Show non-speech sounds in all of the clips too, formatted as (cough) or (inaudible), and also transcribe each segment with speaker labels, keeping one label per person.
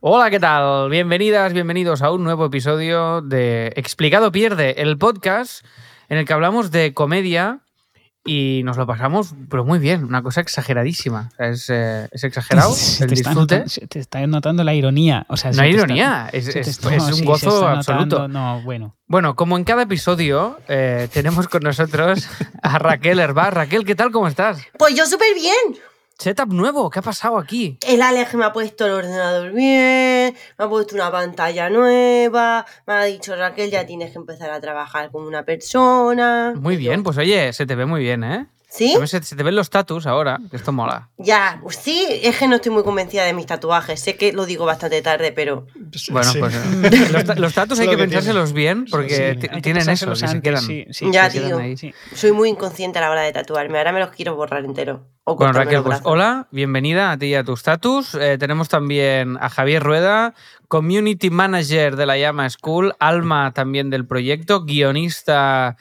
Speaker 1: Hola, ¿qué tal? Bienvenidas, bienvenidos a un nuevo episodio de Explicado Pierde, el podcast en el que hablamos de comedia y nos lo pasamos, pero muy bien, una cosa exageradísima. O sea, es, eh, es
Speaker 2: (laughs)
Speaker 1: exagerado el
Speaker 2: te, está
Speaker 1: disfrute.
Speaker 2: notando, se te está notando la ironía. O sea, se
Speaker 1: No hay
Speaker 2: te está-
Speaker 1: ironía, es,
Speaker 2: se te
Speaker 1: es-
Speaker 2: está-
Speaker 1: es
Speaker 2: no, (laughs) sí,
Speaker 1: un
Speaker 2: se
Speaker 1: gozo
Speaker 2: está
Speaker 1: absoluto.
Speaker 2: notando- no, bueno.
Speaker 1: Bueno, como en cada episodio, eh, tenemos con nosotros a Raquel Herbar. Raquel, ¿qué tal? ¿Cómo estás?
Speaker 3: Pues yo súper bien.
Speaker 1: Setup nuevo, ¿qué ha pasado aquí?
Speaker 3: El Alex me ha puesto el ordenador bien, me ha puesto una pantalla nueva, me ha dicho Raquel, ya tienes que empezar a trabajar como una persona.
Speaker 1: Muy
Speaker 3: Y yo,
Speaker 1: bien, pues oye, se te ve muy bien, ¿eh?
Speaker 3: ¿Sí?
Speaker 1: También Se, se te ven los tatus ahora, que esto mola.
Speaker 3: Ya, pues sí, es que no estoy muy convencida de mis tatuajes. Sé que lo digo bastante tarde, pero.
Speaker 1: Bueno,
Speaker 2: Sí.
Speaker 1: pues eh, los,
Speaker 2: (laughs)
Speaker 1: ta- los tatus
Speaker 2: Es
Speaker 1: hay
Speaker 2: Mm. lo
Speaker 1: que,
Speaker 2: que
Speaker 1: pensárselos bien
Speaker 2: Sí,
Speaker 1: porque
Speaker 2: hay
Speaker 1: ti-
Speaker 2: que
Speaker 1: tienen eso, que
Speaker 2: pensárselos
Speaker 1: se
Speaker 2: antes,
Speaker 1: quedan.
Speaker 2: sí, sí,
Speaker 3: Ya,
Speaker 2: se quedan
Speaker 3: tío.
Speaker 2: ahí. Sí.
Speaker 3: Soy muy inconsciente a la hora de tatuarme. Ahora me los quiero borrar entero. O
Speaker 1: Bueno,
Speaker 3: cortarme
Speaker 1: Raquel,
Speaker 3: los
Speaker 1: pues
Speaker 3: brazos.
Speaker 1: hola, bienvenida a ti y a tus tatus. Eh, tenemos también a Javier Rueda, Community Manager de la Llama School, alma también del proyecto, guionista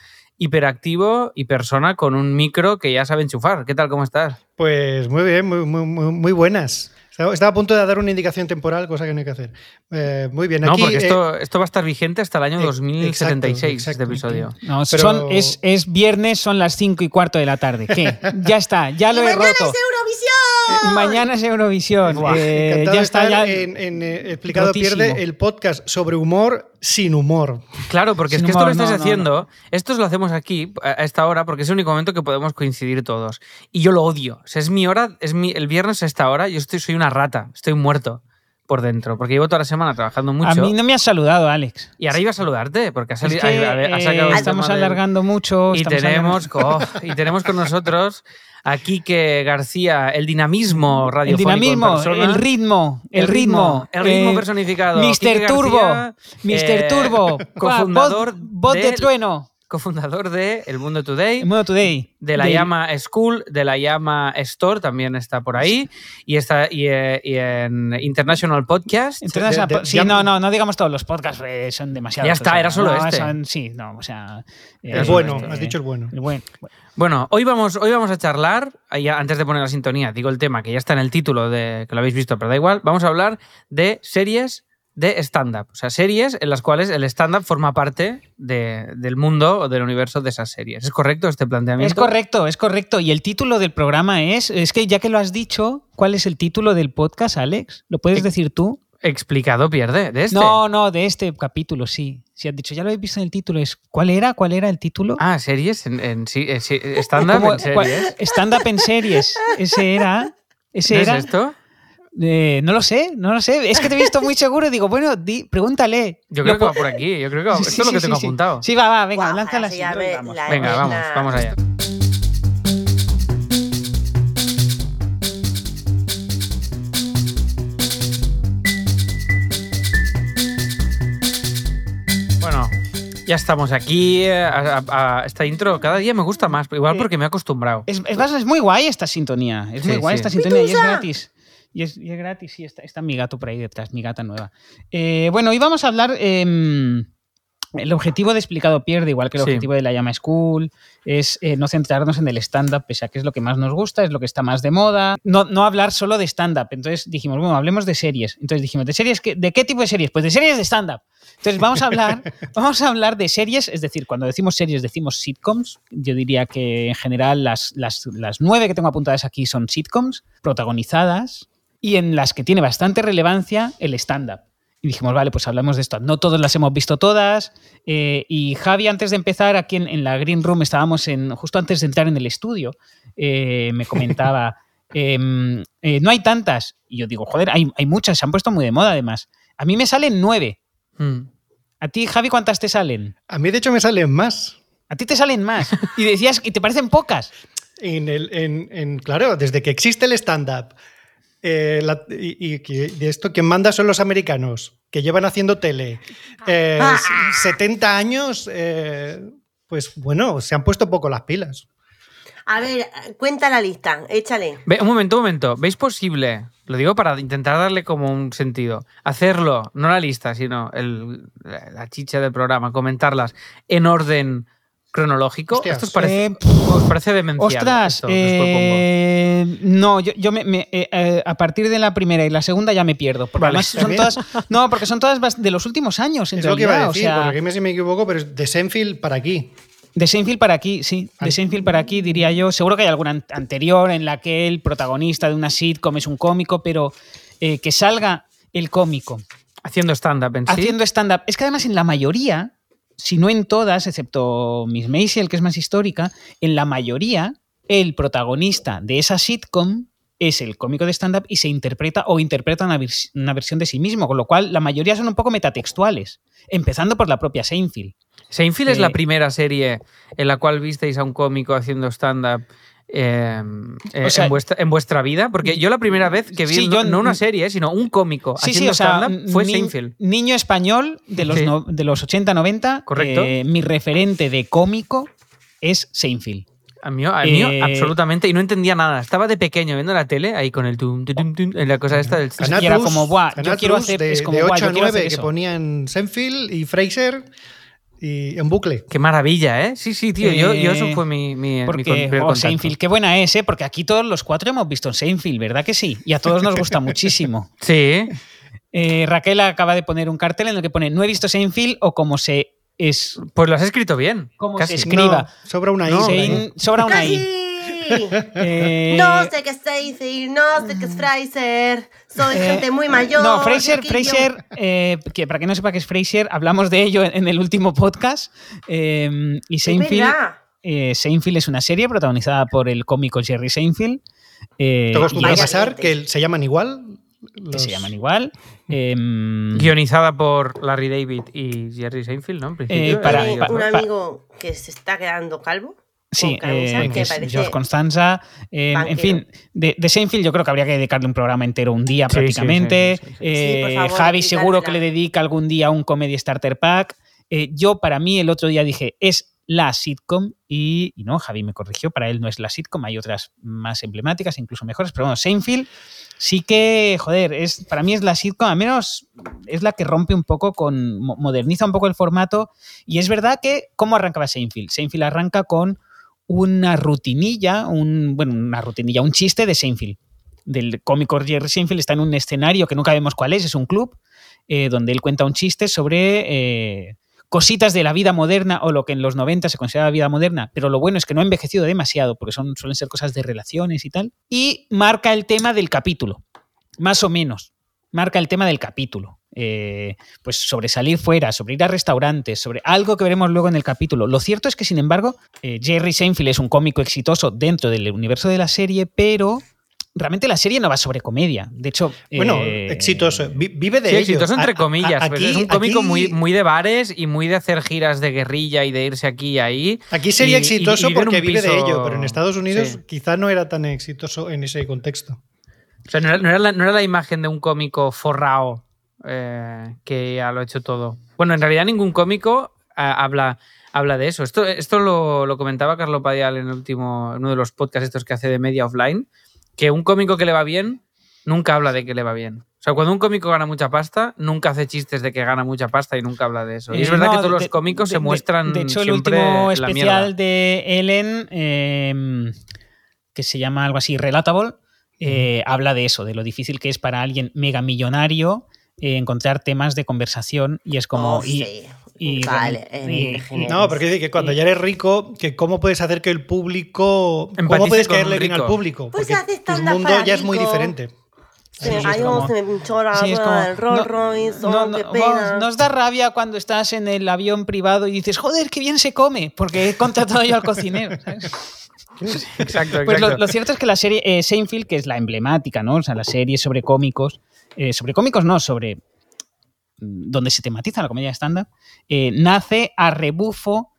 Speaker 1: hiperactivo y persona con un micro que ya sabe enchufar. ¿Qué tal? ¿Cómo estás?
Speaker 4: Pues muy bien, muy, muy, muy- muy buenas. Estaba, estaba a punto de dar una indicación temporal, cosa que no hay que hacer. Eh, muy bien,
Speaker 1: no,
Speaker 4: aquí.
Speaker 1: porque
Speaker 4: eh,
Speaker 1: esto, esto va a estar vigente hasta el año
Speaker 4: eh,
Speaker 1: 2076,
Speaker 4: exacto,
Speaker 1: este
Speaker 4: exacto.
Speaker 1: episodio.
Speaker 2: No,
Speaker 4: Pero-
Speaker 2: son- es, es viernes, son las 5 y cuarto de la
Speaker 1: (laughs)
Speaker 2: tarde. ¿Qué? Ya está, ya
Speaker 3: ¡Y
Speaker 2: lo he
Speaker 3: mañana
Speaker 2: roto.
Speaker 3: es Eurovisión!
Speaker 2: Y Mañana es Eurovisión.
Speaker 1: Buah,
Speaker 2: Eh,
Speaker 4: encantado
Speaker 2: ya
Speaker 4: de
Speaker 2: está, ya-
Speaker 4: estar en, en, eh, Explicado
Speaker 2: rotísimo.
Speaker 4: Pierde, el podcast sobre humor sin humor.
Speaker 1: Claro, porque es
Speaker 2: Sin
Speaker 1: que esto lo
Speaker 2: humor,
Speaker 1: estás
Speaker 2: no, no, no.
Speaker 1: haciendo, esto lo hacemos aquí a a esta hora porque es el único momento que podemos coincidir todos. Y yo lo odio. O sea, es mi hora, es mi, el viernes a esta hora, yo estoy, soy una rata, estoy muerto por dentro, porque llevo toda la semana trabajando mucho.
Speaker 2: A mí no me has saludado, Alex.
Speaker 1: Y ahora iba a saludarte, porque has
Speaker 2: Es
Speaker 1: salido,
Speaker 2: que,
Speaker 1: has- has
Speaker 2: eh,
Speaker 1: sacado el
Speaker 2: estamos
Speaker 1: tema del-
Speaker 2: alargando mucho.
Speaker 1: Y
Speaker 2: estamos
Speaker 1: tenemos,
Speaker 2: alargando-
Speaker 1: co- y tenemos con nosotros a Quique García, el dinamismo
Speaker 2: el
Speaker 1: radiofónico. en
Speaker 2: dinamismo,
Speaker 1: persona.
Speaker 2: el ritmo, el ritmo.
Speaker 1: el ritmo
Speaker 2: eh,
Speaker 1: personificado. Quique
Speaker 2: Mr.
Speaker 1: García,
Speaker 2: Turbo,
Speaker 1: eh,
Speaker 2: Mr. Turbo,
Speaker 1: (laughs) cofundador
Speaker 2: voz, voz de
Speaker 1: del-
Speaker 2: trueno.
Speaker 1: cofundador de El Mundo Today,
Speaker 2: El mundo today.
Speaker 1: de la
Speaker 2: Del-
Speaker 1: Llama School, de la Llama Store, también está por ahí, y está y, eh, y en International Podcast.
Speaker 2: International
Speaker 4: de- de-
Speaker 2: Po- sí,
Speaker 4: ya-
Speaker 2: no, no, no digamos todos los podcasts, eh, son demasiados.
Speaker 1: Ya está,
Speaker 2: o sea,
Speaker 1: era solo
Speaker 2: no,
Speaker 1: este.
Speaker 2: son- sí, no, o sea. eh, este,
Speaker 4: El
Speaker 1: Eso,
Speaker 4: bueno,
Speaker 1: esto,
Speaker 4: has dicho el bueno.
Speaker 2: el bueno.
Speaker 1: Bueno, hoy vamos, hoy vamos a charlar, ah, ya antes de poner la sintonía, digo el tema que ya está en el título de que lo habéis visto, pero da igual, vamos a hablar de series de stand-up, o sea, series en las cuales el stand-up forma parte de- del mundo o del universo de esas series. ¿Es correcto este planteamiento?
Speaker 2: Es correcto, es correcto. Y el título del programa es. Es que ya que lo has dicho, ¿cuál es el título del podcast, Alex? ¿Lo puedes
Speaker 1: Eh,
Speaker 2: decir tú?
Speaker 1: Explicado pierde, de este.
Speaker 2: No, no, de este capítulo, sí. Si has dicho, ya lo habéis visto en el título, es ¿cuál era? ¿Cuál era el título?
Speaker 1: Ah, series en, en sí, eh, sí, stand-up
Speaker 2: ¿Cómo-
Speaker 1: en
Speaker 2: cuál-
Speaker 1: series.
Speaker 2: Stand-up en series. Ese era. Ese
Speaker 1: ¿No
Speaker 2: era.
Speaker 1: es esto?
Speaker 2: Eh, no lo sé, no lo sé. Es que te he visto muy seguro y digo, bueno, di- pregúntale.
Speaker 1: Yo creo
Speaker 2: Lo
Speaker 1: que
Speaker 2: po-
Speaker 1: va por aquí, yo creo que va-
Speaker 2: Sí,
Speaker 1: esto es lo
Speaker 2: sí,
Speaker 1: que
Speaker 2: sí,
Speaker 1: tengo
Speaker 2: sí.
Speaker 1: apuntado.
Speaker 2: Sí, va, va, venga,
Speaker 3: Guau,
Speaker 2: lánzala.
Speaker 3: se
Speaker 2: sí,
Speaker 3: llame
Speaker 2: venga, vamos.
Speaker 3: la
Speaker 1: Venga, vamos,
Speaker 3: Elena.
Speaker 1: vamos allá. Bueno, ya estamos aquí. eh, A, a- a esta intro cada día me gusta más, igual
Speaker 2: Eh,
Speaker 1: porque me he acostumbrado.
Speaker 2: Es, es- es muy guay esta sintonía. Es muy
Speaker 1: Sí,
Speaker 2: guay
Speaker 1: sí.
Speaker 2: esta sintonía y es gratis. Y es, y es gratis, sí, está, está mi gato por ahí detrás, mi gata nueva. Eh, bueno, hoy vamos a hablar. em, el objetivo de Explicado Pierde, igual que el
Speaker 1: Sí.
Speaker 2: objetivo de la Llama School, es eh, no centrarnos en el stand-up, pese a que es lo que más nos gusta, es lo que está más de moda. No, no hablar solo de stand-up. Entonces dijimos, bueno, hablemos de series. Entonces dijimos, ¿de series qué- ¿de qué tipo de series? Pues de series de stand-up. Entonces vamos a hablar, vamos a hablar de series, es decir, cuando decimos series decimos sitcoms. Yo diría que en general las, las, las nueve que tengo apuntadas aquí son sitcoms protagonizadas y en las que tiene bastante relevancia el stand-up. Y dijimos, vale, pues hablamos de esto. No todas las hemos visto todas. eh, y Javi, antes de empezar, aquí en, en la Green Room estábamos en, justo antes de entrar en el estudio, eh, me comentaba, em, eh, no hay tantas. Y yo digo, joder, hay, hay muchas, se han puesto muy de moda además. A mí me salen nueve.
Speaker 1: Mm.
Speaker 2: ¿A ti, Javi, cuántas te salen?
Speaker 4: A mí, de hecho, me salen más.
Speaker 2: A ti te salen más. Y decías que te parecen pocas.
Speaker 4: En el, en, en- claro, desde que existe el stand-up. eh, la- y, y que- de esto quien manda son los americanos, que llevan haciendo tele eh,
Speaker 3: Ah.
Speaker 4: 70 años. eh, pues bueno, se han puesto poco las pilas.
Speaker 3: A ver, cuenta la lista, échale.
Speaker 1: Ve- un momento, un momento. ¿Veis posible? Lo digo para intentar darle como un sentido. Hacerlo, no la lista, sino el- la la chicha del programa, comentarlas en orden cronológico?
Speaker 4: Hostias.
Speaker 1: Esto os parece,
Speaker 2: Eh,
Speaker 1: os parece demencial.
Speaker 2: Ostras,
Speaker 1: esto que
Speaker 4: pues,
Speaker 1: os
Speaker 2: eh, no, yo, yo me- me- eh, eh, a partir de la primera y la segunda ya me pierdo. Porque
Speaker 1: Vale.
Speaker 2: además son
Speaker 4: (laughs) También.
Speaker 2: todas, no, porque son todas bas- de los últimos años, en
Speaker 4: Es lo que iba
Speaker 2: realidad,
Speaker 4: a
Speaker 2: o
Speaker 4: decir,
Speaker 2: sea,
Speaker 4: corregidme si me equivoco, pero es de Senfield para aquí.
Speaker 2: de Seinfeld para aquí, sí. De
Speaker 4: An-
Speaker 2: Seinfeld para aquí, diría yo. Seguro que hay alguna an- anterior en la que el protagonista de una sitcom es un cómico, pero eh, que salga el cómico
Speaker 1: propongo. Haciendo stand-up en sí.
Speaker 2: haciendo stand-up. Es que además en la mayoría, si no en todas, excepto Miss Maisel, que es más histórica, en la mayoría el protagonista de esa sitcom es el cómico de stand-up y se interpreta o interpreta una, vers- una versión de sí mismo, con lo cual la mayoría son un poco metatextuales, empezando por la propia Seinfeld.
Speaker 1: Seinfeld es la
Speaker 2: Eh,
Speaker 1: primera serie en la cual visteis a un cómico haciendo stand-up. eh, eh,
Speaker 2: O sea,
Speaker 1: en, vuestra, en vuestra vida, porque yo la primera vez que vi,
Speaker 2: sí,
Speaker 1: no,
Speaker 2: yo-
Speaker 1: no una serie, sino un cómico
Speaker 2: Sí, sí,
Speaker 1: haciendo
Speaker 2: o sea,
Speaker 1: stand-up fue
Speaker 2: ni-
Speaker 1: Seinfeld.
Speaker 2: niño español de los,
Speaker 1: Sí.
Speaker 2: no- de los 80-90,
Speaker 1: Correcto.
Speaker 2: eh, mi referente de cómico es Seinfeld.
Speaker 1: A mí, a mí
Speaker 2: Eh,
Speaker 1: absolutamente, y no entendía nada. Estaba de pequeño viendo la tele, ahí con el tum, tum, tum, tum, en la cosa esta del...
Speaker 2: Canal- era como, "Buah, yo
Speaker 4: Canal
Speaker 2: quiero
Speaker 4: Plus
Speaker 2: hacer-
Speaker 4: de,
Speaker 2: es como,
Speaker 4: de
Speaker 2: "Buah,
Speaker 4: 8
Speaker 2: yo
Speaker 4: a
Speaker 2: quiero hacer
Speaker 4: 9 que
Speaker 2: eso".
Speaker 4: ponían Senfield y Fraser y en bucle.
Speaker 1: Qué maravilla, ¿eh? Sí, sí, tío, yo, yo eso
Speaker 2: Eh,
Speaker 1: fue mi, mi, mi con-
Speaker 2: Porque,
Speaker 1: primer
Speaker 2: oh,
Speaker 1: contacto.
Speaker 2: Seinfeld, qué buena es, ¿eh? Porque aquí todos los cuatro hemos visto Seinfeld, ¿verdad que sí? Y a todos nos
Speaker 1: (laughs)
Speaker 2: gusta muchísimo.
Speaker 1: Sí,
Speaker 2: Eh, Raquel acaba de poner un cartel en el que pone no he visto Seinfeld o como se es
Speaker 1: pues lo has escrito bien.
Speaker 2: como
Speaker 1: casi.
Speaker 2: se escriba.
Speaker 4: No, sobra una I.
Speaker 1: No,
Speaker 4: por
Speaker 2: Se
Speaker 4: ahí.
Speaker 2: in- sobra una I.
Speaker 3: ¡Casi!
Speaker 2: Eh,
Speaker 3: (laughs)
Speaker 2: Mm.
Speaker 3: No sé qué es Stacy, no sé qué es Fraser. Soy
Speaker 2: eh,
Speaker 3: gente muy mayor.
Speaker 2: No, Fraser,
Speaker 3: chiquillo.
Speaker 2: Fraser, eh, que para que no sepa que es Fraser, hablamos de ello en, en el último podcast. eh, y
Speaker 3: Es
Speaker 2: Seinfeld,
Speaker 3: verdad.
Speaker 2: eh, Seinfeld es una serie protagonizada por el cómico Jerry Seinfeld. eh, y
Speaker 4: Te acostumbra a
Speaker 3: Vaya
Speaker 2: es-
Speaker 4: pasar
Speaker 3: gente.
Speaker 4: que se llaman igual.
Speaker 2: que
Speaker 4: los-
Speaker 2: se llaman igual. em,
Speaker 1: Guionizada por Larry David y Jerry Seinfeld, ¿no? En principio,
Speaker 2: Eh, para-
Speaker 1: era yo,
Speaker 2: pa-
Speaker 3: Tengo
Speaker 1: ¿no?
Speaker 3: un
Speaker 2: para-
Speaker 3: amigo que se está quedando calvo.
Speaker 2: Sí,
Speaker 3: con camisa,
Speaker 2: eh,
Speaker 3: que
Speaker 2: que es
Speaker 3: parece
Speaker 2: George Constanza. eh, en
Speaker 3: banquero.
Speaker 2: fin, de, de Seinfeld yo creo que habría que dedicarle un programa entero un día
Speaker 1: Sí,
Speaker 2: prácticamente.
Speaker 1: sí, sí, sí, sí.
Speaker 2: Eh,
Speaker 3: Sí, por favor,
Speaker 2: Javi seguro que le
Speaker 3: dedícamela.
Speaker 2: dedica algún día un Comedy Starter Pack. Eh, yo para mí el otro día dije, es la sitcom y, y no, Javi me corrigió, para él no es la sitcom, hay otras más emblemáticas, incluso mejores, pero bueno, Seinfeld sí que, joder, es, para mí es la sitcom, al menos es la que rompe un poco con, mo- moderniza un poco el formato y es verdad que, ¿cómo arrancaba Seinfeld? Seinfeld arranca con una rutinilla, un, bueno, una rutinilla, un chiste de Seinfeld. Del cómico Jerry Seinfeld está en un escenario que nunca vemos cuál es, es un club, eh, donde él cuenta un chiste sobre eh, cositas de la vida moderna o lo que en los 90 se consideraba vida moderna, pero lo bueno es que no ha envejecido demasiado, porque son, suelen ser cosas de relaciones y tal, y marca el tema del capítulo, más o menos, marca el tema del capítulo. Eh, pues sobre salir fuera, sobre ir a restaurantes, sobre algo que veremos luego en el capítulo. Lo cierto es que, sin embargo, eh, Jerry Seinfeld es un cómico exitoso dentro del universo de la serie, pero realmente la serie no va sobre comedia. De hecho,
Speaker 4: Bueno,
Speaker 2: eh,
Speaker 4: exitoso. Vi- Vive de
Speaker 1: Sí,
Speaker 4: ello.
Speaker 1: exitoso entre
Speaker 4: A- a-
Speaker 1: comillas.
Speaker 4: a-
Speaker 1: pues es un cómico
Speaker 4: aquí-
Speaker 1: muy, muy de bares y muy de hacer giras de guerrilla y de irse aquí y ahí.
Speaker 4: Aquí sería
Speaker 1: y- y- y
Speaker 4: exitoso
Speaker 1: vive en
Speaker 4: porque
Speaker 1: un
Speaker 4: vive de
Speaker 1: piso-
Speaker 4: ello, pero en Estados Unidos
Speaker 1: Sí.
Speaker 4: quizá no era tan exitoso en ese contexto.
Speaker 1: O sea, no era, no era la, no era la imagen de un cómico forrao eh, que ya lo ha hecho todo. Bueno, en realidad ningún cómico ah, habla, habla de eso. Esto, esto lo, lo comentaba Carlo Padial en, el último, en uno de los podcasts estos que hace de media offline, que un cómico que le va bien nunca habla de que le va bien. O sea, cuando un cómico gana mucha pasta, nunca hace chistes de que gana mucha pasta y nunca habla de eso. Y es
Speaker 2: Eh,
Speaker 1: verdad
Speaker 2: no,
Speaker 1: que todos
Speaker 2: de-
Speaker 1: los cómicos
Speaker 2: de-
Speaker 1: se
Speaker 2: de-
Speaker 1: muestran
Speaker 2: De hecho, el
Speaker 1: siempre
Speaker 2: último
Speaker 1: la mierda.
Speaker 2: especial de Ellen, eh, que se llama algo así, Relatable, eh, habla de eso, de lo difícil que es para alguien megamillonario eh, encontrar temas de conversación. Y es como.
Speaker 3: Oh,
Speaker 2: y-
Speaker 3: sí.
Speaker 2: y-
Speaker 3: vale,
Speaker 2: y-
Speaker 3: evidente,
Speaker 2: y-
Speaker 3: genial.
Speaker 4: No, porque dice que cuando ya eres rico, que ¿cómo puedes hacer que el público... ¿Cómo
Speaker 1: Empatice
Speaker 4: puedes
Speaker 1: con un
Speaker 4: caerle bien al
Speaker 1: rico.
Speaker 4: público?
Speaker 3: Pues
Speaker 4: Porque
Speaker 3: hace
Speaker 4: tu
Speaker 3: stand-up
Speaker 4: mundo
Speaker 3: para
Speaker 4: ya es muy
Speaker 3: rico.
Speaker 4: diferente.
Speaker 3: Se me
Speaker 2: Sí, es
Speaker 3: cayó,
Speaker 2: como-
Speaker 3: se me pinchó la
Speaker 2: Sí, es
Speaker 3: rueda
Speaker 2: como,
Speaker 3: del Rolls
Speaker 2: no,
Speaker 3: Royce. Oh,
Speaker 2: No, no,
Speaker 3: qué
Speaker 2: vos,
Speaker 3: pena.
Speaker 2: ¿no os da rabia cuando estás en el avión privado y dices, joder, qué bien se come, porque he contratado yo al cocinero. (laughs) ¿sabes?
Speaker 1: (laughs) Exacto, exacto.
Speaker 2: (laughs) Pues lo, lo cierto es que la serie eh, Seinfeld, que es la emblemática, ¿no? O sea, la serie sobre cómicos, eh, sobre cómicos no, sobre mm, donde se tematiza la comedia estándar, eh, nace a rebufo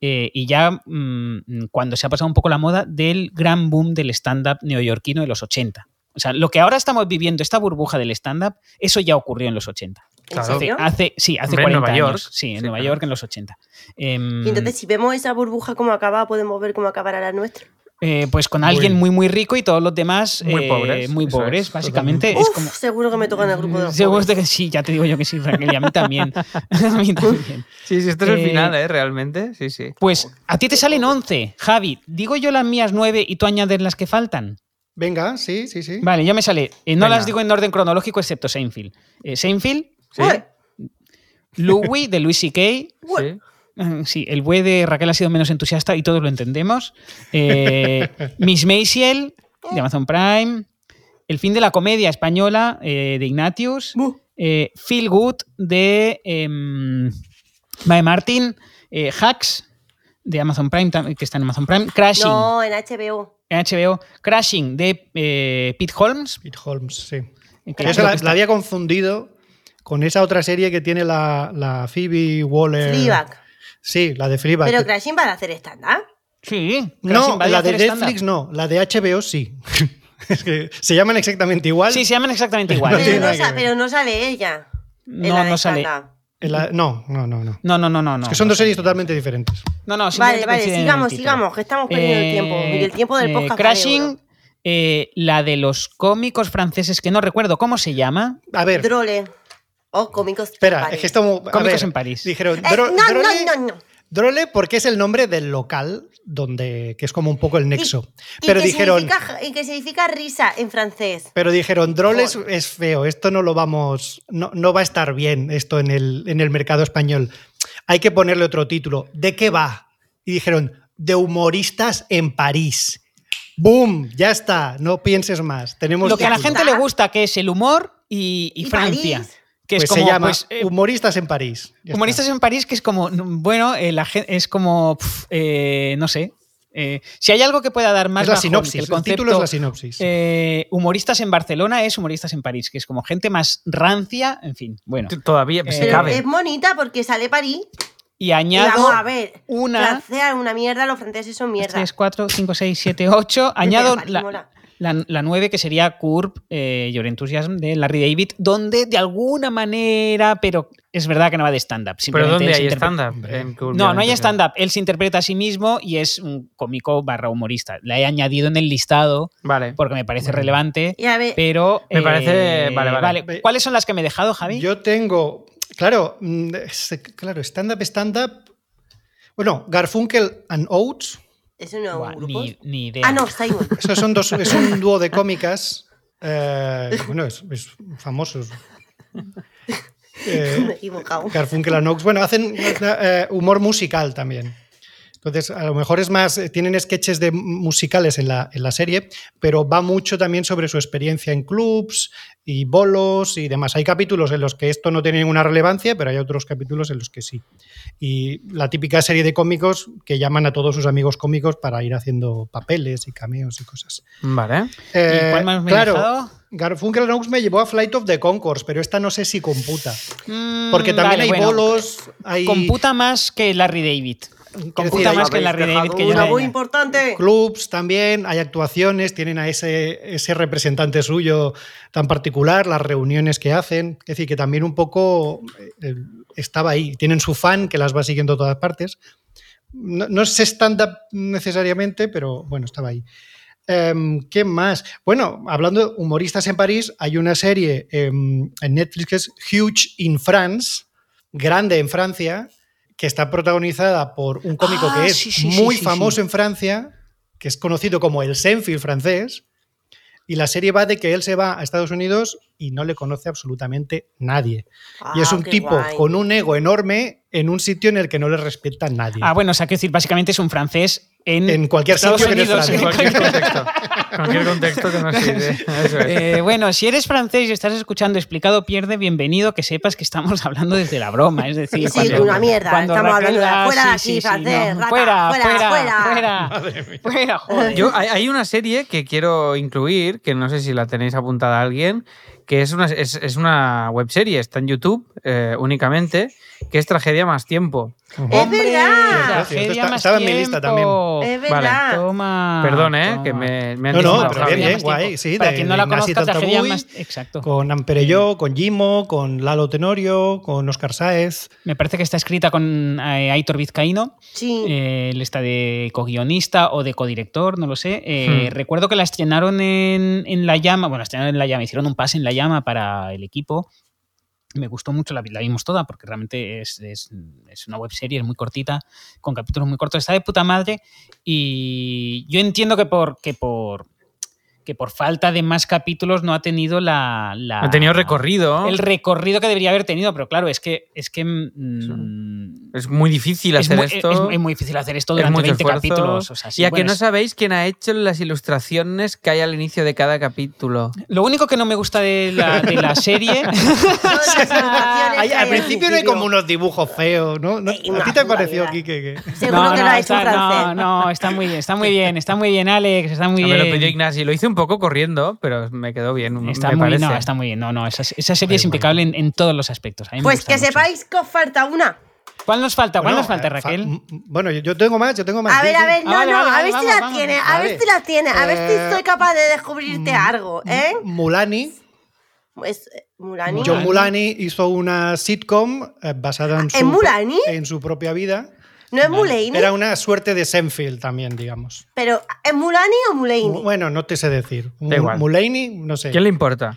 Speaker 2: eh, y ya mm, cuando se ha pasado un poco la moda del gran boom del stand-up neoyorquino de los 80. O sea, lo que ahora estamos viviendo, esta burbuja del stand-up, eso ya ocurrió en los 80.
Speaker 1: Claro.
Speaker 3: ¿En
Speaker 2: Hace,
Speaker 3: serio?
Speaker 2: hace- sí, hace
Speaker 1: Hombre, en
Speaker 2: 40
Speaker 1: Nueva
Speaker 2: años.
Speaker 1: York.
Speaker 2: Sí, en
Speaker 1: Sí,
Speaker 2: Nueva
Speaker 1: claro.
Speaker 2: York en los 80. Em,
Speaker 3: Y entonces, si vemos esa burbuja como acaba, podemos ver cómo acabará la nuestra.
Speaker 2: eh, pues con alguien muy, muy rico y todos los demás
Speaker 1: Muy
Speaker 2: eh,
Speaker 1: pobres,
Speaker 2: muy
Speaker 1: eso
Speaker 2: pobres
Speaker 1: es,
Speaker 2: básicamente.
Speaker 1: totalmente.
Speaker 2: Es
Speaker 3: Uf,
Speaker 2: como,
Speaker 3: seguro que me toca en el grupo de los
Speaker 2: Seguro
Speaker 3: pobres.
Speaker 2: que (laughs) sí, ya te digo yo que sí, Raquel, y a mí también. (laughs) a mí también.
Speaker 1: Sí, sí, este es el
Speaker 2: Eh,
Speaker 1: final, ¿eh? Realmente, sí, sí.
Speaker 2: Pues a ti te salen 11, Javi. Digo yo las mías 9 y tú añades las que faltan.
Speaker 4: Venga, sí, sí, sí.
Speaker 2: Vale, ya me sale. Eh, no
Speaker 1: Venga.
Speaker 2: las digo en orden cronológico excepto Seinfeld. Eh, Seinfeld,
Speaker 1: Sí,
Speaker 3: Ué,
Speaker 2: Louis de Louis C.K.,
Speaker 3: ué.
Speaker 1: sí.
Speaker 2: Mm, (laughs) Sí, el buey de Raquel ha sido menos entusiasta y todos lo entendemos. Eh, Miss Maisiel, de Amazon Prime. El fin de la comedia española, eh, de Ignatius.
Speaker 3: Buh.
Speaker 2: Eh, Feel Good, de em, Mae Martin. Eh, Hacks, de Amazon Prime, tam- que está en Amazon Prime. Crashing,
Speaker 3: No, en HBO.
Speaker 2: en HBO. Crashing, de eh, Pete Holmes. Eh,
Speaker 4: Pete Holmes, sí.
Speaker 2: que
Speaker 4: Yo esa
Speaker 2: creo
Speaker 4: la,
Speaker 2: que está-
Speaker 4: la había confundido con esa otra serie que tiene la, la Phoebe Waller.
Speaker 3: Fleabag.
Speaker 4: Sí, la de Fleabag.
Speaker 3: Pero Crashing para hacer stand-up.
Speaker 2: Sí, Crashing
Speaker 4: no,
Speaker 2: va a
Speaker 4: la de
Speaker 2: hacer
Speaker 4: Netflix
Speaker 2: stand-up.
Speaker 4: no, la de HBO sí. (laughs) es que se llaman exactamente igual.
Speaker 2: Sí, se llaman exactamente
Speaker 4: No
Speaker 2: igual.
Speaker 4: tiene
Speaker 3: Pero no,
Speaker 4: nada que
Speaker 3: sa-
Speaker 4: ver.
Speaker 3: pero no sale ella. en
Speaker 2: No,
Speaker 3: la de
Speaker 2: no sale.
Speaker 3: stand-up.
Speaker 4: En la- no, no, no, no.
Speaker 2: No, no, no, no. no
Speaker 4: Es que son
Speaker 2: no
Speaker 4: dos
Speaker 2: sale.
Speaker 4: series totalmente diferentes.
Speaker 2: No, no,
Speaker 3: Vale,
Speaker 2: simplemente
Speaker 3: vale,
Speaker 2: coinciden en el
Speaker 3: sigamos,
Speaker 2: título.
Speaker 3: sigamos, que estamos perdiendo el tiempo.
Speaker 2: Eh,
Speaker 3: Y el tiempo del
Speaker 2: eh,
Speaker 3: podcast. vale
Speaker 2: Crashing,
Speaker 3: oro.
Speaker 2: eh, la de los cómicos franceses, que no recuerdo cómo se llama.
Speaker 4: A ver,
Speaker 3: Drole. O cómicos.
Speaker 4: espera,
Speaker 3: Vale.
Speaker 4: es que estamos. a
Speaker 2: Cómicos
Speaker 4: ver,
Speaker 2: en París.
Speaker 4: Dijeron,
Speaker 3: Eh,
Speaker 4: "Dro-
Speaker 3: no,
Speaker 4: Drole-
Speaker 3: no, no, no.
Speaker 4: Drole porque es el nombre del local donde que es como un poco el nexo.
Speaker 3: Y
Speaker 4: pero
Speaker 3: que
Speaker 4: dijeron,
Speaker 3: significa- y que significa risa en francés.
Speaker 4: pero dijeron, Drole es,
Speaker 3: Joder.
Speaker 4: es feo, esto no lo vamos, no, no va a estar bien esto en el, en el mercado español. Hay que ponerle otro título. ¿De qué va? Y dijeron, de humoristas en París. ¡Boom! Ya está, no pienses más. Tenemos
Speaker 2: Lo que a la
Speaker 4: título.
Speaker 2: gente le gusta, que es el humor y, y
Speaker 3: Y
Speaker 2: Francia.
Speaker 3: París.
Speaker 2: Que
Speaker 4: Pues
Speaker 2: es como,
Speaker 4: se llama
Speaker 2: pues, eh,
Speaker 4: Humoristas en París. Ya está.
Speaker 2: humoristas en París, que es como, mm, bueno, eh, la gen- es como, pf, eh, no sé. eh, si hay algo que pueda dar más
Speaker 4: es la
Speaker 2: bajón
Speaker 4: sinopsis.
Speaker 2: que
Speaker 4: El,
Speaker 2: el concepto,
Speaker 4: título es la sinopsis.
Speaker 2: eh, humoristas en Barcelona es humoristas en París, que es como gente más rancia, en fin, bueno.
Speaker 1: T- Todavía, pues, si
Speaker 2: Eh,
Speaker 3: Pero
Speaker 1: cabe.
Speaker 3: es bonita porque sale París.
Speaker 2: Y
Speaker 3: Y
Speaker 2: añado
Speaker 3: vamos a ver.
Speaker 2: una,
Speaker 3: Francia es una mierda, los franceses son mierda.
Speaker 2: 3, 4, 5, 6, 7,
Speaker 3: (laughs)
Speaker 2: 8. Añado
Speaker 3: París
Speaker 2: la,
Speaker 3: mola.
Speaker 2: la, 9, que sería Curb eh, Your Enthusiasm de Larry David, donde de alguna manera, pero es verdad que no va de stand-up.
Speaker 1: Pero
Speaker 2: simplemente
Speaker 1: ¿dónde
Speaker 2: él se
Speaker 1: hay
Speaker 2: interpreta-
Speaker 1: stand-up?
Speaker 4: Hombre.
Speaker 1: En Curb Your
Speaker 2: No, no hay
Speaker 1: Enthusiasm?
Speaker 2: stand-up. Él se interpreta a sí mismo y es un cómico barra humorista. La he añadido en el listado
Speaker 1: Vale.
Speaker 2: porque me parece
Speaker 4: Bueno.
Speaker 2: relevante,
Speaker 3: Y a ver,
Speaker 2: pero... eh,
Speaker 1: Me parece- vale, vale.
Speaker 2: ¿Cuáles son las que me he dejado, Javi?
Speaker 4: Yo tengo, claro, mm, es- claro, stand-up, stand-up. Bueno, Garfunkel and Oates,
Speaker 3: eso no
Speaker 2: Buah,
Speaker 3: es un grupo.
Speaker 2: ni, ni idea.
Speaker 3: Ah, no, Simon.
Speaker 4: esos son dos, es un dúo de cómicas. eh, bueno, es, es famosos.
Speaker 3: (laughs) Me he
Speaker 4: (laughs) Eh,
Speaker 3: equivocado.
Speaker 4: Garfunkel and Oates, bueno, hacen eh, humor musical también. Entonces, a lo mejor es más, eh, tienen sketches de musicales en la, en la serie, pero va mucho también sobre su experiencia en clubs y bolos y demás. Hay capítulos en los que esto no tiene ninguna relevancia, pero hay otros capítulos en los que sí. Y la típica serie de cómicos que llaman a todos sus amigos cómicos para ir haciendo papeles y cameos y cosas.
Speaker 1: Vale.
Speaker 2: ¿Y
Speaker 4: Eh,
Speaker 2: cuál más me he
Speaker 4: claro,
Speaker 2: dejado?
Speaker 4: Garfunkel and Oates me llevó a Flight of the Concourse, pero esta no sé si computa.
Speaker 2: Mm,
Speaker 4: Porque también
Speaker 2: vale,
Speaker 4: hay
Speaker 2: bueno.
Speaker 4: bolos, hay
Speaker 2: Computa más que Larry David. Computa
Speaker 4: decir,
Speaker 2: más que
Speaker 4: habéis
Speaker 2: Larry David que yo. la-
Speaker 3: Una muy importante.
Speaker 4: clubs también, hay actuaciones, tienen a ese, ese representante suyo tan particular, las reuniones que hacen. Es decir, que también un poco eh, estaba ahí. Tienen su fan que las va siguiendo a todas partes. No, no es stand-up necesariamente, pero bueno, estaba ahí. Em, ¿Qué más? Bueno, hablando de humoristas en París, hay una serie em, en Netflix que es Huge in France, grande en Francia, que está protagonizada por un cómico
Speaker 2: Ah,
Speaker 4: que es
Speaker 2: sí, sí, sí,
Speaker 4: muy
Speaker 2: sí,
Speaker 4: famoso
Speaker 2: sí.
Speaker 4: en Francia, que es conocido como el Senfield francés. Y la serie va de que él se va a Estados Unidos y no le conoce absolutamente nadie. y es
Speaker 3: Ah,
Speaker 4: un
Speaker 3: qué
Speaker 4: tipo
Speaker 3: guay.
Speaker 4: con un ego enorme en un sitio en el que no le respeta nadie.
Speaker 2: Ah, bueno, o sea, quiero decir, básicamente es un francés en. eh,
Speaker 4: en cualquier
Speaker 2: Estados
Speaker 4: sitio que no
Speaker 2: Unidos,
Speaker 4: es
Speaker 1: En
Speaker 4: Francia.
Speaker 1: cualquier contexto. cualquier contexto que no
Speaker 2: (laughs)
Speaker 1: sé. Eso es.
Speaker 2: Eh, bueno, si eres francés y estás escuchando explicado, pierde, bienvenido, que sepas que estamos hablando desde la broma. Es decir,
Speaker 3: Sí, una mierda, estamos hablando de
Speaker 2: ah,
Speaker 3: fuera de
Speaker 2: sí, sí,
Speaker 3: aquí,
Speaker 2: sí,
Speaker 3: francés, rata,
Speaker 2: fuera,
Speaker 3: fuera,
Speaker 2: fuera,
Speaker 3: fuera.
Speaker 2: fuera, fuera, joder.
Speaker 1: Yo, hay, hay una serie que quiero incluir, que no sé si la tenéis apuntada a alguien, que es una, es, es una webserie, está en YouTube eh, únicamente, que es Tragedia más tiempo.
Speaker 3: ¡Es verdad!
Speaker 4: Cierto, cierto, está- estaba en mi lista también.
Speaker 3: Es verdad.
Speaker 2: Toma.
Speaker 1: Perdón, ¿eh?
Speaker 2: Ah, toma.
Speaker 1: Que me, me han
Speaker 4: No,
Speaker 1: dicho
Speaker 4: no,
Speaker 1: que
Speaker 4: pero
Speaker 1: trabajaba
Speaker 4: bien,
Speaker 1: bien.
Speaker 4: bien, guay. Sí,
Speaker 2: Para
Speaker 4: de-
Speaker 2: quien no la
Speaker 4: de Nasi
Speaker 2: conozca, tragedia
Speaker 4: Tatabui,
Speaker 2: más. Exacto.
Speaker 4: Con Amperello, con Jimo, con Lalo Tenorio, con Oscar Sáez.
Speaker 2: Me parece que está escrita con eh, Aitor Vizcaíno.
Speaker 3: Sí.
Speaker 2: eh, él está de co-guionista o de codirector, no lo sé. Eh,
Speaker 1: Hmm.
Speaker 2: Recuerdo que la estrenaron en, en La Llama. Bueno, la estrenaron en La Llama, hicieron un pase en La Llama para el equipo. Me gustó mucho, la, vi- la vimos toda porque realmente es, es, es una webserie, es muy cortita, con capítulos muy cortos. Está de puta madre y yo entiendo que por, que por, que por falta de más capítulos no ha tenido la... la
Speaker 1: Ha tenido recorrido.
Speaker 2: Ah. el recorrido que debería haber tenido, pero claro, es que es que mm,
Speaker 1: Es muy difícil
Speaker 2: es
Speaker 1: hacer
Speaker 2: muy,
Speaker 1: esto.
Speaker 2: es- es muy difícil hacer esto
Speaker 1: Es
Speaker 2: durante
Speaker 1: mucho
Speaker 2: 20
Speaker 1: esfuerzo.
Speaker 2: capítulos. o sea, sí,
Speaker 1: y a
Speaker 2: bueno,
Speaker 1: que no
Speaker 2: es-
Speaker 1: sabéis quién ha hecho las ilustraciones que hay al inicio de cada capítulo.
Speaker 2: Lo único que no me gusta de la, de la serie.
Speaker 3: Todas
Speaker 4: (laughs)
Speaker 3: las sensaciones
Speaker 4: Ay,
Speaker 3: que
Speaker 4: al
Speaker 3: hay
Speaker 4: principio no hay como unos dibujos feos, ¿no? ¿No?
Speaker 3: Eh,
Speaker 4: ¿A ti te
Speaker 3: una
Speaker 4: pareció,
Speaker 3: barbaridad.
Speaker 4: Quique?
Speaker 3: (laughs)
Speaker 4: que-
Speaker 3: Seguro
Speaker 2: no,
Speaker 3: que
Speaker 2: no,
Speaker 3: lo ha
Speaker 2: está,
Speaker 3: hecho un francés.
Speaker 2: no, no, está muy bien, está muy bien, está muy bien, Alex, está muy
Speaker 1: me
Speaker 2: bien.
Speaker 1: lo pidió Ignasi, lo hice un poco corriendo, pero me quedó bien.
Speaker 2: Está
Speaker 1: me
Speaker 2: muy,
Speaker 1: parece.
Speaker 2: no, está muy bien. No, no, esa, esa serie
Speaker 4: Da
Speaker 2: es
Speaker 4: igual.
Speaker 2: impecable en, en todos los aspectos. A mí me
Speaker 3: Pues
Speaker 2: gusta
Speaker 3: que
Speaker 2: mucho.
Speaker 3: sepáis que os falta una.
Speaker 2: ¿Cuál nos falta? ¿Cuál
Speaker 4: Bueno,
Speaker 2: nos falta,
Speaker 4: eh, fa-
Speaker 2: Raquel?
Speaker 4: m- m- bueno, yo- yo tengo más, yo tengo más.
Speaker 3: A
Speaker 4: sí,
Speaker 3: ver,
Speaker 4: sí.
Speaker 3: a ver, no,
Speaker 2: Ah, vale,
Speaker 3: no,
Speaker 2: vale,
Speaker 3: a
Speaker 2: vale,
Speaker 3: ver si
Speaker 2: vamos,
Speaker 3: la
Speaker 2: vamos.
Speaker 3: tienes, a ver
Speaker 4: Vale.
Speaker 3: si la tienes, a ver
Speaker 4: Eh, mm,
Speaker 3: si soy capaz de descubrirte algo, ¿eh?
Speaker 4: Mulani,
Speaker 3: Es Mulani.
Speaker 2: Yo-
Speaker 4: John Mulani hizo una sitcom eh, basada en,
Speaker 3: ¿En
Speaker 4: su,
Speaker 3: Mulani?
Speaker 4: en su propia vida.
Speaker 3: no es Mulaney,
Speaker 4: Era una suerte de Senfield también, digamos.
Speaker 3: pero ¿es Mulani o Mulaney?
Speaker 4: Bueno, no te sé decir.
Speaker 1: Da igual.
Speaker 4: Mulaney, no sé.
Speaker 1: ¿Quién le importa?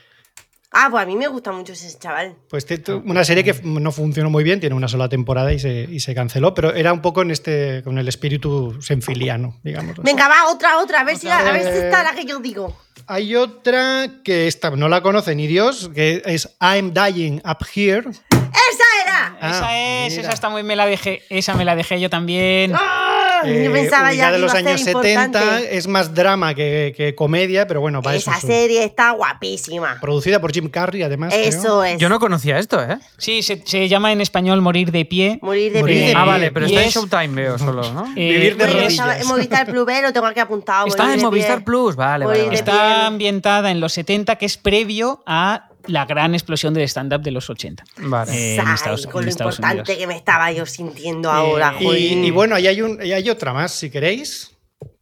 Speaker 3: Ah, pues a mí me gusta mucho ese chaval.
Speaker 4: Pues te- tu- una serie que f- no funcionó muy bien, tiene una sola temporada y se, y se canceló, pero era un poco en este, con el espíritu senfiliano, digamos.
Speaker 3: Venga, va, otra, otra, a ver, si, la- a ver si
Speaker 4: Eh,
Speaker 3: está la que yo digo.
Speaker 4: Hay otra que esta no la conoce ni Dios, que es I'm Dying Up Here.
Speaker 3: ¡Esa era!
Speaker 2: esa
Speaker 4: Ah,
Speaker 2: es,
Speaker 4: mira.
Speaker 2: esa está muy, me la dejé, esa me la dejé yo también.
Speaker 3: ¡Ah!
Speaker 4: Eh,
Speaker 3: yo pensaba ya
Speaker 4: ubicada
Speaker 3: que
Speaker 4: en los
Speaker 3: iba a
Speaker 4: años
Speaker 3: ser
Speaker 4: 70,
Speaker 3: importante.
Speaker 4: es más drama que, que comedia, pero bueno, va eso.
Speaker 3: Esa
Speaker 4: es un-
Speaker 3: serie está guapísima.
Speaker 4: Producida por Jim Carrey, además. creo.
Speaker 3: Eso es.
Speaker 1: Yo no conocía esto, ¿eh?
Speaker 2: Sí, se, se llama en español morir de pie.
Speaker 3: Morir de
Speaker 4: Morir de
Speaker 3: pie.
Speaker 1: Ah, vale, pero
Speaker 2: Y
Speaker 1: está en
Speaker 2: es-
Speaker 1: Showtime, veo solo,
Speaker 3: (laughs)
Speaker 1: ¿no?
Speaker 2: Eh,
Speaker 4: Vivir
Speaker 3: Bueno,
Speaker 4: de
Speaker 2: es-
Speaker 4: rodillas.
Speaker 3: estaba en Movistar Plus, B, lo tengo aquí apuntado.
Speaker 1: Está
Speaker 3: morir
Speaker 1: en
Speaker 3: de
Speaker 1: Movistar
Speaker 3: pie.
Speaker 1: Plus, vale, vale.
Speaker 3: Morir
Speaker 1: vale.
Speaker 3: de pie.
Speaker 2: Está
Speaker 3: Bien.
Speaker 2: ambientada en los 70, que es previo a la gran explosión del stand-up de los 80.
Speaker 1: Vale.
Speaker 2: Eh, en
Speaker 3: Ay,
Speaker 2: Estados-
Speaker 3: con
Speaker 2: en
Speaker 3: lo
Speaker 2: Estados
Speaker 3: importante
Speaker 2: Unidos.
Speaker 3: que me estaba yo
Speaker 2: Eh,
Speaker 3: sintiendo ahora,
Speaker 4: Y,
Speaker 3: jolín.
Speaker 4: y bueno, ahí hay, un, ahí hay otra más, si queréis.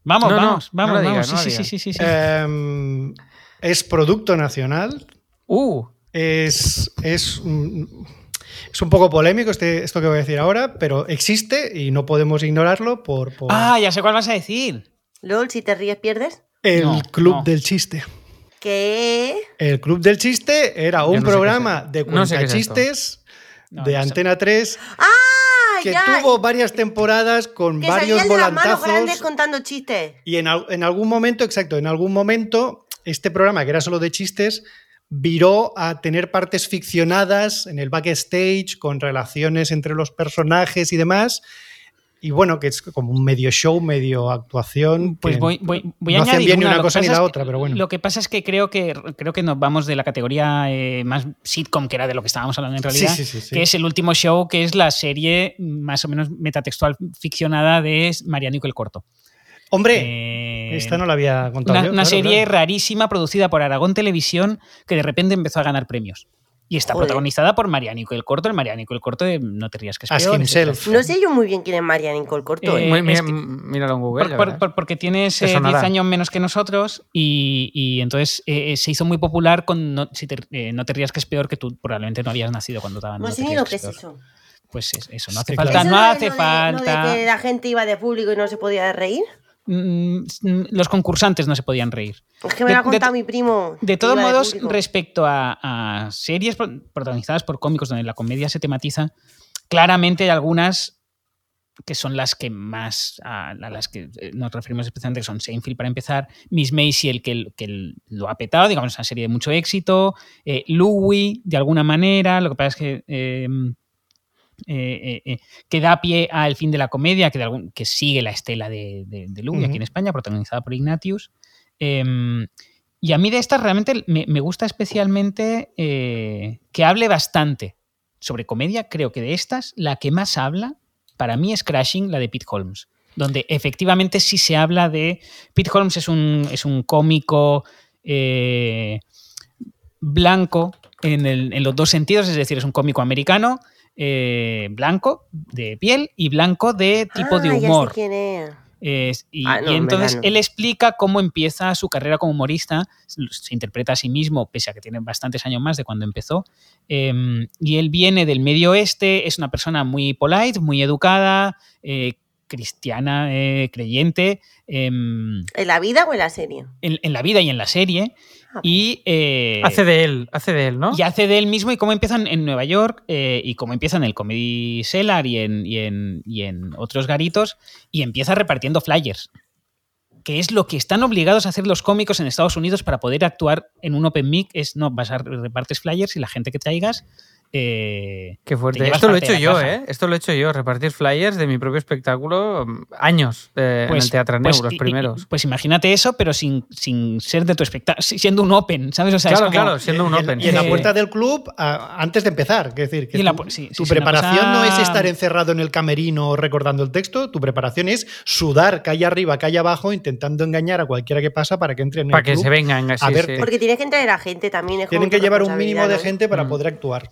Speaker 2: Vamos,
Speaker 1: No, no,
Speaker 2: vamos,
Speaker 1: no la
Speaker 2: vamos,
Speaker 1: digas,
Speaker 2: vamos.
Speaker 1: no la
Speaker 2: sí, sí,
Speaker 1: digas.
Speaker 2: sí, sí, sí.
Speaker 4: Em, es producto nacional.
Speaker 1: Uh,
Speaker 4: Es, es, un, es un poco polémico este, esto que voy a decir ahora, pero existe y no podemos ignorarlo por, por
Speaker 2: Ah, ya sé cuál vas a decir.
Speaker 3: LOL, si te ríes, pierdes.
Speaker 4: el
Speaker 2: no,
Speaker 4: Club
Speaker 2: no.
Speaker 4: del Chiste.
Speaker 3: Que
Speaker 4: El Club del Chiste era
Speaker 1: Yo
Speaker 4: un
Speaker 1: no sé qué es
Speaker 4: programa
Speaker 1: esto.
Speaker 4: de
Speaker 1: No sé qué es esto.
Speaker 4: cuentachistes
Speaker 2: No,
Speaker 4: de
Speaker 2: no sé.
Speaker 4: Antena 3
Speaker 3: ¡Ah,
Speaker 4: que
Speaker 3: ya!
Speaker 4: tuvo varias temporadas con
Speaker 3: que
Speaker 4: varios
Speaker 3: salían de las manos
Speaker 4: volantazos.
Speaker 3: grandes contando chistes.
Speaker 4: Y en, al- en algún momento, exacto, en algún momento, este programa que era solo de chistes viró a tener partes ficcionadas en el backstage con relaciones entre los personajes y demás. Y bueno, que es como un medio show, medio actuación.
Speaker 2: Pues
Speaker 4: que
Speaker 2: voy, voy, voy a
Speaker 4: no hacían
Speaker 2: añadir
Speaker 4: bien ni una
Speaker 2: Lo que
Speaker 4: cosa ni
Speaker 2: pasa es
Speaker 4: la
Speaker 2: que-
Speaker 4: otra, pero bueno.
Speaker 2: Lo que pasa es que creo que creo que nos vamos de la categoría eh, más sitcom, que era de lo que estábamos hablando en realidad,
Speaker 4: Sí, sí, sí, sí.
Speaker 2: que es el último show, que es la serie más o menos metatextual ficcionada de Marianico el Corto.
Speaker 4: Hombre,
Speaker 2: Eh,
Speaker 4: esta no la había contado.
Speaker 2: Una,
Speaker 4: yo,
Speaker 2: una
Speaker 4: claro,
Speaker 2: serie
Speaker 4: claro.
Speaker 2: rarísima producida por Aragón Televisión que de repente empezó a ganar premios. Y está
Speaker 3: Joder.
Speaker 2: protagonizada por Marianico el Corto, el Marianico el Corto de No te rías que es
Speaker 4: As
Speaker 2: peor,
Speaker 4: himself.
Speaker 3: No sé yo muy bien quién es Marian Incol Corto.
Speaker 2: Eh,
Speaker 1: muy- mira-
Speaker 2: es que-
Speaker 1: míralo en Google.
Speaker 2: Por-
Speaker 1: ya
Speaker 2: por-
Speaker 1: verás.
Speaker 2: por- porque tienes
Speaker 1: Te
Speaker 2: eh, 10
Speaker 1: sonará.
Speaker 2: años menos que nosotros y, y entonces eh, eh, se hizo muy popular con no, si te, eh, No te rías que es peor que tú probablemente no habías nacido cuando
Speaker 4: Ah,
Speaker 2: daban No
Speaker 3: No
Speaker 2: te
Speaker 3: sé
Speaker 2: rías
Speaker 3: ni lo
Speaker 2: que
Speaker 3: que
Speaker 2: es
Speaker 3: es
Speaker 2: peor.
Speaker 3: eso.
Speaker 2: Pues es- eso,
Speaker 4: Sí,
Speaker 2: no hace
Speaker 4: claro.
Speaker 2: falta,
Speaker 3: ¿Eso
Speaker 2: no
Speaker 3: era
Speaker 2: hace
Speaker 3: lo de-
Speaker 2: falta.
Speaker 3: Lo de que la gente iba de público y no se podía reír.
Speaker 2: Mm, mm, Los concursantes no se podían reír.
Speaker 3: Es que me
Speaker 2: De-
Speaker 3: lo ha contado
Speaker 2: de-
Speaker 3: mi primo.
Speaker 2: De
Speaker 3: que
Speaker 2: todos
Speaker 3: iba
Speaker 2: modos,
Speaker 3: público.
Speaker 2: respecto a, a series pro- protagonizadas por cómicos donde la comedia se tematiza, claramente hay algunas que son las que más a, a las que eh, nos referimos especialmente, que son Seinfeld para empezar, Miss Maisy, el que, el que el- lo ha petado, digamos, es una serie de mucho éxito, eh, Louie, de alguna manera, lo que pasa es que... eh, eh, eh, eh, que da pie al fin de la comedia, que, de algún- que sigue la estela de, de, de Louis
Speaker 4: Ujú.
Speaker 2: aquí en España, protagonizada por Ignatius. Em, y a mí de estas realmente me, me gusta especialmente eh, que hable bastante sobre comedia. Creo que de estas, la que más habla para mí es Crashing, la de Pete Holmes, donde efectivamente sí se habla de... Pete Holmes es un, es un cómico eh, blanco en, el- en los dos sentidos, es decir, es un cómico americano eh, blanco de piel y blanco de tipo de
Speaker 3: Ah, ya sé
Speaker 2: humor.
Speaker 3: quién es.
Speaker 2: Es- y,
Speaker 3: Ah, no,
Speaker 2: y
Speaker 3: en
Speaker 2: entonces
Speaker 3: verdad no.
Speaker 2: él explica cómo empieza su carrera como humorista, se interpreta a sí mismo, pese a que tiene bastantes años más de cuando empezó, em, y él viene del medio oeste, es una persona muy polite, muy educada, eh, cristiana, eh, creyente, em,
Speaker 3: ¿En la vida o en la serie?
Speaker 2: en, en la vida y en la serie,
Speaker 3: Ah,
Speaker 2: y... eh,
Speaker 1: Hace de él, hace de él, ¿no?
Speaker 2: y hace de él mismo y cómo empiezan en Nueva York eh, y cómo empiezan en el Comedy Cellar y en, y en- y en otros garitos y empieza repartiendo flyers, que es lo que están obligados a hacer los cómicos en Estados Unidos para poder actuar en un Open Mic, es no, vas a repartes flyers y la gente que traigas... eh,
Speaker 1: Qué
Speaker 2: Te
Speaker 1: fuerte.
Speaker 2: llevas
Speaker 1: Esto lo he
Speaker 2: parte
Speaker 1: hecho
Speaker 2: de la
Speaker 1: yo,
Speaker 2: caja.
Speaker 1: ¿eh? Esto lo he hecho yo, repartir flyers de mi propio espectáculo mm, años eh, en el teatro en
Speaker 2: pues,
Speaker 1: los
Speaker 2: y- y-
Speaker 1: primeros.
Speaker 2: Pues imagínate eso, pero sin, sin ser de tu espectáculo, siendo un open, ¿sabes? O sea, es
Speaker 1: claro,
Speaker 2: como-
Speaker 1: claro, siendo un
Speaker 4: Y en-
Speaker 1: open.
Speaker 4: Y en la
Speaker 2: sí.
Speaker 4: puerta del club a- antes de empezar. Es decir, que
Speaker 2: Eh, Y en la
Speaker 4: tu,
Speaker 2: pu- sí, sí,
Speaker 4: tu
Speaker 2: es una
Speaker 4: preparación
Speaker 2: cosa-
Speaker 4: no es estar encerrado en el camerino recordando el texto, tu preparación es sudar calle arriba, calle abajo, intentando engañar a cualquiera que pasa para que entre en el
Speaker 1: Para que
Speaker 4: club.
Speaker 1: se vengan así.
Speaker 4: ver,
Speaker 1: sí.
Speaker 3: Porque tienes que entrar a gente también. Es como
Speaker 4: Eh, Tienen
Speaker 3: tu
Speaker 4: que llevar un mínimo de
Speaker 3: responsabilidad,
Speaker 4: gente para
Speaker 1: Mm.
Speaker 4: poder actuar.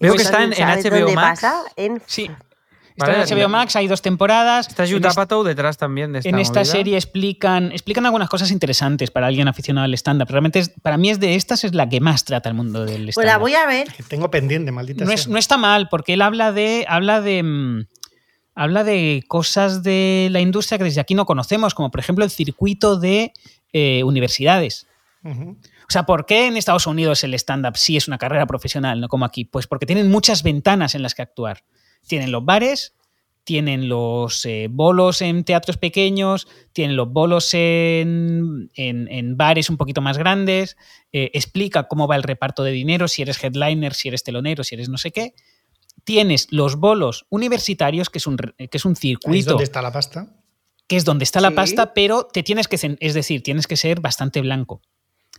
Speaker 1: Veo
Speaker 3: ¿no?
Speaker 1: que está en, en
Speaker 3: Pues ¿Sabes
Speaker 1: HBO
Speaker 3: dónde
Speaker 1: Max.
Speaker 3: pasa? En
Speaker 2: Sí.
Speaker 1: Vale,
Speaker 2: Está en HBO
Speaker 1: la-
Speaker 2: Max, hay dos temporadas.
Speaker 1: Está
Speaker 2: En este
Speaker 1: Judd
Speaker 2: esta-
Speaker 1: Apatow detrás también de esta
Speaker 2: en esta
Speaker 1: movida.
Speaker 2: serie explican, explican algunas cosas interesantes para alguien aficionado al stand-up. Realmente, es- para mí, es de estas es la que más trata el mundo del
Speaker 3: Pues la
Speaker 2: stand-up.
Speaker 3: voy a ver.
Speaker 4: Que tengo pendiente, maldita
Speaker 2: no,
Speaker 4: sea.
Speaker 2: es- no está mal, porque él habla de. Habla de. mm, Habla de cosas de la industria que desde aquí no conocemos, como por ejemplo el circuito de eh, universidades.
Speaker 4: Ujú.
Speaker 2: O sea, ¿por qué en Estados Unidos el stand-up sí es una carrera profesional, no como aquí? Pues porque tienen muchas ventanas en las que actuar. Tienen los bares, tienen los eh, bolos en teatros pequeños, tienen los bolos en, en- en bares un poquito más grandes, eh, explica cómo va el reparto de dinero, si eres headliner, si eres telonero, si eres no sé qué. Tienes los bolos universitarios, que es un, re- que es un
Speaker 4: Ahí es
Speaker 2: circuito
Speaker 4: donde está la pasta.
Speaker 2: que es donde está la
Speaker 3: Sí.
Speaker 2: pasta, pero te tienes que, cen- es decir, tienes que ser bastante blanco.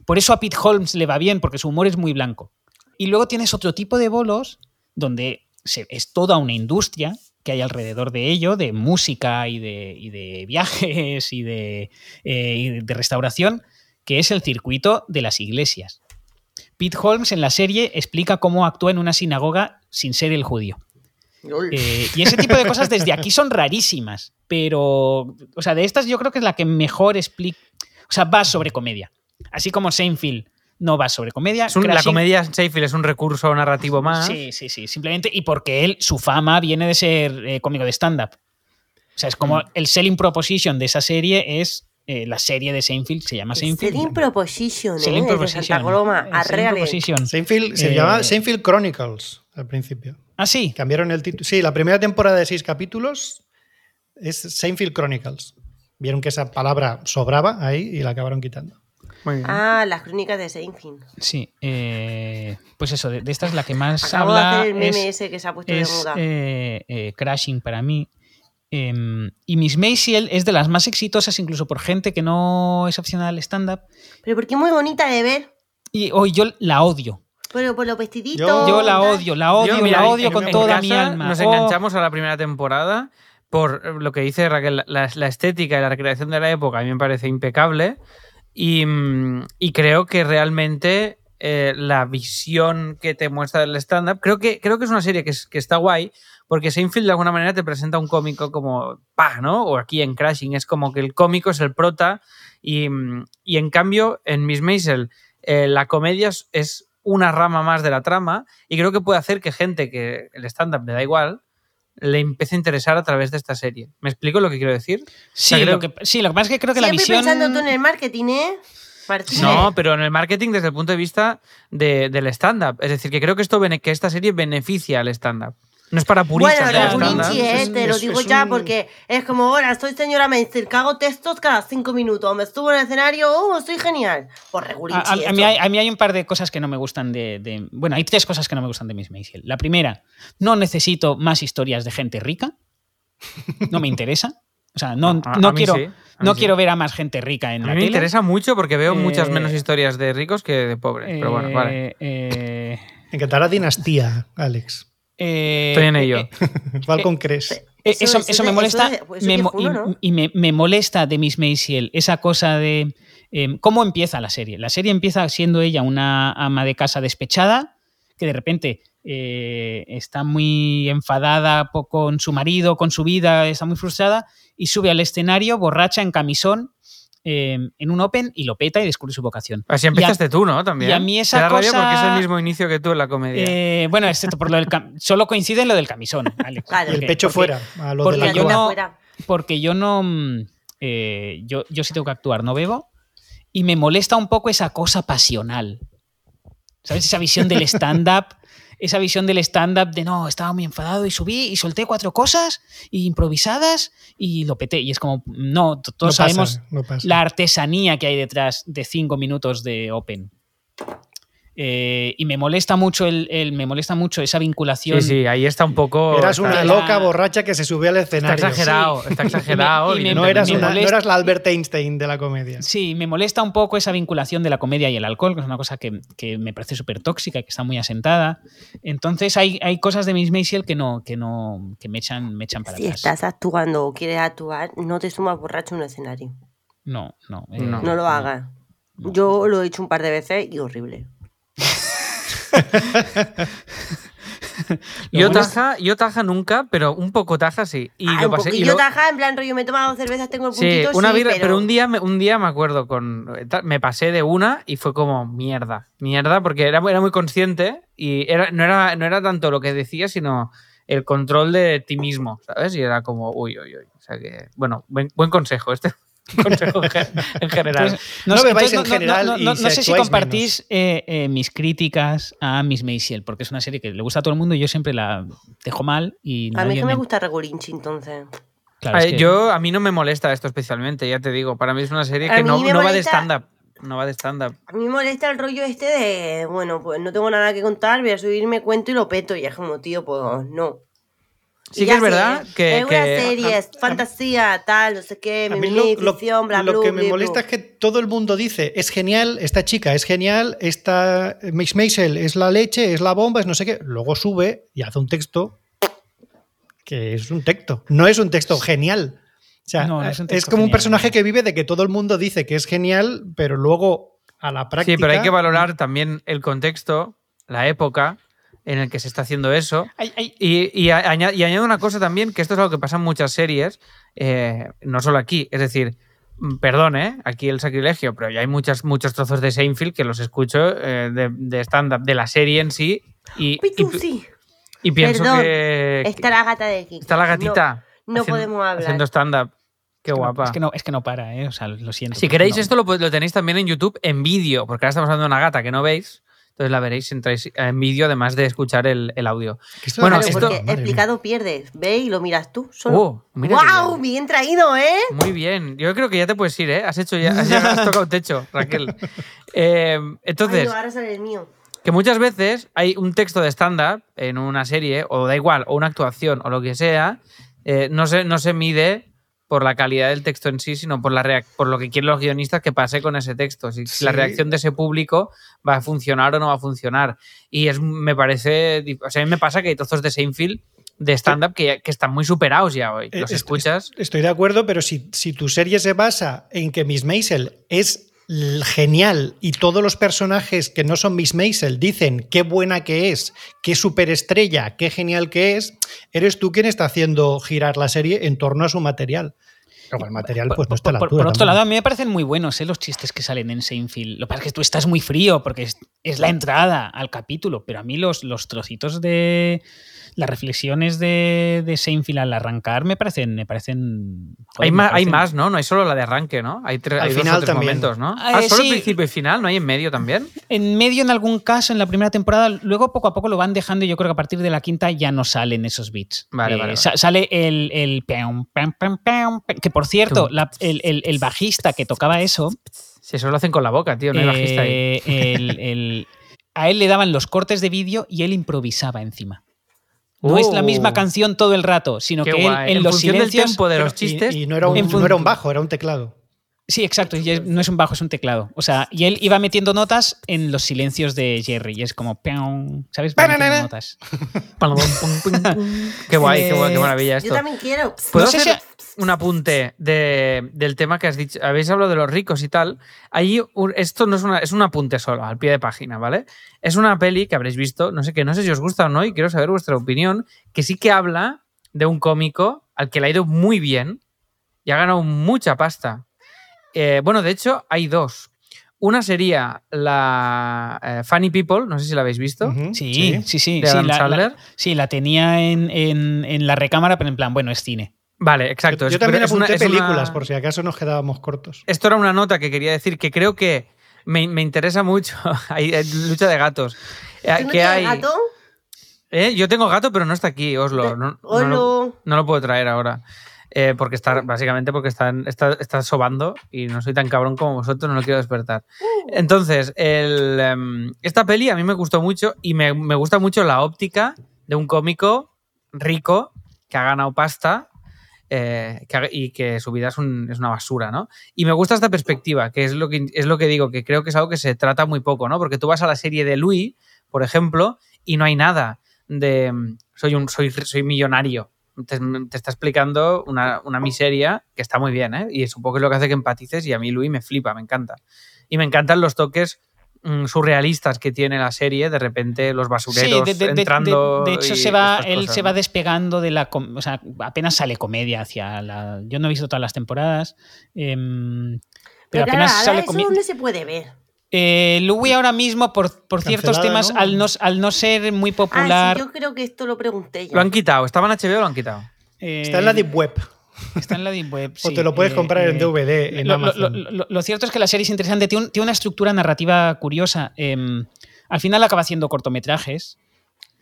Speaker 2: Por eso a Pete Holmes le va bien, porque su humor es muy blanco. Y luego tienes otro tipo de bolos donde se- es toda una industria que hay alrededor de ello, de música y de, y de viajes y de, eh, y de restauración, que es el circuito de las iglesias. Pete Holmes en la serie explica cómo actúa en una sinagoga sin ser el judío. Eh, y ese tipo de cosas desde aquí son rarísimas, pero, o sea, de estas yo creo que es la que mejor explica, o sea, va sobre comedia. Así como Seinfeld no va sobre comedia.
Speaker 1: Es un- la
Speaker 2: Crashing-
Speaker 1: comedia Sheffield es un recurso narrativo más.
Speaker 2: Sí, sí, sí, simplemente, y porque él, su fama viene de ser eh, cómico de stand-up. O sea, es
Speaker 1: Mm.
Speaker 2: como el selling proposition de esa serie es eh, la serie de Seinfeld, se llama Seinfeld.
Speaker 3: Selling Proposition, ¿eh?
Speaker 2: Selling
Speaker 3: Desde Santa Coloma,
Speaker 2: eh,
Speaker 3: a
Speaker 2: Selling Proposition.
Speaker 4: Seinfeld se
Speaker 2: Eh,
Speaker 4: llamaba Seinfeld Chronicles al principio.
Speaker 2: Ah, sí.
Speaker 4: Cambiaron el título. Sí, la primera temporada de seis capítulos es Seinfeld Chronicles. Vieron que esa palabra sobraba ahí y la acabaron quitando.
Speaker 1: Muy
Speaker 2: ¿eh?
Speaker 1: bien.
Speaker 3: Ah, las crónicas de Seinfeld.
Speaker 2: Sí, eh, pues eso, de, de esta es la que más
Speaker 3: Acabo de
Speaker 2: habla.
Speaker 3: hacer el meme
Speaker 2: es-
Speaker 3: ese que se ha puesto de
Speaker 2: es
Speaker 3: moda.
Speaker 2: eh, eh, Crashing para mí. Em, y Miss Maisel es de las más exitosas, incluso por gente que no es aficionada al stand-up.
Speaker 3: Pero porque es muy bonita de ver.
Speaker 2: Y hoy yo la odio.
Speaker 3: Pero por los vestiditos.
Speaker 4: Yo-
Speaker 2: Yo la
Speaker 3: tal.
Speaker 2: odio, la odio,
Speaker 1: Yo, mira,
Speaker 2: la
Speaker 1: en-
Speaker 2: odio
Speaker 4: en-
Speaker 2: con
Speaker 4: en
Speaker 2: toda
Speaker 1: casa
Speaker 2: mi alma.
Speaker 1: Nos
Speaker 2: Oh,
Speaker 1: enganchamos a la primera temporada por eh, lo que dice Raquel, la, la estética y la recreación de la época a mí me parece impecable y, mm, y creo que realmente eh, la visión que te muestra del stand-up, creo que, creo que es una serie que, es- que está guay porque Seinfeld de alguna manera te presenta un cómico como pa, ¿no? O aquí en Crashing es como que el cómico es el prota y, mm, y en cambio en Miss Maisel eh, la comedia es, es una rama más de la trama y creo que puede hacer que gente que el stand-up le da igual le empiece a interesar a través de esta serie. ¿Me explico lo que quiero decir?
Speaker 2: sí,
Speaker 1: O sea,
Speaker 2: lo
Speaker 1: creo-
Speaker 2: que, sí, lo que pasa es que creo que la
Speaker 3: Siempre
Speaker 2: visión.
Speaker 3: pensando tú en el marketing, ¿eh? Martínez.
Speaker 1: No, pero en el marketing desde el punto de vista de- del stand-up. Es decir, que creo que, esto, bene- que esta serie beneficia al stand-up. No es para
Speaker 3: Bueno,
Speaker 1: puristas
Speaker 2: ya
Speaker 3: los
Speaker 2: está,
Speaker 1: del stand-up.
Speaker 3: Burinchi,
Speaker 4: ¿no?
Speaker 3: eh,
Speaker 4: Es-
Speaker 3: te lo
Speaker 4: es-
Speaker 3: digo
Speaker 4: es
Speaker 3: ya,
Speaker 4: un-
Speaker 3: porque es como, hola, soy señora Mainzer, cago textos cada cinco minutos, me estuvo en el escenario, oh, soy genial. Por
Speaker 2: A,
Speaker 3: regulinchi.
Speaker 2: a- a mí hay, a mí hay un par de cosas que no me gustan de, de- Bueno, hay tres cosas que no me gustan de Miss Maisel. La primera, no necesito más historias de gente rica. No me interesa. O sea, no,
Speaker 1: (laughs) A- a-
Speaker 2: no
Speaker 1: a mí
Speaker 2: quiero,
Speaker 1: sí, a mí
Speaker 2: no
Speaker 1: sí.
Speaker 2: quiero ver a más gente rica en
Speaker 1: A
Speaker 2: la
Speaker 1: mí me
Speaker 2: tele.
Speaker 1: interesa mucho porque veo muchas
Speaker 2: Eh,
Speaker 1: menos historias de ricos que de pobres. Pero bueno, vale.
Speaker 2: Eh, eh,
Speaker 4: Me encantará Dinastía, Alex.
Speaker 2: eh,
Speaker 1: Estoy en
Speaker 2: eh,
Speaker 1: ello.
Speaker 2: eh,
Speaker 4: Falcon Crest.
Speaker 2: Eh,
Speaker 3: Eso-
Speaker 2: Eso,
Speaker 3: eso
Speaker 2: eso
Speaker 3: de-
Speaker 2: me
Speaker 3: eso
Speaker 2: molesta.
Speaker 3: de- pues eso
Speaker 2: me
Speaker 3: que
Speaker 2: mo-
Speaker 3: fue uno,
Speaker 2: y-
Speaker 3: ¿no?
Speaker 2: Y me, me molesta de Miss Maisiel esa cosa de em, cómo empieza la serie. La serie empieza siendo ella una ama de casa despechada que de repente eh, está muy enfadada po- con su marido, con su vida, está muy frustrada y sube al escenario borracha en camisón em, en un open y lo peta y descubre su vocación.
Speaker 1: Así empezaste tú, ¿no? También.
Speaker 2: y a mí esa
Speaker 1: Te da rabia
Speaker 2: cosa-
Speaker 1: porque es el mismo inicio que tú en la comedia.
Speaker 2: Eh, bueno, excepto por lo del cam- solo coincide en lo del camisón.
Speaker 3: (laughs)
Speaker 2: Alex,
Speaker 3: Claro.
Speaker 4: Y el
Speaker 2: porque-
Speaker 4: pecho
Speaker 2: porque-
Speaker 4: fuera, a lo de
Speaker 2: porque
Speaker 4: la
Speaker 2: yo
Speaker 4: coa.
Speaker 2: no-
Speaker 3: afuera.
Speaker 2: porque yo no. mm, eh, yo, yo sí tengo que actuar, no bebo. Y me molesta un poco esa cosa pasional. ¿Sabes? Esa visión del stand-up.
Speaker 4: (laughs)
Speaker 2: esa visión del stand-up de no, estaba muy enfadado y subí y solté cuatro cosas y improvisadas y lo peté. Y es como, no, t-
Speaker 4: No
Speaker 2: todos
Speaker 4: pasa,
Speaker 2: sabemos
Speaker 4: no pasa.
Speaker 2: la artesanía que hay detrás de cinco minutos de Open. Eh, y me molesta mucho el, el- me molesta mucho esa vinculación
Speaker 1: sí, sí, ahí está un poco.
Speaker 4: Eras
Speaker 1: está-
Speaker 4: una
Speaker 2: Era-
Speaker 4: loca borracha que se subió al
Speaker 1: Está
Speaker 4: escenario.
Speaker 1: exagerado, está exagerado.
Speaker 2: y me-
Speaker 4: No eras,
Speaker 2: Me
Speaker 4: una- no
Speaker 2: molesta-
Speaker 4: eras la Albert Einstein de la comedia.
Speaker 2: Sí, me molesta un poco esa vinculación de la comedia y el alcohol, que es una cosa que, que me parece súper tóxica y que está muy asentada. Entonces hay, hay cosas de Miss Maisel que no, que no, que me echan, me echan para
Speaker 3: Si
Speaker 2: atrás.
Speaker 3: estás actuando o quieres actuar, no te sumas borracho a un escenario.
Speaker 2: No, no. eh,
Speaker 1: No.
Speaker 3: No lo hagas.
Speaker 2: no.
Speaker 3: Yo lo he hecho un par de veces y horrible.
Speaker 2: Lo
Speaker 1: Yo
Speaker 2: bueno es-
Speaker 1: taja, yo taja nunca, pero un poco taja sí. Y
Speaker 3: Ah,
Speaker 1: lo
Speaker 3: un
Speaker 1: pasé. y
Speaker 3: poquillo
Speaker 1: luego-
Speaker 3: taja, en plan rollo, me he tomado cervezas, tengo el
Speaker 1: Sí,
Speaker 3: puntito,
Speaker 1: una
Speaker 3: sí,
Speaker 1: birra, pero...
Speaker 3: pero...
Speaker 1: un día me, un día me acuerdo con eh, ta- me pasé de una y fue como mierda, mierda porque era, era muy consciente y era, no era no era tanto lo que decía, sino el control de ti mismo, ¿sabes? Y era como uy, uy, uy, o sea que bueno, buen, buen consejo este (laughs) consejo en gen- en general.
Speaker 2: Entonces,
Speaker 4: No
Speaker 2: sé-
Speaker 4: bebáis
Speaker 2: entonces,
Speaker 4: en general
Speaker 2: no-
Speaker 4: y
Speaker 2: no-
Speaker 4: si
Speaker 2: no sé si
Speaker 4: actuáis
Speaker 2: compartís eh, eh, mis críticas a Miss Maisel, porque es una serie que le gusta a todo el mundo y yo siempre la dejo mal. Y
Speaker 3: A mí es
Speaker 2: nadie
Speaker 3: que me
Speaker 2: me-
Speaker 3: gusta Regolinchi, entonces.
Speaker 2: claro,
Speaker 1: A
Speaker 2: es
Speaker 1: ver,
Speaker 2: que-
Speaker 1: Eh, Yo a mí no me molesta esto especialmente, ya te digo, para mí es una serie
Speaker 3: A
Speaker 1: que
Speaker 3: mí
Speaker 1: no,
Speaker 3: me
Speaker 1: no va de
Speaker 3: molesta-
Speaker 1: stand up, no va de stand up.
Speaker 3: A mí me molesta el rollo este de, bueno, pues no tengo nada que contar, voy a subirme cuento y lo peto. Y es como, tío, pues no.
Speaker 1: Sí
Speaker 3: Y
Speaker 1: que
Speaker 3: ya
Speaker 1: es verdad
Speaker 3: sé,
Speaker 1: que-
Speaker 3: Es una
Speaker 1: que-
Speaker 3: serie, es fantasía, tal, no sé qué,
Speaker 4: A
Speaker 3: mi
Speaker 4: mí lo, lo-
Speaker 3: ficción, bla,
Speaker 4: lo
Speaker 3: bla,
Speaker 4: que
Speaker 3: bla,
Speaker 4: me
Speaker 3: bla.
Speaker 4: molesta es que todo el mundo dice, es genial esta chica, es genial esta Mix Maisel, es la leche, es la bomba, es no sé qué. Luego sube y hace un texto que es un texto, no es un texto genial. O sea,
Speaker 2: No, no
Speaker 4: es,
Speaker 2: es un texto
Speaker 4: como un
Speaker 2: genial.
Speaker 4: personaje que vive de que todo el mundo dice que es genial, pero luego a la práctica...
Speaker 1: Sí, pero hay que valorar también el contexto, la época en el que se está haciendo eso.
Speaker 2: Ay, ay,
Speaker 1: Y, y a- aña- y añado una cosa también, que esto es algo que pasa en muchas series, eh, no solo aquí. Es decir, mm, perdón, ¿eh? aquí el sacrilegio, pero ya hay muchas, muchos trozos de Seinfeld que los escucho eh, de, de stand-up, de la serie en sí, y, y,
Speaker 3: Pitu,
Speaker 1: pi-
Speaker 3: sí.
Speaker 1: y pienso
Speaker 3: Perdón,
Speaker 1: que
Speaker 3: Está la gata de Kiko.
Speaker 1: está la gatita
Speaker 3: No, no
Speaker 1: hacien-
Speaker 3: podemos hablar.
Speaker 1: haciendo stand-up. Qué
Speaker 2: es que no-
Speaker 1: guapa.
Speaker 2: Es que, no, es que no para, eh, o sea, lo siento.
Speaker 1: Si queréis
Speaker 2: No.
Speaker 1: esto lo, pod- lo tenéis también en YouTube en vídeo, porque ahora estamos hablando de una gata que no veis, entonces la veréis si entráis en vídeo además de escuchar el, el audio.
Speaker 4: Que esto-
Speaker 1: Bueno,
Speaker 3: Claro,
Speaker 1: esto-
Speaker 3: porque
Speaker 4: Madre mía.
Speaker 3: explicado pierdes. Ve y lo miras tú solo.
Speaker 1: Oh, mira qué
Speaker 3: ¡Guau!
Speaker 1: bien.
Speaker 3: Bien traído, ¿eh?
Speaker 1: Muy bien, yo creo que ya te puedes ir, ¿eh? Has hecho ya,
Speaker 3: (laughs)
Speaker 1: has, llegado, has tocado techo, Raquel. Eh,
Speaker 3: Ay,
Speaker 1: entonces,
Speaker 3: no, ahora sale el mío.
Speaker 1: que muchas veces hay un texto de stand-up en una serie, o da igual, o una actuación, o lo que sea, eh, no, se, no se mide por la calidad del texto en sí, sino por, la reac- por lo que quieren los guionistas que pase con ese texto, si, si la
Speaker 4: Sí.
Speaker 1: reacción de ese público va a funcionar o no va a funcionar. Y es, me parece, di- o sea, a mí me pasa que hay trozos de Seinfeld de stand-up que, ya- que están muy superados ya hoy.
Speaker 4: Eh,
Speaker 1: Los
Speaker 4: esto-
Speaker 1: escuchas.
Speaker 4: Estoy de acuerdo, pero si, si tu serie se basa en que Miss Maisel es l- genial y todos los personajes que no son Miss Maisel dicen qué buena que es, qué superestrella, qué genial que es, eres tú quien está haciendo girar la serie en torno a su material. Luego el material pues no está a la
Speaker 2: por,
Speaker 4: altura.
Speaker 2: por otro
Speaker 4: también.
Speaker 2: lado, a mí me parecen muy buenos eh, los chistes que salen en Seinfeld. Lo que pasa es que tú estás muy frío porque es, es la entrada al capítulo, pero a mí los, los trocitos de las reflexiones de, de Seinfeld al arrancar me parecen... Me parecen joder,
Speaker 1: hay,
Speaker 2: me
Speaker 1: más, hay
Speaker 2: parecen-
Speaker 1: más, ¿no? No hay solo la de arranque, ¿no? Hay, tres,
Speaker 4: Al
Speaker 1: hay dos o
Speaker 4: final
Speaker 1: tres
Speaker 4: también.
Speaker 1: momentos, ¿no?
Speaker 2: Ah,
Speaker 1: ah,
Speaker 2: eh,
Speaker 1: solo
Speaker 2: sí.
Speaker 1: principio y final, ¿no hay en medio también?
Speaker 2: En medio, en algún caso, en la primera temporada, luego poco a poco lo van dejando y yo creo que a partir de la quinta ya no salen esos beats.
Speaker 1: Vale, vale, vale.
Speaker 2: sa- Sale el... el peum, peum, peum, peum, peum, que por cierto,
Speaker 1: Tum.
Speaker 2: la- el- el- el bajista que tocaba eso...
Speaker 1: Si eso lo hacen con la boca, tío, no hay bajista ahí.
Speaker 2: Eh, el- el- a él le daban los cortes de vídeo y él improvisaba encima. No es la
Speaker 1: Oh.
Speaker 2: misma canción todo el rato, sino
Speaker 1: Qué
Speaker 2: que él
Speaker 1: guay.
Speaker 2: en,
Speaker 1: En
Speaker 2: los
Speaker 1: función del
Speaker 2: silencios.
Speaker 1: tiempo de
Speaker 4: Pero-
Speaker 1: los chistes.
Speaker 4: Y, y no, era un,
Speaker 2: en fun-
Speaker 4: no era un bajo, era un teclado.
Speaker 2: Sí, exacto. y es- no es un bajo, es un teclado. O sea, y él iba metiendo notas en los silencios de Jerry. Y es como. peum, ¿Sabes? Va metiendo
Speaker 4: Bananana.
Speaker 2: notas.
Speaker 1: pam,
Speaker 2: (laughs)
Speaker 1: pum, pum, pum. Qué guay, qué guay, qué maravilla
Speaker 3: Yo
Speaker 1: esto.
Speaker 3: también quiero.
Speaker 1: ¿Puedo
Speaker 3: (laughs)
Speaker 2: No sé
Speaker 1: hacer un apunte de- del tema que has dicho? Habéis hablado de los ricos y tal. Ahí, un- esto no es, una, es un apunte solo, al pie de página, ¿vale? Es una peli que habréis visto, no sé qué, no sé si os gusta o no, y quiero saber vuestra opinión, que sí que habla de un cómico al que le ha ido muy bien y ha ganado mucha pasta. Eh, bueno, de hecho, hay dos. Una sería la eh, Funny People, no sé si la habéis visto,
Speaker 4: Ujú,
Speaker 2: Sí, sí, sí. sí,
Speaker 1: de Adam
Speaker 2: la, la-
Speaker 1: Sandler.
Speaker 2: sí, la tenía en, en- en la recámara, pero en plan, bueno, es cine.
Speaker 1: Vale, exacto.
Speaker 4: Yo
Speaker 1: es-
Speaker 4: también
Speaker 1: pero es una-
Speaker 4: apunté
Speaker 1: es una-
Speaker 4: películas, por si acaso nos quedábamos cortos.
Speaker 1: Esto era una nota que quería decir que creo que me, me interesa mucho. (laughs) hay eh, lucha de gatos. Eh,
Speaker 3: ¿Tú no
Speaker 1: que
Speaker 3: tienes
Speaker 1: hay-
Speaker 3: gato?
Speaker 1: Eh, Yo tengo gato, pero no está aquí, Oslo. No, no lo,
Speaker 3: Olo.
Speaker 1: no lo puedo traer ahora. Eh, porque está, básicamente porque están- está, está sobando y no soy tan cabrón como vosotros, no lo quiero despertar.
Speaker 3: Uh.
Speaker 1: Entonces, el, em, esta peli a mí me gustó mucho y me, me gusta mucho la óptica de un cómico rico que ha ganado pasta eh, que ha- y que su vida es, un- es una basura, ¿no? Y me gusta esta perspectiva, que es lo que, es lo que digo, que creo que es algo que se trata muy poco, ¿no? Porque tú vas a la serie de Louis, por ejemplo, y no hay nada de mm, soy, un, soy, soy millonario. Te, te está explicando una, una miseria que está muy bien, ¿eh? Y supongo que es lo que hace que empatices y a mí Louis me flipa, me encanta. Y me encantan los toques mm, surrealistas que tiene la serie, de repente los basureros
Speaker 2: sí, de- de, de- de-
Speaker 1: entrando.
Speaker 2: de hecho,
Speaker 1: y
Speaker 2: se va,
Speaker 1: estas
Speaker 2: él
Speaker 1: cosas,
Speaker 2: se
Speaker 1: ¿no?
Speaker 2: va despegando de la. com- O sea, apenas sale comedia hacia la. Yo no he visto todas las temporadas. em, pero,
Speaker 3: Pero claro,
Speaker 2: apenas
Speaker 3: ahora
Speaker 2: sale
Speaker 3: eso
Speaker 2: comi-
Speaker 3: dónde se puede ver.
Speaker 2: Eh, Louis ahora mismo, por, por ciertos
Speaker 4: Cancelada,
Speaker 2: temas,
Speaker 4: ¿no?
Speaker 2: al, no, al no ser muy
Speaker 3: Ah,
Speaker 2: popular.
Speaker 3: sí, yo creo que esto lo pregunté ya.
Speaker 1: Lo han quitado, estaba en HBO, lo han quitado.
Speaker 2: eh,
Speaker 4: Está en la Deep Web.
Speaker 2: está en la Deep Web.
Speaker 4: (laughs) o
Speaker 2: sí,
Speaker 4: te lo puedes
Speaker 2: eh,
Speaker 4: comprar en
Speaker 2: eh,
Speaker 4: DVD, en
Speaker 2: lo, lo-
Speaker 4: Amazon.
Speaker 2: lo- lo- lo cierto es que la serie es interesante, tiene, un- tiene una estructura narrativa curiosa. em, al final acaba haciendo cortometrajes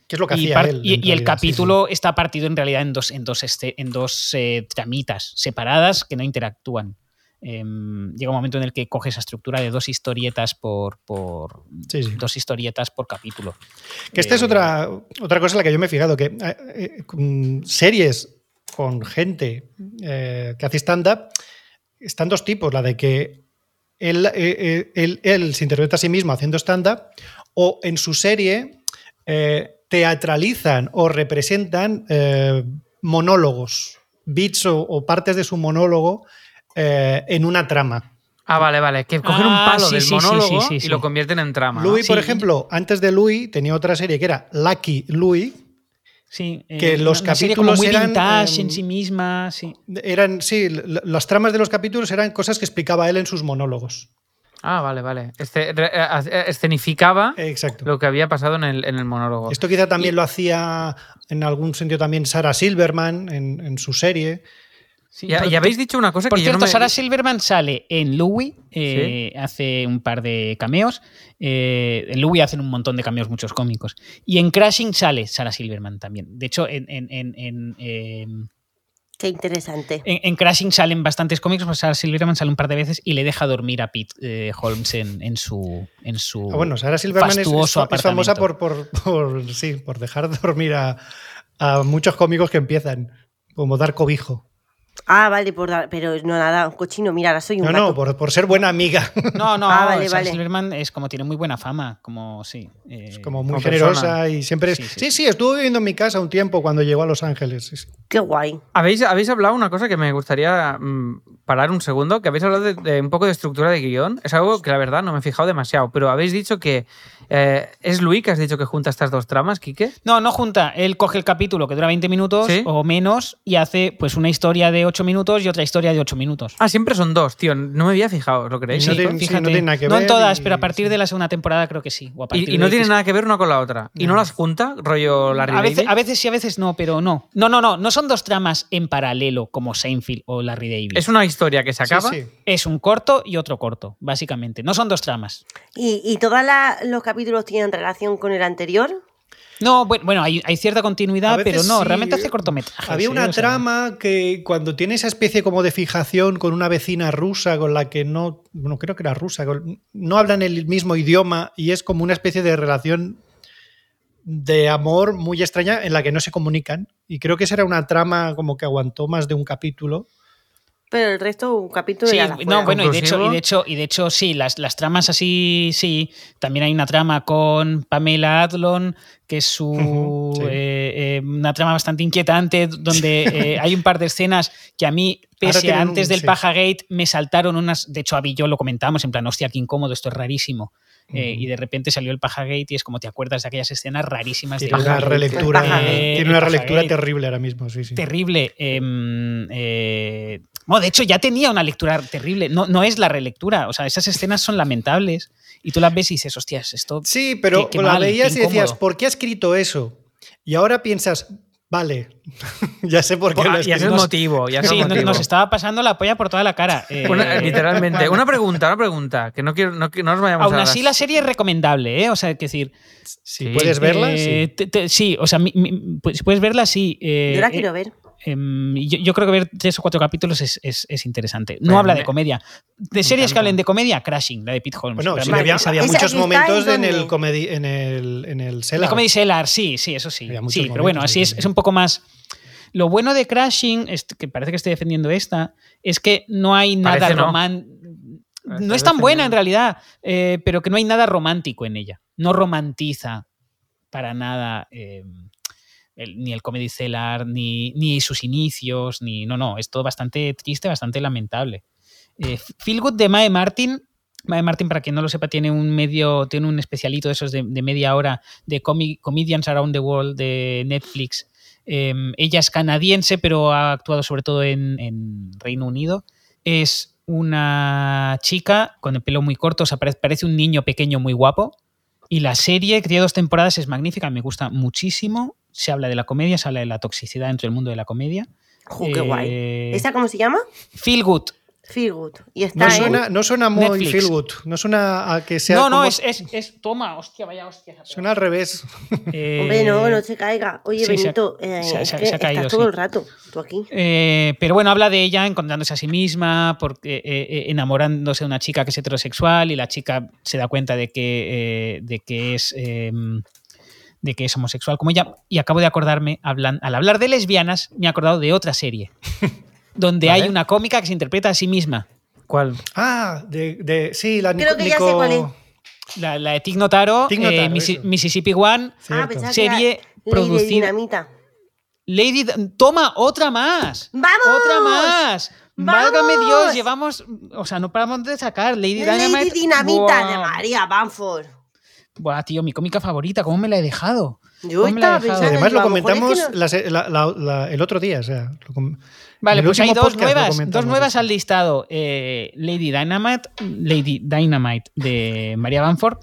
Speaker 4: que es lo que
Speaker 2: y,
Speaker 4: hacía
Speaker 2: par-
Speaker 4: él.
Speaker 2: y- y
Speaker 4: en
Speaker 2: el
Speaker 4: realidad, sí, sí.
Speaker 2: capítulo está partido en realidad en dos, en dos, este- en dos eh, tramitas separadas que no interactúan. Em, llega un momento en el que coge esa estructura de dos historietas por, por
Speaker 4: Sí, sí.
Speaker 2: dos historietas por capítulo.
Speaker 4: Que esta es
Speaker 2: Eh,
Speaker 4: otra, otra cosa en la que yo me he fijado, que eh, eh, con series con gente eh, que hace stand-up, están dos tipos, la de que él, eh, eh, él- él se interpreta a sí mismo haciendo stand-up o en su serie eh, teatralizan o representan eh, monólogos, bits o, o partes de su monólogo eh, en una trama.
Speaker 1: Ah, vale, vale. Que cogen un
Speaker 2: Ah,
Speaker 1: palo
Speaker 2: sí,
Speaker 1: del
Speaker 2: sí, sí,
Speaker 1: monólogo
Speaker 2: sí, sí,
Speaker 1: y
Speaker 2: sí.
Speaker 1: lo convierten en trama. ¿no?
Speaker 4: Louis, por
Speaker 2: Ah, Sí.
Speaker 4: ejemplo, antes de Louis tenía otra serie que era Lucky Louis,
Speaker 2: Sí, eh,
Speaker 4: Que los
Speaker 2: una- una serie como
Speaker 4: capítulos
Speaker 2: muy
Speaker 4: eran,
Speaker 2: vintage en
Speaker 4: em,
Speaker 2: sí misma, sí.
Speaker 4: Eran, sí, l- l- las tramas de los capítulos eran cosas que explicaba él en sus monólogos.
Speaker 1: Ah, vale, vale. Este, re- eh, eh, escenificaba
Speaker 4: Eh, Exacto.
Speaker 1: lo que había pasado en el, en el monólogo.
Speaker 4: Esto quizá también lo hacía en algún sentido también Sarah Silverman en, en su serie.
Speaker 2: Sí,
Speaker 1: Ya,
Speaker 2: por-
Speaker 1: ya habéis dicho una cosa
Speaker 2: Por
Speaker 1: que
Speaker 2: cierto,
Speaker 1: yo no me...
Speaker 2: Sarah Silverman sale en Louis, eh, hace un par de cameos. eh, en Louis hacen un montón de cameos muchos cómicos. Y en Crashing sale Sarah Silverman también. De hecho, en, en- en- en, eh, en-
Speaker 3: Qué interesante.
Speaker 2: en Crashing salen bastantes cómicos, pero Sarah Silverman sale un par de veces y le deja dormir a Pete eh, Holmes en, en su... En su
Speaker 4: Ah, bueno, Sarah Silverman es, es-
Speaker 2: Uh, fastuoso
Speaker 4: es famosa por,
Speaker 2: apartamento.
Speaker 4: por, por- sí, por dejar (laughs) dormir a, a muchos cómicos que empiezan, como dar cobijo.
Speaker 3: Ah, vale, por dar- pero no nada, un cochino, mira, ahora soy un
Speaker 4: No,
Speaker 3: gato.
Speaker 4: no, por, por ser buena amiga. (laughs)
Speaker 2: No, no,
Speaker 3: Ah, vale,
Speaker 2: Sarah
Speaker 3: vale.
Speaker 2: Silverman es como tiene muy buena fama, como sí. eh,
Speaker 4: Es como muy
Speaker 1: Como
Speaker 4: generosa
Speaker 1: persona.
Speaker 4: y siempre... es-
Speaker 2: Sí,
Speaker 4: Sí
Speaker 2: sí.
Speaker 4: sí, estuvo viviendo en mi casa un tiempo cuando llegó a Los Ángeles. sí, sí.
Speaker 3: Qué guay.
Speaker 1: ¿Habéis, habéis hablado una cosa que me gustaría mm, parar un segundo, que habéis hablado de, de un poco de estructura de guión. Es algo que la verdad no me he fijado demasiado, pero habéis dicho que... eh, ¿Es Luis que has dicho que junta estas dos tramas, Quique?
Speaker 2: No, no junta. Él coge el capítulo que dura 20 minutos
Speaker 1: Sí.
Speaker 2: o menos y hace pues una historia de 8 minutos y otra historia de 8 minutos.
Speaker 1: Ah, siempre son dos, tío. No me había fijado, ¿os ¿lo creéis?
Speaker 4: no tiene- sí, no tiene nada que
Speaker 2: en
Speaker 4: ver
Speaker 2: todas,
Speaker 4: y-
Speaker 2: pero a partir
Speaker 4: sí.
Speaker 2: de la segunda temporada creo que sí. o a partir
Speaker 1: Y, y
Speaker 2: de
Speaker 1: no
Speaker 2: X.
Speaker 1: tiene nada que ver una con la otra. ¿Y no, las junta, rollo Larry
Speaker 2: A veces,
Speaker 1: David?
Speaker 2: a veces sí, a veces no, pero no. No, no, no. No son dos tramas en paralelo como Seinfeld o Larry David.
Speaker 1: Es una historia que se
Speaker 4: Sí,
Speaker 1: acaba.
Speaker 4: sí.
Speaker 2: Es un corto y otro corto, básicamente. No son dos tramas.
Speaker 3: ¿Y, y todos los capítulos tienen relación con el anterior?
Speaker 2: No, bueno, bueno, hay, hay cierta continuidad,
Speaker 4: A veces
Speaker 2: pero no,
Speaker 4: sí.
Speaker 2: realmente hace cortometrajes.
Speaker 4: Había
Speaker 2: ¿eh?
Speaker 4: una
Speaker 2: O sea,
Speaker 4: trama que cuando tiene esa especie como de fijación con una vecina rusa con la que no, bueno, creo que era rusa, con- no hablan el mismo idioma y es como una especie de relación de amor muy extraña en la que no se comunican. Y creo que esa era una trama como que aguantó más de un capítulo.
Speaker 3: Pero el resto, un capítulo
Speaker 2: Sí,
Speaker 3: ya la
Speaker 2: no,
Speaker 3: fuera.
Speaker 2: bueno, y de, hecho,
Speaker 1: Conclusivo.
Speaker 2: y, de hecho, y de hecho, sí, las, las tramas así, sí. También hay una trama con Pamela Adlon, que es su
Speaker 4: Ujú, sí.
Speaker 2: eh, eh, una trama bastante inquietante, donde
Speaker 4: (laughs)
Speaker 2: eh, hay un par de escenas que a mí,
Speaker 4: Ahora
Speaker 2: pese a
Speaker 4: tienen un-
Speaker 2: antes del
Speaker 4: sí.
Speaker 2: Pajagate, me saltaron unas. De hecho, Abby y yo lo comentamos en plan, hostia, qué incómodo, esto es rarísimo. Eh,
Speaker 4: Ujú.
Speaker 2: y de repente salió el Pajagate y es como te acuerdas de aquellas escenas rarísimas de
Speaker 4: Tiene una
Speaker 2: Pajagate.
Speaker 4: relectura,
Speaker 2: Pajagate,
Speaker 4: tiene una relectura
Speaker 2: Pajagate.
Speaker 4: terrible ahora mismo, sí, sí.
Speaker 2: terrible. eh, eh, bueno, de hecho ya tenía una lectura terrible. No, no es la relectura. O sea, esas escenas son lamentables. Y tú las ves y dices, hostias, esto...
Speaker 4: Sí, pero
Speaker 2: Qué- qué
Speaker 4: la
Speaker 2: mal,
Speaker 4: leías
Speaker 2: qué
Speaker 4: y decías,
Speaker 2: incómodo.
Speaker 4: ¿por qué ha escrito eso? Y ahora piensas, vale, (laughs) ya sé por qué lo ha
Speaker 1: Ah, ya es el
Speaker 4: escrito.
Speaker 1: motivo, ya es
Speaker 2: Sí,
Speaker 1: el
Speaker 2: no-
Speaker 1: motivo.
Speaker 2: nos estaba pasando la polla por toda la cara. eh,
Speaker 1: (laughs) Una- literalmente. Una pregunta, una pregunta. Que no quiero, no, que no nos vayamos
Speaker 2: Aún
Speaker 1: a las-
Speaker 2: así la serie es recomendable, ¿eh? O sea, es decir...
Speaker 4: Si
Speaker 1: Sí.
Speaker 4: puedes verla,
Speaker 2: eh,
Speaker 4: sí.
Speaker 2: te- te- sí, o sea, mi- mi- pues, si puedes verla, sí. eh,
Speaker 3: Yo la
Speaker 2: eh,
Speaker 3: quiero ver.
Speaker 2: Em, y yo, yo creo que ver tres o cuatro capítulos es, es- es interesante. No
Speaker 1: Bueno,
Speaker 2: habla de
Speaker 1: Pues me-
Speaker 2: comedia. De series que
Speaker 1: encanta.
Speaker 2: hablen de comedia, Crashing, la de Pete Holmes.
Speaker 4: Bueno, sí,
Speaker 2: Realmente
Speaker 4: había,
Speaker 2: esa-
Speaker 4: había
Speaker 3: esa-
Speaker 4: muchos
Speaker 3: ¿y está en
Speaker 4: momentos en
Speaker 3: dónde?
Speaker 4: el comedy, en el, en el
Speaker 2: La
Speaker 4: Cellar.
Speaker 2: Comedy Cellar, sí, sí, eso sí.
Speaker 4: Había muchos
Speaker 2: Sí, pero bueno,
Speaker 4: momentos
Speaker 2: así
Speaker 4: ahí
Speaker 2: es,
Speaker 4: también.
Speaker 2: es un poco más. Lo bueno de Crashing, es que parece que estoy defendiendo esta, es que no hay nada
Speaker 1: Parece no.
Speaker 2: romántico. No.
Speaker 1: Parece
Speaker 2: es tan
Speaker 1: defendiendo.
Speaker 2: buena en realidad, eh, pero que no hay nada romántico en ella. No romantiza para nada eh, el- ni el Comedy Cellar, ni, ni sus inicios, ni. No, no, es todo bastante triste, bastante lamentable. Eh, Feel Good de Mae Martin. Mae Martin, para quien no lo sepa, tiene un medio, tiene un especialito de esos de, de media hora de comi- Comedians Around the World de Netflix. Eh, ella es canadiense, pero ha actuado sobre todo en, en Reino Unido. Es una chica con el pelo muy corto, o sea, pare- parece un niño pequeño muy guapo. Y la serie, que tiene dos temporadas, es magnífica, me gusta muchísimo. Se habla de la comedia, se habla de la toxicidad dentro del mundo de la comedia.
Speaker 3: Ju, qué guay.
Speaker 2: Eh,
Speaker 3: ¿Esta cómo se llama?
Speaker 2: Feel Good.
Speaker 3: Feel Good. Y está
Speaker 4: No
Speaker 3: en-
Speaker 4: suena, no suena muy
Speaker 2: Netflix.
Speaker 4: feel good, no suena a que sea
Speaker 2: No, no,
Speaker 4: como-
Speaker 2: es, es, es- Toma, hostia, vaya hostia. se ha
Speaker 4: suena al revés.
Speaker 2: pegado. Eh,
Speaker 3: Hombre, no, no se caiga. Oye,
Speaker 2: sí, se ha-
Speaker 3: Benito, eh,
Speaker 2: se ha-
Speaker 3: es
Speaker 2: se ha-
Speaker 3: que
Speaker 2: se ha caído,
Speaker 3: estás todo
Speaker 2: sí.
Speaker 3: el rato tú aquí. Ah,
Speaker 2: Eh, pero bueno, habla de ella encontrándose a sí misma, porque, eh, eh, enamorándose de una chica que es heterosexual y la chica se da cuenta de que, eh, de que es... eh, de que es homosexual como ella. Y acabo de acordarme, hablan, al hablar de lesbianas, me he acordado de otra
Speaker 4: (laughs)
Speaker 2: serie, donde hay
Speaker 1: Vale.
Speaker 2: una cómica que se interpreta a sí misma.
Speaker 1: ¿Cuál?
Speaker 4: Ah, de, de- sí, la
Speaker 3: Creo
Speaker 4: Nico-
Speaker 3: que ya sé
Speaker 4: Nico-
Speaker 3: cuál es. Ah,
Speaker 2: La, la de Tig Notaro,
Speaker 4: Tig Notaro,
Speaker 2: eh, Missi-
Speaker 4: eso.
Speaker 2: Mississippi One,
Speaker 3: Ah, pensaba
Speaker 4: Cierto.
Speaker 3: que era
Speaker 2: serie
Speaker 3: Ley de
Speaker 2: producida...
Speaker 3: Dinamita.
Speaker 2: Lady, D- toma otra más.
Speaker 3: ¡Vamos!
Speaker 2: Otra más.
Speaker 3: ¡Vamos!
Speaker 2: Válgame Dios, llevamos, o sea, no paramos de sacar Lady Dynamite.
Speaker 3: Lady Dinamita de
Speaker 2: Buah.
Speaker 3: María Bamford.
Speaker 2: Buah, tío, mi cómica favorita, ¿cómo me la he dejado?
Speaker 3: Yo
Speaker 2: ¿Cómo me la
Speaker 3: estaba
Speaker 2: he dejado?
Speaker 3: pensando. digo,
Speaker 4: Además lo
Speaker 3: a mejor es que
Speaker 4: comentamos
Speaker 3: no-
Speaker 4: la se- la- la- la- el otro día, o sea, lo com-
Speaker 2: Vale,
Speaker 4: en el
Speaker 2: pues hay
Speaker 4: último
Speaker 2: dos
Speaker 4: podcast lo
Speaker 2: nuevas, dos
Speaker 4: comentamos.
Speaker 2: nuevas al listado. Eh, Lady Dynamite, Lady Dynamite de María Banford.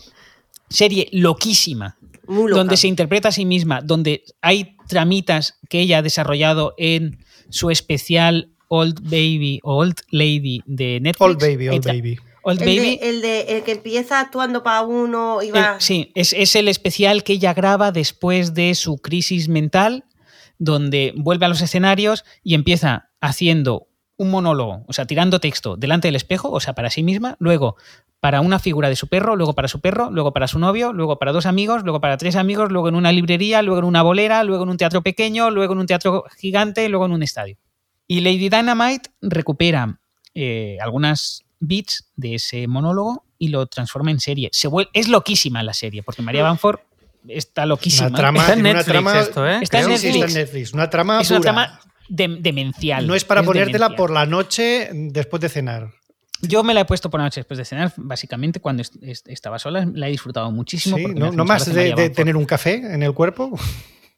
Speaker 2: Serie loquísima,
Speaker 3: Muy loca.
Speaker 2: donde se interpreta a sí misma, donde hay tramitas que ella ha desarrollado en su especial Old Baby o Old Lady de Netflix.
Speaker 4: Old Baby, Old
Speaker 2: Hay tra-
Speaker 4: Baby.
Speaker 2: Old
Speaker 3: el,
Speaker 2: Baby.
Speaker 3: de, el de- el que empieza actuando para uno y
Speaker 2: El-
Speaker 3: va.
Speaker 2: Eh, sí, es, es el especial que ella graba después de su crisis mental, donde vuelve a los escenarios y empieza haciendo un monólogo, o sea, tirando texto delante del espejo, o sea, para sí misma, luego para una figura de su perro, luego para su perro, luego para su novio, luego para dos amigos, luego para tres amigos, luego en una librería, luego en una bolera, luego en un teatro pequeño, luego en un teatro gigante, luego en un estadio. Y Lady Dynamite recupera eh, algunas bits de ese monólogo y lo transforma en serie. Se vuel- es loquísima la serie, porque María Banford está loquísima.
Speaker 4: Una trama,
Speaker 1: Está en
Speaker 4: tiene una
Speaker 1: Netflix
Speaker 4: trama-
Speaker 1: esto, ¿eh?
Speaker 2: Está en
Speaker 4: Sí, sí, está en
Speaker 2: Netflix.
Speaker 4: Netflix. Una trama
Speaker 2: es una
Speaker 4: dura.
Speaker 2: trama de- demencial.
Speaker 4: No es para ponértela
Speaker 2: demencial.
Speaker 4: por la noche después de cenar.
Speaker 2: Yo me la he puesto por la noche después de cenar, básicamente cuando est- est- estaba sola, la he disfrutado muchísimo.
Speaker 4: Sí,
Speaker 2: porque me
Speaker 4: no,
Speaker 2: hace
Speaker 4: no
Speaker 2: mucha
Speaker 4: más
Speaker 2: gracia
Speaker 4: de,
Speaker 2: María
Speaker 4: de
Speaker 2: Banford.
Speaker 4: tener un café en el cuerpo.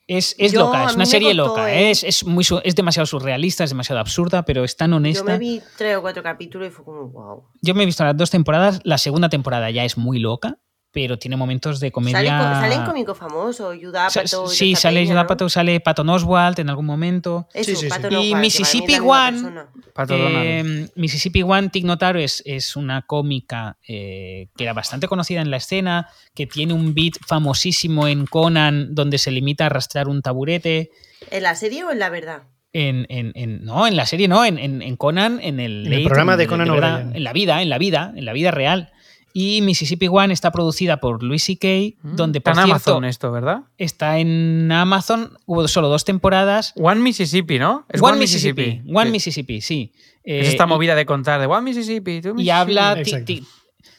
Speaker 2: Es, es
Speaker 3: Yo,
Speaker 2: loca,
Speaker 3: a
Speaker 2: es
Speaker 3: mí
Speaker 2: una
Speaker 3: me
Speaker 2: serie
Speaker 3: costó,
Speaker 2: loca,
Speaker 3: ¿eh?
Speaker 2: es, es muy, su- es demasiado surrealista, es demasiado absurda, pero es tan honesta.
Speaker 3: Yo me vi tres o cuatro capítulos y fue como, wow.
Speaker 2: he visto las dos temporadas, la segunda temporada ya es muy loca, pero tiene momentos de comedia...
Speaker 3: Salen, co- salen cómicos famosos,
Speaker 2: Sa-
Speaker 3: Yudapato. y
Speaker 2: sí,
Speaker 3: esta
Speaker 2: sale
Speaker 3: peña,
Speaker 2: Judah
Speaker 3: ¿no?
Speaker 2: Pato, sale Patton Oswalt en algún momento.
Speaker 3: Eso,
Speaker 4: Sí, sí, sí.
Speaker 3: Patton
Speaker 2: Y
Speaker 3: Oswalt, que para mí
Speaker 2: Mississippi
Speaker 3: es la misma
Speaker 2: One,
Speaker 3: persona.
Speaker 1: Pato
Speaker 2: Eh,
Speaker 1: Donald.
Speaker 2: Mississippi One, Tig Notaro es, es una cómica eh, que era bastante conocida en la escena, que tiene un beat famosísimo en Conan, donde se limita a arrastrar un taburete.
Speaker 3: ¿En la serie o en la verdad?
Speaker 2: En, en- en- no, en la serie no, en, en- en Conan, en el,
Speaker 4: En el programa de Conan
Speaker 2: verdad,
Speaker 4: O'Brien.
Speaker 2: En la vida, en la vida, en la vida real. Y Mississippi One está producida por Louis C.K.,
Speaker 1: Mm.
Speaker 2: donde,
Speaker 1: Está
Speaker 2: por
Speaker 1: en
Speaker 2: cierto,
Speaker 1: Amazon eh. esto, ¿verdad?
Speaker 2: está en Amazon. Hubo solo dos temporadas.
Speaker 1: One Mississippi, ¿no? Es
Speaker 2: One, Mississippi. One
Speaker 1: Sí.
Speaker 2: Mississippi, sí.
Speaker 1: Es
Speaker 2: Eh,
Speaker 1: esta
Speaker 2: y-
Speaker 1: movida de contar de One Mississippi, two
Speaker 2: y
Speaker 1: Mississippi.
Speaker 2: habla. ti-
Speaker 4: Exacto.
Speaker 2: ti-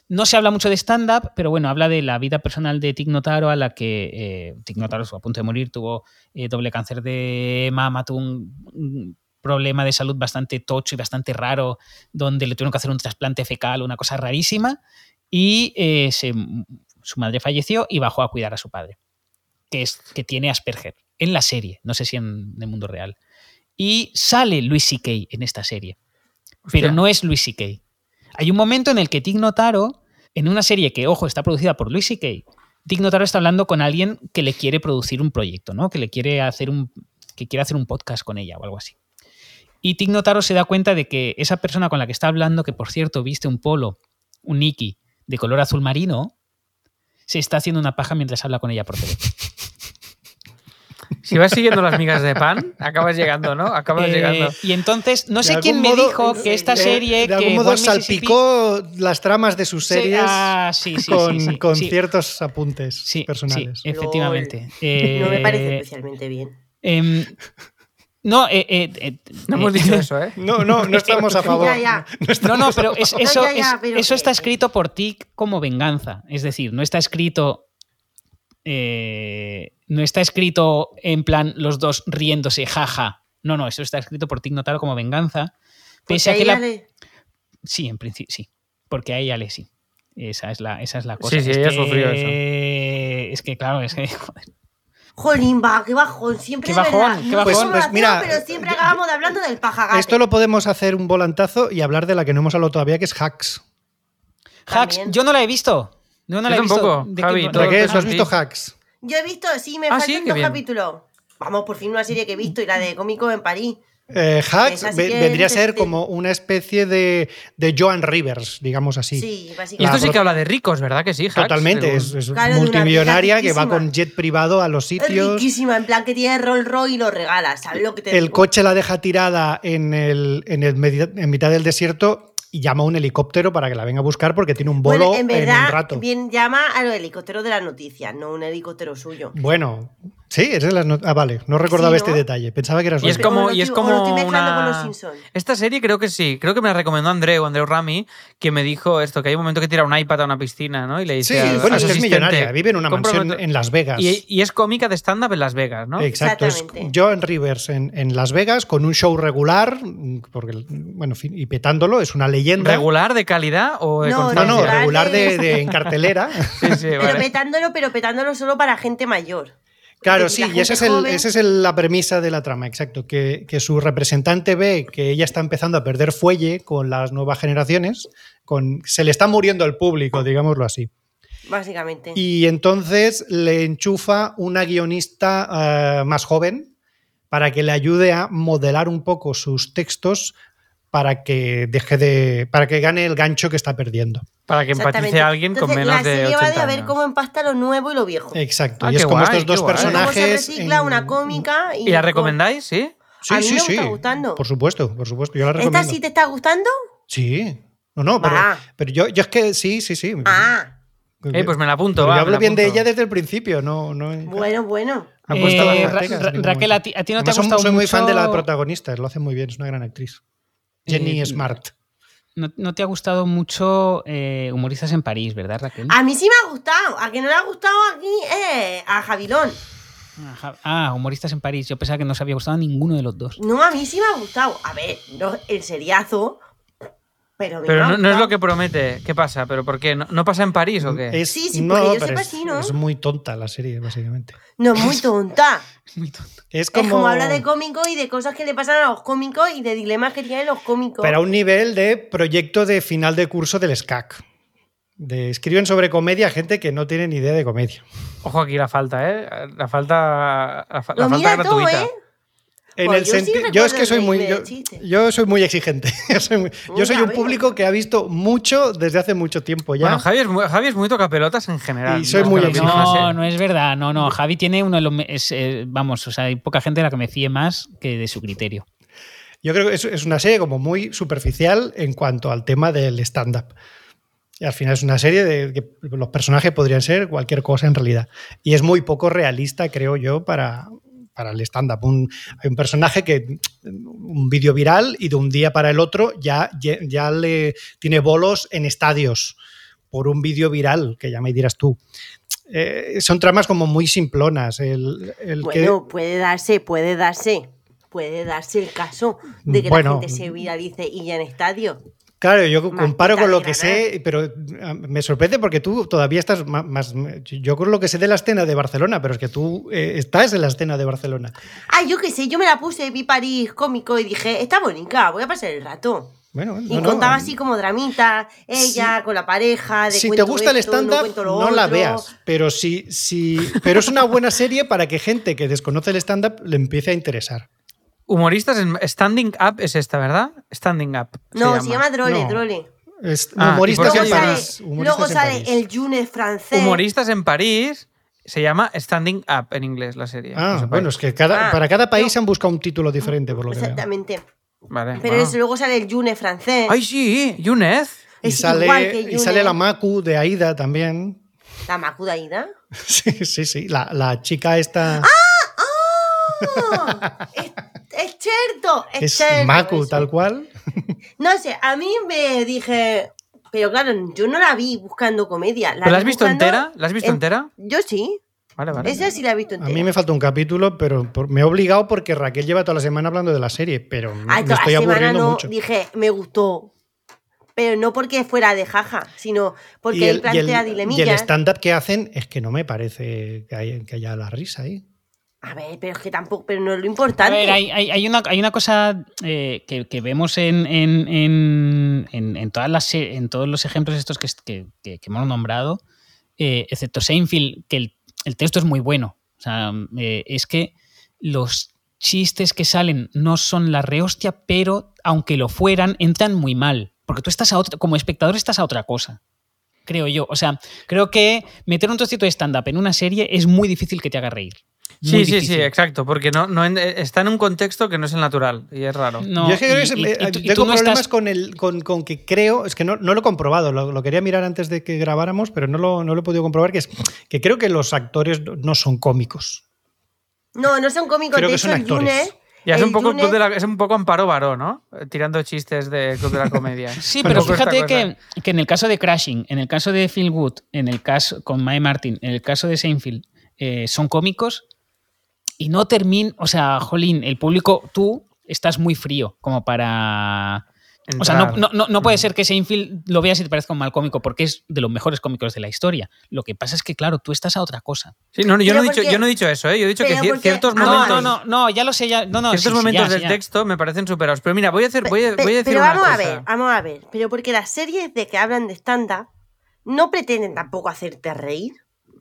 Speaker 2: No se habla mucho de stand-up, pero bueno, habla de la vida personal de Tig Notaro, a la que eh, Tig Notaro estuvo a punto de morir, tuvo eh, doble cáncer de mama, tuvo un- un problema de salud bastante tocho y bastante raro, donde le tuvieron que hacer un trasplante fecal, una cosa rarísima, y eh, se- su madre falleció y bajó a cuidar a su padre, que, es, que tiene Asperger, en la serie, no sé si en, en el mundo real. Y sale Luis C.K. en esta serie pero
Speaker 1: Hostia.
Speaker 2: no es Luis C.K. Hay un momento en el que Tig Notaro, en una serie que, ojo, está producida por Luis C.K., Tig Notaro está hablando con alguien que le quiere producir un proyecto, ¿no? Que le quiere hacer un, que quiere hacer un podcast con ella o algo así. Y Tig Notaro se da cuenta de que esa persona con la que está hablando, que por cierto viste un polo, un Nikki, de color azul marino, se está haciendo una paja mientras habla con ella por teléfono.
Speaker 1: Si vas siguiendo las migas de pan, acabas llegando, ¿no? Acabas
Speaker 2: Eh,
Speaker 1: llegando.
Speaker 2: y entonces, no
Speaker 4: De
Speaker 2: sé
Speaker 4: algún
Speaker 2: quién me
Speaker 4: modo,
Speaker 2: dijo que esta
Speaker 4: de-
Speaker 2: serie...
Speaker 4: de
Speaker 2: que
Speaker 4: algún modo
Speaker 2: One Mississippi-
Speaker 4: salpicó las tramas de sus
Speaker 2: Sí,
Speaker 4: series
Speaker 2: ah, sí, sí, sí,
Speaker 4: con,
Speaker 2: sí,
Speaker 4: con
Speaker 2: sí.
Speaker 4: ciertos apuntes
Speaker 2: Sí,
Speaker 4: personales.
Speaker 2: sí, efectivamente. Eh,
Speaker 3: (laughs) No me parece especialmente bien.
Speaker 2: em, no, eh, eh, eh,
Speaker 1: No
Speaker 2: eh,
Speaker 1: hemos dicho
Speaker 2: (laughs)
Speaker 1: eso, ¿eh?
Speaker 4: No, no, no estamos a
Speaker 3: (laughs)
Speaker 4: favor.
Speaker 3: Ya, ya.
Speaker 2: No, no, pero es- eso,
Speaker 3: (laughs) Ya, ya, ya,
Speaker 2: es-
Speaker 3: pero
Speaker 2: eso
Speaker 3: que-
Speaker 2: está escrito por ti como venganza. Es decir, no está escrito. eh, no está escrito en plan los dos riéndose, jaja. No, no, eso está escrito por Tig Notaro como venganza. Pese a que
Speaker 3: Porque ahí
Speaker 2: la.
Speaker 3: dale.
Speaker 2: Sí, en principio, sí. Porque a ella le sí. Esa es la, esa es la cosa.
Speaker 1: Sí, sí,
Speaker 2: Es
Speaker 1: ella
Speaker 2: que-
Speaker 1: sufrió eso.
Speaker 2: Es que, claro, es (laughs) que.
Speaker 3: Jolín, va, qué bajón, siempre
Speaker 2: Qué
Speaker 3: de
Speaker 2: bajón,
Speaker 3: verdad.
Speaker 2: qué
Speaker 3: No
Speaker 2: bajón.
Speaker 3: somos
Speaker 4: Pues- pues
Speaker 3: graciosos,
Speaker 4: mira,
Speaker 3: pero siempre acabamos de hablando del pajagate.
Speaker 4: Esto lo podemos hacer un volantazo y hablar de la que no hemos hablado todavía, que es Hacks.
Speaker 2: Hacks,
Speaker 3: También.
Speaker 2: yo no la he visto. Yo no
Speaker 1: Yo
Speaker 2: la he
Speaker 1: tampoco,
Speaker 2: visto. ¿De qué-
Speaker 1: Javi,
Speaker 2: no-
Speaker 1: Todo
Speaker 4: Raquel,
Speaker 1: empezó
Speaker 4: ¿no has
Speaker 1: así.
Speaker 4: visto Hacks?
Speaker 3: Yo he visto, sí, me
Speaker 1: Ah, sí,
Speaker 3: faltan
Speaker 1: qué
Speaker 3: dos
Speaker 1: bien.
Speaker 3: capítulos. Vamos, por fin una serie que he visto y la de cómico en París.
Speaker 4: Eh, Hacks
Speaker 3: Esa sí
Speaker 4: ve-
Speaker 3: que
Speaker 4: vendría a ser
Speaker 3: entendí.
Speaker 4: como una especie de, de Joan Rivers, digamos así.
Speaker 3: Sí,
Speaker 1: Y esto
Speaker 3: básicamente.
Speaker 4: La
Speaker 1: sí
Speaker 4: bro-
Speaker 1: que habla de ricos, ¿verdad que sí? Hacks?
Speaker 4: Totalmente, es,
Speaker 1: Según-
Speaker 4: es
Speaker 3: Claro, de una
Speaker 4: multimillonaria
Speaker 3: rica
Speaker 4: que va con
Speaker 3: riquísima. Eh,
Speaker 4: jet privado a los
Speaker 3: Es
Speaker 4: sitios.
Speaker 3: riquísima, en plan que tiene Rolls Royce y lo regala, ¿sabes lo que te
Speaker 4: El
Speaker 3: digo?
Speaker 4: coche la deja tirada en, el, en, el medi- en mitad del desierto y llama a un helicóptero para que la venga a buscar porque tiene un bolo
Speaker 3: Bueno, en verdad,
Speaker 4: un rato.
Speaker 3: bien llama a los helicópteros de las noticias, no un helicóptero suyo.
Speaker 4: Bueno, sí, es de las not- Ah, vale, no recordaba
Speaker 3: Sí, ¿no?
Speaker 4: este detalle. Pensaba que era
Speaker 1: Y es
Speaker 4: suyo.
Speaker 3: O
Speaker 1: como,
Speaker 3: lo
Speaker 1: y es
Speaker 3: estoy- o lo
Speaker 1: como
Speaker 3: estoy mezclando con los
Speaker 1: una...
Speaker 3: Simpsons.
Speaker 1: Esta serie creo que sí, creo que me la recomendó Andreu, Andreu Rami, que me dijo esto, que hay un momento que tira un iPad a una piscina, ¿no? Y le dice
Speaker 4: Sí,
Speaker 1: al-
Speaker 4: bueno,
Speaker 1: al
Speaker 4: es que es
Speaker 1: asistente,
Speaker 4: millonaria. Vive en una mansión
Speaker 1: "Cómprame otro".
Speaker 4: en Las Vegas. Eh,
Speaker 1: Y, y es cómica de stand-up en Las Vegas, ¿no?
Speaker 4: Exacto, es
Speaker 3: Exactamente.
Speaker 4: Joan Rivers en, en Las Vegas con un show regular, mm, porque, bueno, en fin, y petándolo, es una leyenda.
Speaker 1: ¿Regular de calidad o de
Speaker 3: No,
Speaker 4: No,
Speaker 1: constancia?
Speaker 4: no,
Speaker 3: Regular
Speaker 4: regular
Speaker 3: de-
Speaker 4: de,
Speaker 3: (laughs)
Speaker 4: de- en cartelera.
Speaker 1: Sí, sí,
Speaker 3: Pero
Speaker 1: vale.
Speaker 3: petándolo, pero petándolo solo para gente mayor.
Speaker 4: Claro,
Speaker 3: La
Speaker 4: sí, y
Speaker 3: gente
Speaker 4: esa es, el-
Speaker 3: joven.
Speaker 4: esa es el- la premisa de la trama, exacto, que, que su representante ve que ella está empezando a perder fuelle con las nuevas generaciones, con, se le está muriendo el público, digámoslo así.
Speaker 3: Básicamente.
Speaker 4: Y entonces le enchufa una guionista eh, más joven para que le ayude a modelar un poco sus textos para que deje de para que gane el gancho que está perdiendo.
Speaker 1: Para que empatice
Speaker 3: Exactamente.
Speaker 1: a alguien con
Speaker 3: Entonces,
Speaker 1: menos
Speaker 3: la
Speaker 1: de
Speaker 3: serie
Speaker 1: 80
Speaker 3: va
Speaker 1: años.
Speaker 3: de a ver cómo empasta lo nuevo y lo viejo.
Speaker 4: Exacto,
Speaker 1: Ah,
Speaker 4: y es
Speaker 1: qué
Speaker 4: como
Speaker 1: guay,
Speaker 4: estos dos
Speaker 1: qué guay.
Speaker 3: Luego se
Speaker 4: Eh, personajes
Speaker 3: recicla
Speaker 4: en-
Speaker 3: una cómica y,
Speaker 1: ¿Y la
Speaker 3: con-
Speaker 1: recomendáis, sí?
Speaker 4: Sí,
Speaker 3: A mí
Speaker 4: sí,
Speaker 3: me
Speaker 4: sí.
Speaker 3: está gustando.
Speaker 4: Por supuesto, por supuesto, yo la
Speaker 3: ¿Esta
Speaker 4: recomiendo.
Speaker 3: sí te está gustando?
Speaker 4: Sí. No, no, pero,
Speaker 3: Va.
Speaker 4: pero yo, yo es que sí, sí, sí.
Speaker 3: Ah,
Speaker 1: Eh, pues me la apunto,
Speaker 4: Pero
Speaker 1: va,
Speaker 4: yo
Speaker 1: me
Speaker 4: hablo
Speaker 1: la
Speaker 4: bien de
Speaker 1: apunto.
Speaker 4: ella desde el principio, no, no.
Speaker 3: bueno, bueno.
Speaker 4: Ha puesto
Speaker 2: Eh,
Speaker 4: las
Speaker 2: Ra-
Speaker 4: pegas en
Speaker 2: Ra-
Speaker 4: ningún
Speaker 2: Raquel,
Speaker 4: momento.
Speaker 2: a ti, a ti no te ha
Speaker 4: Además, soy-
Speaker 2: gustado
Speaker 4: soy muy fan de la
Speaker 2: mucho-
Speaker 4: protagonista, lo hace muy bien, es una gran actriz. Jenny
Speaker 2: Eh,
Speaker 4: Smart.
Speaker 2: No, no te ha gustado mucho eh, Humoristas en París, ¿verdad, Raquel?
Speaker 3: A mí sí me ha gustado. A que no le ha gustado aquí eh, a Javilón.
Speaker 2: Ajá. Ah, Humoristas en París. Yo pensaba que no os había gustado ninguno de los dos.
Speaker 3: No, a mí sí me ha gustado. A ver, no el seriazo. Pero, me
Speaker 1: Pero no,
Speaker 3: ha
Speaker 1: no es
Speaker 3: gustado.
Speaker 1: lo que promete. ¿Qué pasa? ¿Pero por qué? ¿No, no pasa en París
Speaker 4: Mm,
Speaker 1: o qué?
Speaker 4: Es-
Speaker 3: Sí, sí,
Speaker 4: no,
Speaker 3: porque yo
Speaker 4: pero
Speaker 3: sepa
Speaker 4: es,
Speaker 3: sí, ¿no?
Speaker 4: es muy tonta la serie, básicamente.
Speaker 3: No, es muy
Speaker 4: (laughs)
Speaker 3: tonta.
Speaker 2: Muy tonto.
Speaker 4: Es
Speaker 3: Es
Speaker 4: como,
Speaker 3: como habla de cómicos y de cosas que le pasan a los cómicos y de dilemas que tienen los cómicos.
Speaker 4: Pero a un nivel de proyecto de final de curso del SCAC. De, escriben sobre comedia gente que no tiene ni idea de comedia.
Speaker 1: Ojo aquí la falta, ¿eh? La falta, la, fa- la
Speaker 3: lo
Speaker 1: falta
Speaker 3: mira todo,
Speaker 1: gratuita.
Speaker 3: ¿eh?
Speaker 4: En
Speaker 3: Pues
Speaker 4: el
Speaker 3: yo sí
Speaker 4: senti-
Speaker 3: recuerdo
Speaker 4: yo es que
Speaker 3: el
Speaker 4: soy muy
Speaker 3: reírme
Speaker 4: yo,
Speaker 3: del chiste.
Speaker 4: yo soy muy exigente. (laughs) Yo soy, muy- yo
Speaker 3: Uh,
Speaker 4: soy
Speaker 3: ya
Speaker 4: un
Speaker 3: veo.
Speaker 4: público que ha visto mucho desde hace mucho tiempo ya.
Speaker 1: Bueno, Javi es, muy, Javi es muy tocapelotas en general.
Speaker 4: Y soy
Speaker 1: Es
Speaker 4: muy
Speaker 1: que lo
Speaker 4: ex-
Speaker 1: mismo, sé.
Speaker 2: No, no es verdad. No, no. Javi tiene uno de los. me- es, eh, vamos, o sea, hay poca gente de la que me fíe más que de su criterio.
Speaker 4: Yo creo que es, es una serie como muy superficial en cuanto al tema del stand-up. Y al final es una serie de que los personajes podrían ser cualquier cosa en realidad. Y es muy poco realista, creo yo, para, para el stand-up. Un- hay un personaje que un vídeo viral y de un día para el otro ya, ya, ya le tiene bolos en estadios por un vídeo viral, que ya me dirás tú. Eh, son tramas como muy simplonas. El, el
Speaker 3: Bueno,
Speaker 4: que,
Speaker 3: puede darse, puede darse. Puede darse el caso de que
Speaker 4: Bueno.
Speaker 3: la gente se viralice y ya en estadio.
Speaker 4: claro, yo
Speaker 3: Maldita
Speaker 4: comparo con lo que
Speaker 3: Granada.
Speaker 4: sé, pero ah, me sorprende porque tú todavía estás ma- más, Yo con lo que sé de la escena de Barcelona, pero es que tú eh, estás en la escena de Barcelona.
Speaker 3: Ah, yo qué sé, yo me la puse, vi París cómico y dije, está bonita, voy a pasar el rato.
Speaker 4: Bueno,
Speaker 3: Y
Speaker 4: no, no,
Speaker 3: contaba así como dramita, ella con la pareja. De
Speaker 4: si te
Speaker 3: cuento
Speaker 4: gusta el
Speaker 3: esto, no
Speaker 4: stand-up,
Speaker 3: cuento
Speaker 4: no,
Speaker 3: lo
Speaker 4: la
Speaker 3: otro.
Speaker 4: veas. Pero, sí, sí, pero es una buena serie para que gente que desconoce el stand-up le empiece a interesar.
Speaker 1: Humoristas en Standing Up es esta, ¿verdad? Standing Up.
Speaker 3: No, se llama Drole,
Speaker 4: No.
Speaker 3: Drole.
Speaker 4: Es-
Speaker 1: Ah,
Speaker 4: humoristas
Speaker 1: ¿y por qué
Speaker 3: Luego
Speaker 4: en
Speaker 1: hay-
Speaker 3: sale,
Speaker 4: París. humoristas
Speaker 3: luego
Speaker 4: en
Speaker 3: sale
Speaker 4: París.
Speaker 3: el Yunes francés.
Speaker 1: Humoristas en París se llama Standing Up en inglés la serie.
Speaker 4: Ah,
Speaker 1: que sepáis.
Speaker 4: bueno, es que cada,
Speaker 3: Ah,
Speaker 4: para cada país
Speaker 3: no.
Speaker 4: han buscado un título diferente, por lo que veo. Ah.
Speaker 3: Exactamente.
Speaker 1: Vale,
Speaker 3: Pero
Speaker 1: wow.
Speaker 3: es- luego sale el Yunes francés.
Speaker 1: ¡Ay, sí! ¡Yunez!
Speaker 4: Y
Speaker 3: es
Speaker 4: sale,
Speaker 3: igual que
Speaker 4: y
Speaker 3: Yune.
Speaker 4: sale la Maku de Aida también.
Speaker 3: La Macudaída.
Speaker 4: (laughs) Sí, sí, sí. La, la chica esta
Speaker 3: ¡Ah! es, es cierto, es,
Speaker 4: es
Speaker 3: cierto
Speaker 4: Maku,
Speaker 3: eso.
Speaker 4: tal cual.
Speaker 3: No sé, a mí me dije. Pero claro, yo no la vi buscando comedia.
Speaker 1: ¿Pero la has
Speaker 3: vi
Speaker 1: visto
Speaker 3: buscando-
Speaker 1: entera? ¿La has visto
Speaker 3: en-
Speaker 1: entera?
Speaker 3: Yo sí.
Speaker 1: Vale, vale.
Speaker 3: Esa sí la he visto
Speaker 4: A
Speaker 3: entera.
Speaker 4: mí me falta un capítulo, pero por- me he obligado porque Raquel lleva toda la semana hablando de la serie, pero me-
Speaker 3: Ay,
Speaker 4: me
Speaker 3: toda
Speaker 4: estoy
Speaker 3: la semana
Speaker 4: aburriendo
Speaker 3: no
Speaker 4: mucho.
Speaker 3: dije, me gustó. Pero no porque fuera de jaja, sino porque
Speaker 4: Y
Speaker 3: él
Speaker 4: el- y el-
Speaker 3: plantea dilemillas.
Speaker 4: Y el stand-up que hacen es que no me parece que, hay- que haya la risa ahí.
Speaker 3: A ver, pero es que tampoco, pero no es lo
Speaker 2: A
Speaker 3: importante.
Speaker 2: ver, hay, hay- hay una, hay una cosa eh, que, que vemos en, en- en- en- en todas las, se- en todos los ejemplos estos que, es- que- que- que hemos nombrado, eh, excepto Seinfeld, que el, el texto es muy bueno. O sea, eh, es que los chistes que salen no son la rehostia, pero aunque lo fueran, entran muy mal. Porque tú estás a otra, como espectador estás a otra cosa. Creo yo. O sea, creo que meter un trocito de stand-up en una serie es muy difícil que te haga reír.
Speaker 1: Sí, sí,
Speaker 2: Muy
Speaker 1: sí,
Speaker 2: difícil.
Speaker 1: exacto. Porque no, no en- está en un contexto que no es el natural y es raro.
Speaker 2: No,
Speaker 4: Yo es que creo que se
Speaker 2: y-
Speaker 4: me- eh,
Speaker 2: y- y tú- y
Speaker 4: tengo
Speaker 2: tú no
Speaker 4: problemas
Speaker 2: estás-
Speaker 4: con, el, con, con que creo, es que no, no lo he comprobado, lo, lo quería mirar antes de que grabáramos, pero no lo, no lo he podido comprobar, que es que creo que los actores no- no son cómicos.
Speaker 3: No, no son cómicos.
Speaker 4: Creo
Speaker 3: de
Speaker 4: que
Speaker 3: hecho,
Speaker 4: son
Speaker 3: el
Speaker 4: actores.
Speaker 3: Yunes-
Speaker 1: Y es
Speaker 3: el
Speaker 1: un poco
Speaker 3: Yunes-
Speaker 1: Club de la- es un poco Amparo Baró, ¿no? Eh, Tirando chistes de Club de la Comedia.
Speaker 2: Sí,
Speaker 1: Un
Speaker 2: pero
Speaker 1: poco esta
Speaker 2: fíjate
Speaker 1: cosa.
Speaker 2: que, que en el caso de Crashing, en el caso de Phil Good, en el caso con Mae Martin, en el caso de Seinfeld, eh, son cómicos y no termin, o sea, jolín, el público, tú estás muy frío como para... O sea, no,
Speaker 1: Entrar.
Speaker 2: no- no- no
Speaker 4: Mm.
Speaker 2: puede ser que Seinfeld lo veas y te parezca un mal cómico, porque es de los mejores cómicos de la historia. Lo que pasa es que, claro, tú estás a otra cosa.
Speaker 1: Sí, no, no, yo, no
Speaker 3: Pero
Speaker 1: he dicho,
Speaker 3: porque-
Speaker 1: yo no he dicho eso, ¿eh? Yo he dicho que
Speaker 3: pero
Speaker 1: cier-
Speaker 3: porque-
Speaker 1: ciertos
Speaker 3: Ah,
Speaker 1: momentos,
Speaker 2: No, no, no, no, ya lo sé, ya... No, no,
Speaker 1: ciertos
Speaker 2: sí, sí, ya,
Speaker 1: momentos
Speaker 2: sí,
Speaker 1: del
Speaker 2: ya.
Speaker 1: texto me parecen superados. Pero mira, voy a hacer, voy a,
Speaker 3: Pe-
Speaker 1: voy a decir
Speaker 3: pero
Speaker 1: una
Speaker 3: vamos
Speaker 1: cosa.
Speaker 3: a ver, ah, vamos a ver. Pero porque las series de que hablan de stand-up no pretenden tampoco hacerte reír.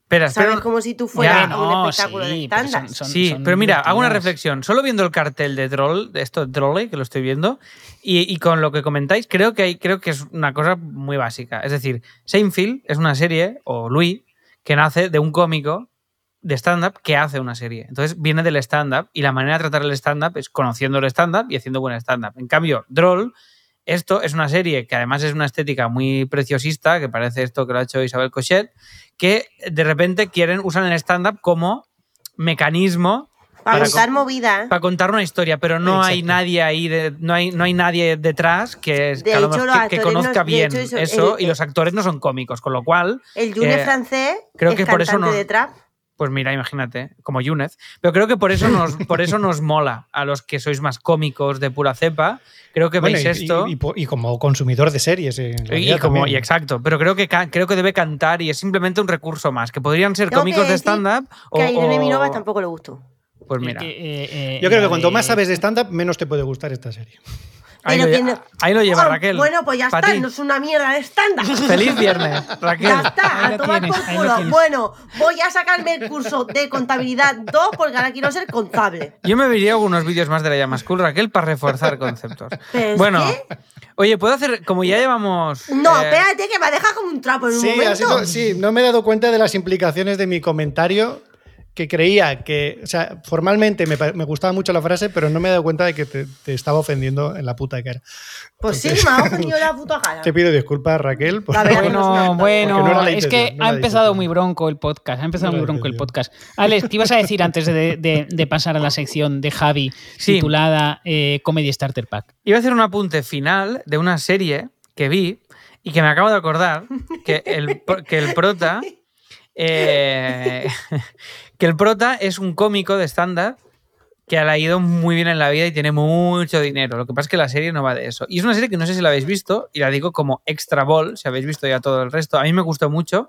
Speaker 1: Espera, espera.
Speaker 3: ¿Sabes?
Speaker 1: un-
Speaker 3: Como si tú
Speaker 2: Ya,
Speaker 3: fueras a un
Speaker 2: no,
Speaker 3: espectáculo de
Speaker 2: sí, pero
Speaker 3: stand-up.
Speaker 2: son- son-
Speaker 1: sí,
Speaker 2: son
Speaker 1: pero mira, hago una
Speaker 2: divertidas.
Speaker 1: reflexión. Solo viendo el cartel de Troll, de esto Trolley, que lo estoy viendo, y, y con lo que comentáis, creo que, hay, creo que es una cosa muy básica. Es decir, Seinfeld es una serie, o Louis, que nace de un cómico de stand-up que hace una serie. Entonces viene del stand-up y la manera de tratar el stand-up es conociendo el stand-up y haciendo buen stand-up. En cambio, Droll, esto es una serie que además es una estética muy preciosista, que parece esto que lo ha hecho Isabel Cochet, que de repente quieren, usan el stand-up como mecanismo
Speaker 3: Para
Speaker 1: Para
Speaker 3: contar
Speaker 1: co-
Speaker 3: movida.
Speaker 1: para contar una historia, pero no hay
Speaker 4: Exacto.
Speaker 1: nadie ahí, de- no, hay, no hay nadie detrás que, es-
Speaker 3: De
Speaker 1: que, a lo
Speaker 3: hecho,
Speaker 1: mejor-
Speaker 3: los
Speaker 1: que- que
Speaker 3: actores no-
Speaker 1: conozca
Speaker 3: de
Speaker 1: bien
Speaker 3: hecho, eso- eh,
Speaker 1: eso,
Speaker 3: el-
Speaker 1: y los actores no son cómicos, con lo cual,
Speaker 3: El Yunes
Speaker 1: eh,
Speaker 3: francés
Speaker 1: creo
Speaker 3: es
Speaker 1: que por eso
Speaker 3: cantante
Speaker 1: no-
Speaker 3: de trap.
Speaker 1: pues mira, imagínate, como Yunez, pero creo que por eso nos,
Speaker 3: (laughs)
Speaker 1: por eso nos mola a los que sois más cómicos de pura cepa, creo que
Speaker 4: Bueno,
Speaker 1: veis
Speaker 4: y-
Speaker 1: esto.
Speaker 4: y,
Speaker 1: Y,
Speaker 4: y po- y como consumidor de series. en
Speaker 1: y
Speaker 4: realidad
Speaker 1: como,
Speaker 4: también.
Speaker 1: y exacto, pero creo que ca- creo que debe cantar y es simplemente un recurso más, que podrían ser
Speaker 3: Tengo que
Speaker 1: cómicos de
Speaker 3: decir
Speaker 1: stand-up o,
Speaker 3: Que a Irene
Speaker 1: o-
Speaker 3: Minovas tampoco le gustó.
Speaker 1: Pues
Speaker 2: Es
Speaker 1: mira,
Speaker 2: que, eh, eh,
Speaker 4: Yo creo
Speaker 2: la
Speaker 4: que cuanto
Speaker 2: de-
Speaker 4: más sabes de stand-up, menos te puede gustar esta serie.
Speaker 1: ahí,
Speaker 3: Pero
Speaker 1: lo, lle-
Speaker 3: tiene-
Speaker 1: ahí lo lleva
Speaker 3: Ah,
Speaker 1: Raquel.
Speaker 3: Bueno, pues ya
Speaker 1: Pa'
Speaker 3: está,
Speaker 1: ti.
Speaker 3: no es una mierda de stand-up.
Speaker 1: Feliz
Speaker 4: (laughs)
Speaker 1: viernes, Raquel.
Speaker 3: Ya está,
Speaker 2: Ahí
Speaker 3: a
Speaker 2: lo
Speaker 3: tomar
Speaker 2: tienes,
Speaker 3: por
Speaker 2: ahí lo
Speaker 3: culo.
Speaker 2: tienes.
Speaker 3: Bueno, voy a sacarme el curso de contabilidad 2 porque ahora quiero ser contable.
Speaker 1: Yo me vería algunos vídeos más de la llama School, Raquel, para reforzar conceptos.
Speaker 3: (laughs) Pero es
Speaker 1: bueno,
Speaker 3: que-
Speaker 1: oye, puedo hacer, como ya llevamos.
Speaker 3: No,
Speaker 1: eh,
Speaker 3: espérate, que me dejas como un trapo en un
Speaker 4: Sí, ha
Speaker 3: momento.
Speaker 4: sido- sí, no me he dado cuenta de las implicaciones de mi comentario que creía que, o sea, formalmente me, pa- me gustaba mucho la frase, pero no me he dado cuenta de que te, te estaba ofendiendo en la puta cara.
Speaker 3: Pues sí, me ha ofendido la puta cara.
Speaker 4: Te pido disculpas, Raquel. por-
Speaker 3: La verdad
Speaker 4: (laughs)
Speaker 3: que no es
Speaker 2: Bueno,
Speaker 3: una tonta.
Speaker 2: bueno,
Speaker 4: Porque no era la
Speaker 2: es
Speaker 4: intención,
Speaker 2: que
Speaker 4: no
Speaker 2: ha
Speaker 4: era la
Speaker 2: empezado
Speaker 4: intención.
Speaker 2: muy bronco el podcast. Ha empezado
Speaker 4: No era
Speaker 2: muy
Speaker 4: la
Speaker 2: bronco el
Speaker 4: intención.
Speaker 2: podcast. Alex, ¿qué ibas a decir antes de, de- de pasar a la sección de Javi
Speaker 1: Sí.
Speaker 2: titulada eh, Comedy Starter Pack?
Speaker 1: Iba a hacer un apunte final de una serie que vi Y que me acabo de acordar que el, pro- que el prota. eh, que el prota es un cómico de estándar que le ha ido muy bien en la vida y tiene mucho dinero. Lo que pasa es que la serie no va de eso. Y es una serie que no sé si la habéis visto, y la digo como extra ball, si habéis visto ya todo el resto. A mí me gustó mucho.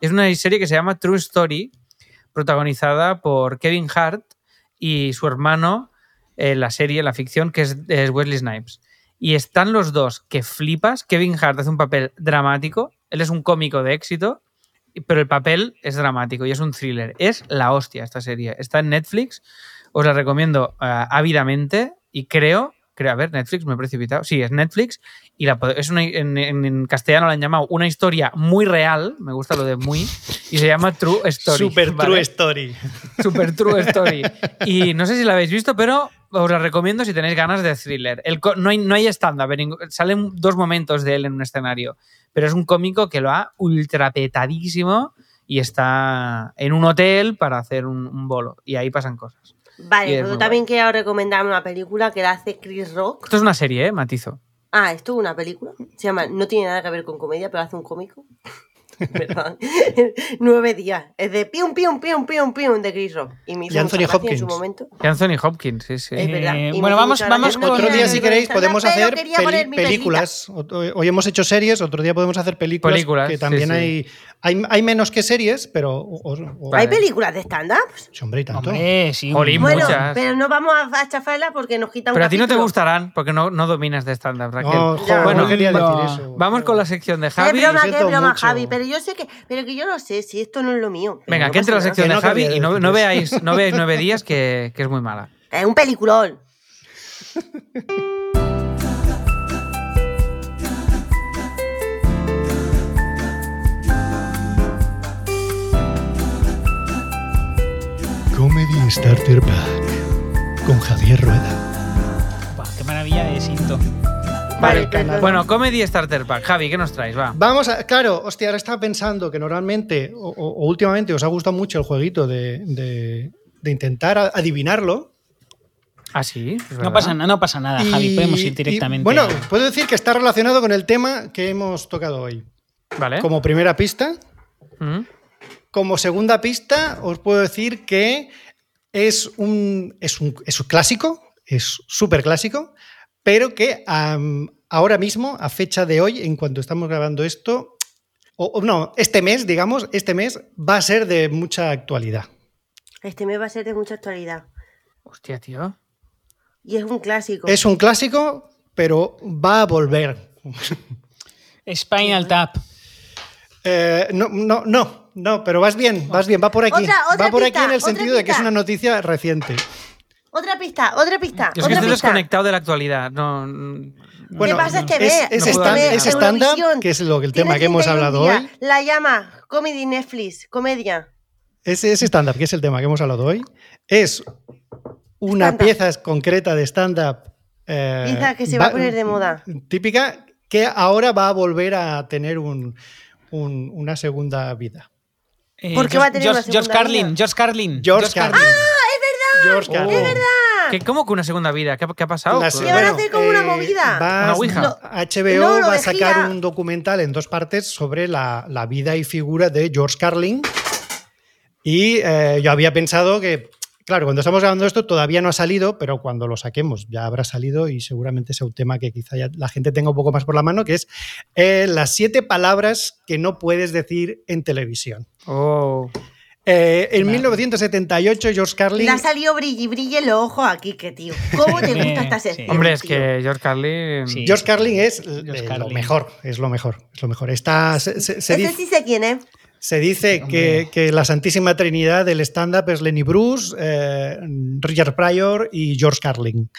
Speaker 1: Es una serie que se llama True Story, protagonizada por Kevin Hart y su hermano en la serie, en la ficción, que es, es Wesley Snipes. Y están los dos que flipas. Kevin Hart hace un papel dramático. Él es un cómico de éxito, y- pero el papel es dramático y es un thriller. Es la hostia esta serie. Está en Netflix. Os la recomiendo ah, ávidamente y creo, creo, a ver, Netflix, me he precipitado. Sí, es Netflix y la, pod- es una, en, en- en castellano la han llamado una historia muy real, me gusta lo de muy, y se llama True Story.
Speaker 4: Super
Speaker 1: ¿vale?
Speaker 4: true story.
Speaker 1: Super True Story. Y no sé si la habéis visto, pero os la recomiendo si tenéis ganas de thriller. El co- no hay, no hay stand-up, en ningú- salen dos momentos de él en un escenario, pero es un cómico que lo ha ultrapetadísimo y está en un hotel para hacer un, un bolo. Y ahí pasan cosas. Y
Speaker 3: Vale,
Speaker 1: es
Speaker 3: pero
Speaker 1: muy
Speaker 3: también quiero recomendar una película que la hace Chris Rock.
Speaker 1: Esto es una serie, ¿eh? Matizo.
Speaker 3: Ah, esto es una película. Se llama No tiene nada que ver con comedia, pero hace un cómico. Perdón. (laughs) Nueve días. Es de pium, pium, pium, pium, pium de Chris Rock. Y me hizo
Speaker 4: Y
Speaker 3: mucha
Speaker 4: Anthony
Speaker 3: gracia en
Speaker 4: Hopkins.
Speaker 3: su momento.
Speaker 1: Y Anthony Hopkins, sí, sí.
Speaker 3: Es
Speaker 2: Eh,
Speaker 3: verdad. Y me
Speaker 2: bueno,
Speaker 3: hizo
Speaker 2: vamos-
Speaker 3: mucha
Speaker 2: vamos
Speaker 3: gracia.
Speaker 2: con-
Speaker 4: Otro día, si queréis, podemos
Speaker 3: Pero
Speaker 4: hacer
Speaker 3: quería
Speaker 4: peli-
Speaker 3: poner mi perrita.
Speaker 4: películas. Otro- Hoy hemos hecho series, otro día podemos hacer películas.
Speaker 1: Películas,
Speaker 4: que
Speaker 1: sí,
Speaker 4: también
Speaker 1: sí.
Speaker 4: Hay, hay, hay menos que series, pero. o- o- o-
Speaker 1: Vale.
Speaker 3: ¿Hay películas de stand-ups?
Speaker 4: Sí, Hombre, y tanto.
Speaker 2: Hombre, sí.
Speaker 1: Jolín,
Speaker 2: hombre.
Speaker 3: Bueno,
Speaker 1: Muchas.
Speaker 3: pero no vamos a, a chafarla porque nos quita un
Speaker 1: Pero a ti no te
Speaker 3: capítulo.
Speaker 1: gustarán porque no, no dominas de stand-up, Raquel.
Speaker 4: No, jo,
Speaker 3: Ya.
Speaker 1: Bueno,
Speaker 4: no quería
Speaker 2: no.
Speaker 4: decir eso.
Speaker 1: Vamos con la sección de
Speaker 3: Qué
Speaker 1: Javi.
Speaker 3: broma,
Speaker 4: lo
Speaker 3: qué
Speaker 4: siento
Speaker 3: broma,
Speaker 4: mucho.
Speaker 3: Javi. Pero yo sé que, pero que yo no sé si esto no es lo mío. Pero
Speaker 1: Venga,
Speaker 3: no
Speaker 1: que entre la
Speaker 3: pasa nada.
Speaker 1: sección
Speaker 4: Que
Speaker 1: de
Speaker 4: no
Speaker 1: Javi
Speaker 4: quería
Speaker 1: y no,
Speaker 4: decir
Speaker 1: no
Speaker 4: eso.
Speaker 1: veáis, no veáis nueve días que, que es muy mala.
Speaker 3: Es un peliculón.
Speaker 4: Comedy Starter Pack con Javier Rueda.
Speaker 2: Opa, Qué maravilla de cinto.
Speaker 3: Vale, perdón.
Speaker 1: Bueno, Comedy Starter Pack. Javi, ¿qué nos traes? Va.
Speaker 4: Vamos a. Claro, hostia, ahora estaba pensando que normalmente o, o- o últimamente os ha gustado mucho el jueguito de, de- de intentar a- adivinarlo.
Speaker 1: Ah, sí. es verdad.
Speaker 2: No pasa, na- no pasa nada, Javi.
Speaker 4: Y-
Speaker 2: Podemos
Speaker 4: y,
Speaker 2: ir directamente.
Speaker 4: bueno, puedo decir que está relacionado con el tema que hemos tocado hoy.
Speaker 2: ¿Eh?
Speaker 1: Vale.
Speaker 4: Como primera pista,
Speaker 1: Mm.
Speaker 4: Como segunda pista, os puedo decir que es un, es un, es un clásico, es súper clásico, pero que am, ahora mismo, a fecha de hoy, en cuanto estamos grabando esto, o, o no, este mes, digamos, este mes va a ser de mucha actualidad.
Speaker 3: Este mes va a ser de mucha actualidad.
Speaker 1: Hostia, tío.
Speaker 3: Y es un clásico.
Speaker 4: Es un clásico, pero va a volver.
Speaker 2: Spinal Tap.
Speaker 4: Eh, no, no, no, no, pero vas bien, vas bien, va por aquí.
Speaker 3: Otra- otra
Speaker 4: va por
Speaker 3: pista,
Speaker 4: aquí en el
Speaker 3: otra
Speaker 4: sentido de que es
Speaker 3: pista.
Speaker 4: una noticia reciente.
Speaker 3: Otra pista, otra pista.
Speaker 1: Es que
Speaker 3: otra
Speaker 1: estoy
Speaker 3: pista.
Speaker 1: desconectado de la actualidad. No, mm.
Speaker 4: Bueno,
Speaker 3: ¿Qué pasa este
Speaker 4: es,
Speaker 3: mes?
Speaker 4: es
Speaker 1: No puedo
Speaker 4: stand-
Speaker 1: hablar.
Speaker 4: es stand-up,
Speaker 3: Eurovisión.
Speaker 4: que es lo,
Speaker 3: Tiene
Speaker 4: el tema que hemos
Speaker 3: 31
Speaker 4: hablado
Speaker 3: días.
Speaker 4: hoy.
Speaker 3: La llama, comedy Netflix, comedia.
Speaker 4: Ese es stand-up, que es el tema que hemos hablado hoy. Es una
Speaker 3: Stand-up.
Speaker 4: pieza concreta de stand-up. eh,
Speaker 3: Pieza que se va a poner de moda.
Speaker 4: Típica, que ahora va a volver a tener un- un- una segunda vida.
Speaker 2: Eh,
Speaker 3: ¿Por qué
Speaker 2: George-
Speaker 3: va a tener una
Speaker 2: George, George
Speaker 3: segunda
Speaker 2: Carlin,
Speaker 3: vida?
Speaker 2: George Carlin.
Speaker 4: George Carlin. George
Speaker 3: Ah,
Speaker 1: Oh.
Speaker 4: Carlin.
Speaker 1: ¿Qué- ¿Cómo que una segunda vida? ¿Qué, ha- qué ha pasado?
Speaker 4: La
Speaker 1: Pues-
Speaker 4: se-
Speaker 3: ¿Qué van a hacer con una movida?
Speaker 4: va-
Speaker 1: Una ouija.
Speaker 4: no, HBO
Speaker 3: No, lo
Speaker 4: va a
Speaker 3: de
Speaker 4: sacar
Speaker 3: gira.
Speaker 4: un documental en dos partes sobre la, la vida y figura de George Carlin. Y eh, yo había pensado que, claro, cuando estamos grabando esto todavía no ha salido, pero cuando lo saquemos ya habrá salido y seguramente sea un tema que quizá ya la gente tenga un poco más por la mano, que es eh, las siete palabras que no puedes decir en televisión.
Speaker 1: Oh.
Speaker 4: Eh, en
Speaker 2: Vale.
Speaker 4: 1978 George Carlin...
Speaker 3: Le ha salido brilli brilli en los ojos aquí, que tío. ¿Cómo te
Speaker 2: Hombre,
Speaker 3: gusta esta
Speaker 2: sí.
Speaker 3: sección?
Speaker 1: Hombre, es
Speaker 3: tío?
Speaker 1: que George Carlin.
Speaker 2: Sí.
Speaker 4: George Carlin es eh,
Speaker 2: George
Speaker 4: lo
Speaker 2: Carlin.
Speaker 4: mejor, es lo mejor, es lo mejor. Está, se, se- se
Speaker 3: Ese
Speaker 4: dice,
Speaker 3: sí sé quién es.
Speaker 4: se dice que,
Speaker 2: Hombre.
Speaker 4: que la santísima trinidad del stand-up es Lenny Bruce, eh, Richard Pryor y George Carlin.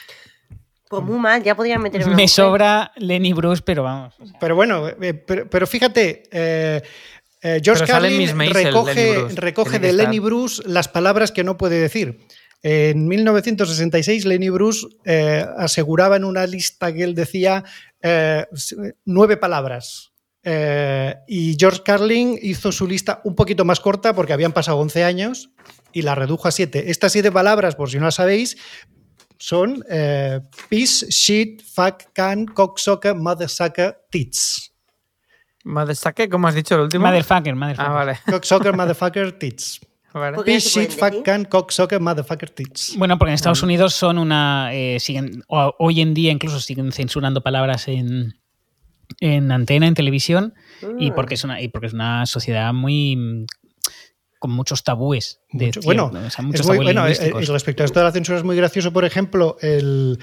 Speaker 3: Pues muy mal, ya podrían meter una
Speaker 2: Me
Speaker 3: mujer.
Speaker 2: sobra Lenny Bruce, pero vamos.
Speaker 4: Pero bueno, eh, pero, pero fíjate, eh, eh, George
Speaker 1: Pero sale
Speaker 4: Carlin
Speaker 1: Miss Maisel, Lenny
Speaker 4: recoge,
Speaker 1: Bruce.
Speaker 4: recoge
Speaker 1: Tiene que
Speaker 4: de Lenny
Speaker 1: estar.
Speaker 4: Bruce las palabras que no puede decir. En 1966, Lenny Bruce eh, aseguraba en una lista que él decía eh, s- nueve palabras. Eh, y George Carlin hizo su lista un poquito más corta porque habían pasado 11 años y la redujo a siete. Estas siete palabras, por si no las sabéis, son eh, piss, shit, fuck, can, cocksucker, mothersucker, tits.
Speaker 1: Motherfucker, ¿cómo has dicho el último?
Speaker 2: Motherfucker, motherfucker.
Speaker 1: Ah, vale.
Speaker 4: Cocksucker motherfucker tits.
Speaker 1: vale.
Speaker 3: Porque-
Speaker 4: Piss
Speaker 3: se pueden
Speaker 4: shit fuck
Speaker 3: decir?
Speaker 4: can cocksucker motherfucker tits.
Speaker 2: Bueno, porque en Estados Unidos son una. eh, siguen, o- hoy en día incluso siguen censurando palabras en, en antena, en televisión, y,
Speaker 3: Mm.
Speaker 2: porque es una, y porque es una sociedad muy. mm, con muchos tabúes. de
Speaker 4: Mucho-
Speaker 2: cier-
Speaker 4: bueno,
Speaker 2: o sea,
Speaker 4: Es
Speaker 2: muchos
Speaker 4: muy-
Speaker 2: tabúes
Speaker 4: bueno, eh, eh,
Speaker 2: lingüísticos.
Speaker 4: respecto a esto de la censura es muy gracioso, por ejemplo, el,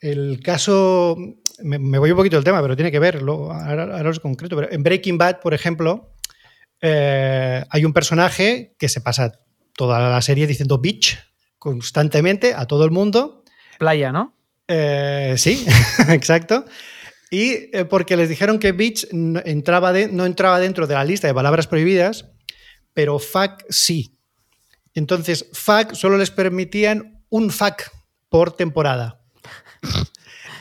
Speaker 4: el caso, me, me voy un poquito del tema, pero tiene que ver, lo- ahora, ahora os concreto, pero en Breaking Bad, por ejemplo, eh, hay un personaje que se pasa toda la serie diciendo bitch constantemente a todo el mundo.
Speaker 1: Playa, ¿no?
Speaker 4: Eh, sí, (laughs) exacto. Y eh, porque les dijeron que bitch no entraba, de- no entraba dentro de la lista de palabras prohibidas, pero fuck sí. Entonces, fuck solo les permitían un fuck por temporada.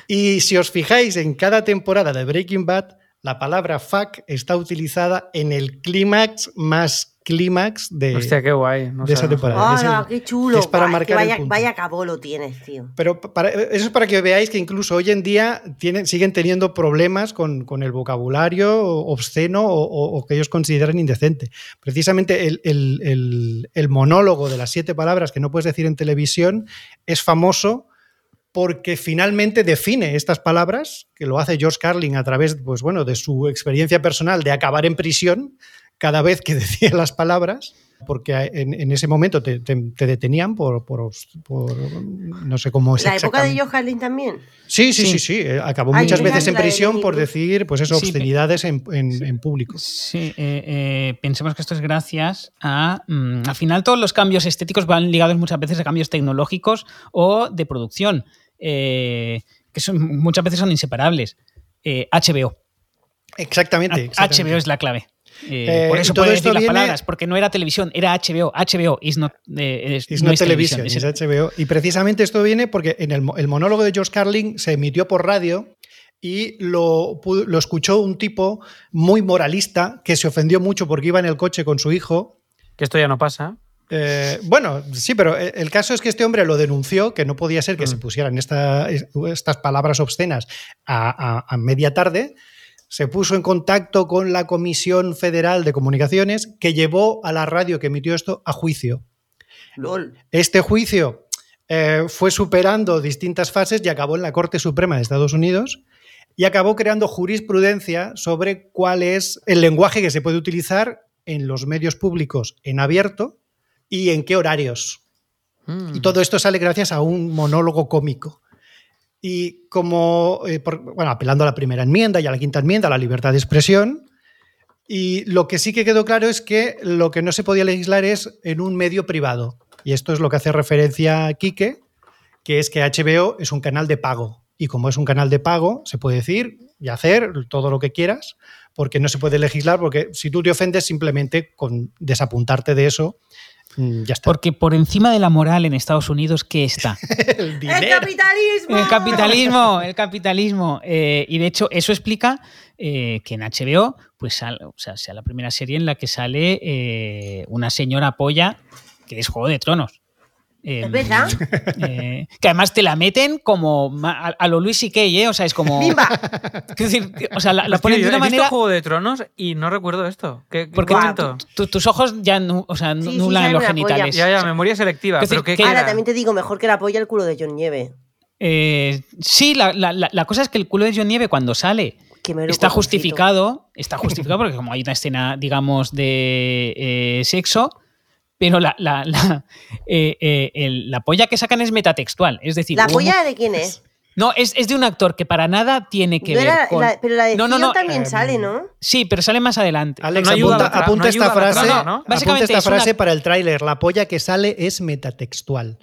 Speaker 4: Y si os fijáis en cada temporada de Breaking Bad, la palabra fuck está utilizada en el clímax más clímax de,
Speaker 1: Hostia, qué guay. no
Speaker 4: de esa
Speaker 1: sabemos.
Speaker 4: temporada.
Speaker 3: ¡Hala,
Speaker 4: Ese-
Speaker 3: Ah, qué chulo!
Speaker 4: es para
Speaker 3: Guau,
Speaker 4: marcar el
Speaker 3: vaya,
Speaker 4: punto.
Speaker 3: vaya cabo lo tienes, tío.
Speaker 4: Pero pa- para- eso es para que veáis que incluso hoy en día tienen, siguen teniendo problemas con, con el vocabulario obsceno o, o- o que ellos consideran indecente. Precisamente el, el- el- el monólogo de las siete palabras que no puedes decir en televisión es famoso porque finalmente define estas palabras, que lo hace George Carlin a través pues, bueno, de su experiencia personal de acabar en prisión cada vez que (laughs) decía las palabras porque en, en ese momento te, te- te detenían por, por obs- por- no sé cómo es
Speaker 3: ¿La época de
Speaker 4: Pues exactamente.
Speaker 3: Joe Harlan también?
Speaker 4: Sí, sí,
Speaker 2: Sí.
Speaker 4: sí, sí, eh, Acabó
Speaker 3: Ah,
Speaker 4: muchas
Speaker 2: yo
Speaker 3: pensaba
Speaker 4: veces en
Speaker 3: que la de
Speaker 4: prisión
Speaker 3: Lenny
Speaker 4: por
Speaker 3: Bruce.
Speaker 4: decir, pues eso,
Speaker 2: Sí, pe-
Speaker 4: obscenidades en, en- en público.
Speaker 2: Sí, eh, eh, pensemos que esto es gracias a. mm, al final, todos los cambios estéticos van ligados muchas veces a cambios tecnológicos o de producción, eh, que son, muchas veces son inseparables. Eh, HBO.
Speaker 4: Exactamente. exactamente.
Speaker 2: HBO es la clave. Eh,
Speaker 4: Eh,
Speaker 2: por eso
Speaker 4: y todo
Speaker 2: puedo
Speaker 4: esto
Speaker 2: decir las
Speaker 4: viene-
Speaker 2: palabras, porque no era televisión, era HBO. HBO is not, eh, es-
Speaker 4: It's
Speaker 2: no
Speaker 4: not
Speaker 2: es
Speaker 4: television,
Speaker 2: televisión. es-
Speaker 4: it's HBO. Y precisamente esto viene porque en el, mo- el monólogo de George Carlin se emitió por radio y lo, pu- lo escuchó un tipo muy moralista que se ofendió mucho porque iba en el coche con su hijo
Speaker 1: Que esto ya no pasa.
Speaker 4: Eh, bueno, sí, pero eh, el caso es que este hombre lo denunció, que no podía ser que
Speaker 1: Mm.
Speaker 4: se pusieran esta- es- estas palabras obscenas a, a- a media tarde. Se puso en contacto con la Comisión Federal de Comunicaciones, que llevó a la radio que emitió esto a juicio.
Speaker 3: LOL.
Speaker 4: Este juicio eh, fue superando distintas fases y acabó en la Corte Suprema de Estados Unidos y acabó creando jurisprudencia sobre cuál es el lenguaje que se puede utilizar en los medios públicos en abierto y en qué horarios.
Speaker 1: Mm.
Speaker 4: Y todo esto sale gracias a un monólogo cómico. Y como, eh, por- bueno, apelando a la primera enmienda y a la quinta enmienda, a la libertad de expresión. Y lo que sí que quedó claro es que lo que no se podía legislar es en un medio privado. Y esto es lo que hace referencia a Quique, que es que HBO es un canal de pago. Y como es un canal de pago, se puede decir y hacer todo lo que quieras, porque no se puede legislar, porque si tú te ofendes, simplemente con desapuntarte de eso, mm, ya está.
Speaker 2: Porque por encima de la moral en Estados Unidos, ¿qué está?
Speaker 4: (laughs) El
Speaker 3: ¡El
Speaker 4: dinero.
Speaker 3: capitalismo!
Speaker 2: El capitalismo, el capitalismo. Eh, y de hecho, eso explica eh, que en HBO, pues sal- o sea, sea la primera serie en la que sale eh, una señora polla, que es Juego de Tronos. Eh,
Speaker 3: Es verdad.
Speaker 2: eh, que además te la meten como ma- a, a lo Luis y ¿eh? O sea, es como. (laughs)
Speaker 3: ¡Bimba!
Speaker 2: Quiero decir, que- o sea, la, la
Speaker 1: Hostia,
Speaker 2: ponen de
Speaker 1: yo
Speaker 2: una
Speaker 1: he visto
Speaker 2: manera.
Speaker 1: Juego de Tronos y no recuerdo esto. ¿Qué, qué
Speaker 2: Porque
Speaker 3: Guau,
Speaker 1: bonito.
Speaker 2: tu- tu- tus ojos ya nu- o sea, nu-
Speaker 3: Sí, sí,
Speaker 2: nublan
Speaker 3: sale
Speaker 2: los
Speaker 3: una polla.
Speaker 2: genitales.
Speaker 1: Ya, ya, memoria selectiva.
Speaker 2: Quiero
Speaker 1: pero
Speaker 2: decir,
Speaker 1: ¿qué
Speaker 2: que-
Speaker 1: era?
Speaker 3: Ahora, también te digo, mejor que la polla el culo de John Nieve.
Speaker 2: Eh, sí, la, la- la- la cosa es que el culo de John Nieve cuando sale
Speaker 3: Que me lo
Speaker 2: está
Speaker 3: cojoncito.
Speaker 2: justificado, está justificado porque como hay una escena, digamos, de eh, sexo, pero la, la, la, eh, eh, el- la polla que sacan es metatextual. Es decir,
Speaker 3: ¿La
Speaker 2: hubo
Speaker 3: polla
Speaker 2: mu-
Speaker 3: de quién es?
Speaker 2: no, es, es de un actor que para nada tiene que
Speaker 3: No
Speaker 2: ver
Speaker 3: era-
Speaker 2: con...
Speaker 3: la- pero la de
Speaker 2: No, no,
Speaker 3: Theon
Speaker 2: no,
Speaker 3: también
Speaker 4: eh,
Speaker 3: sale, ¿no?
Speaker 2: Sí, pero sale más adelante.
Speaker 4: Alex,
Speaker 1: No ayuda
Speaker 4: apunta,
Speaker 1: a la tra-
Speaker 4: apunta
Speaker 1: no
Speaker 4: esta
Speaker 1: ayuda a la
Speaker 4: frase,
Speaker 1: trama, ¿no?
Speaker 4: apunta
Speaker 2: Básicamente
Speaker 4: esta
Speaker 2: es una-
Speaker 4: frase para el tráiler. La polla que sale es metatextual.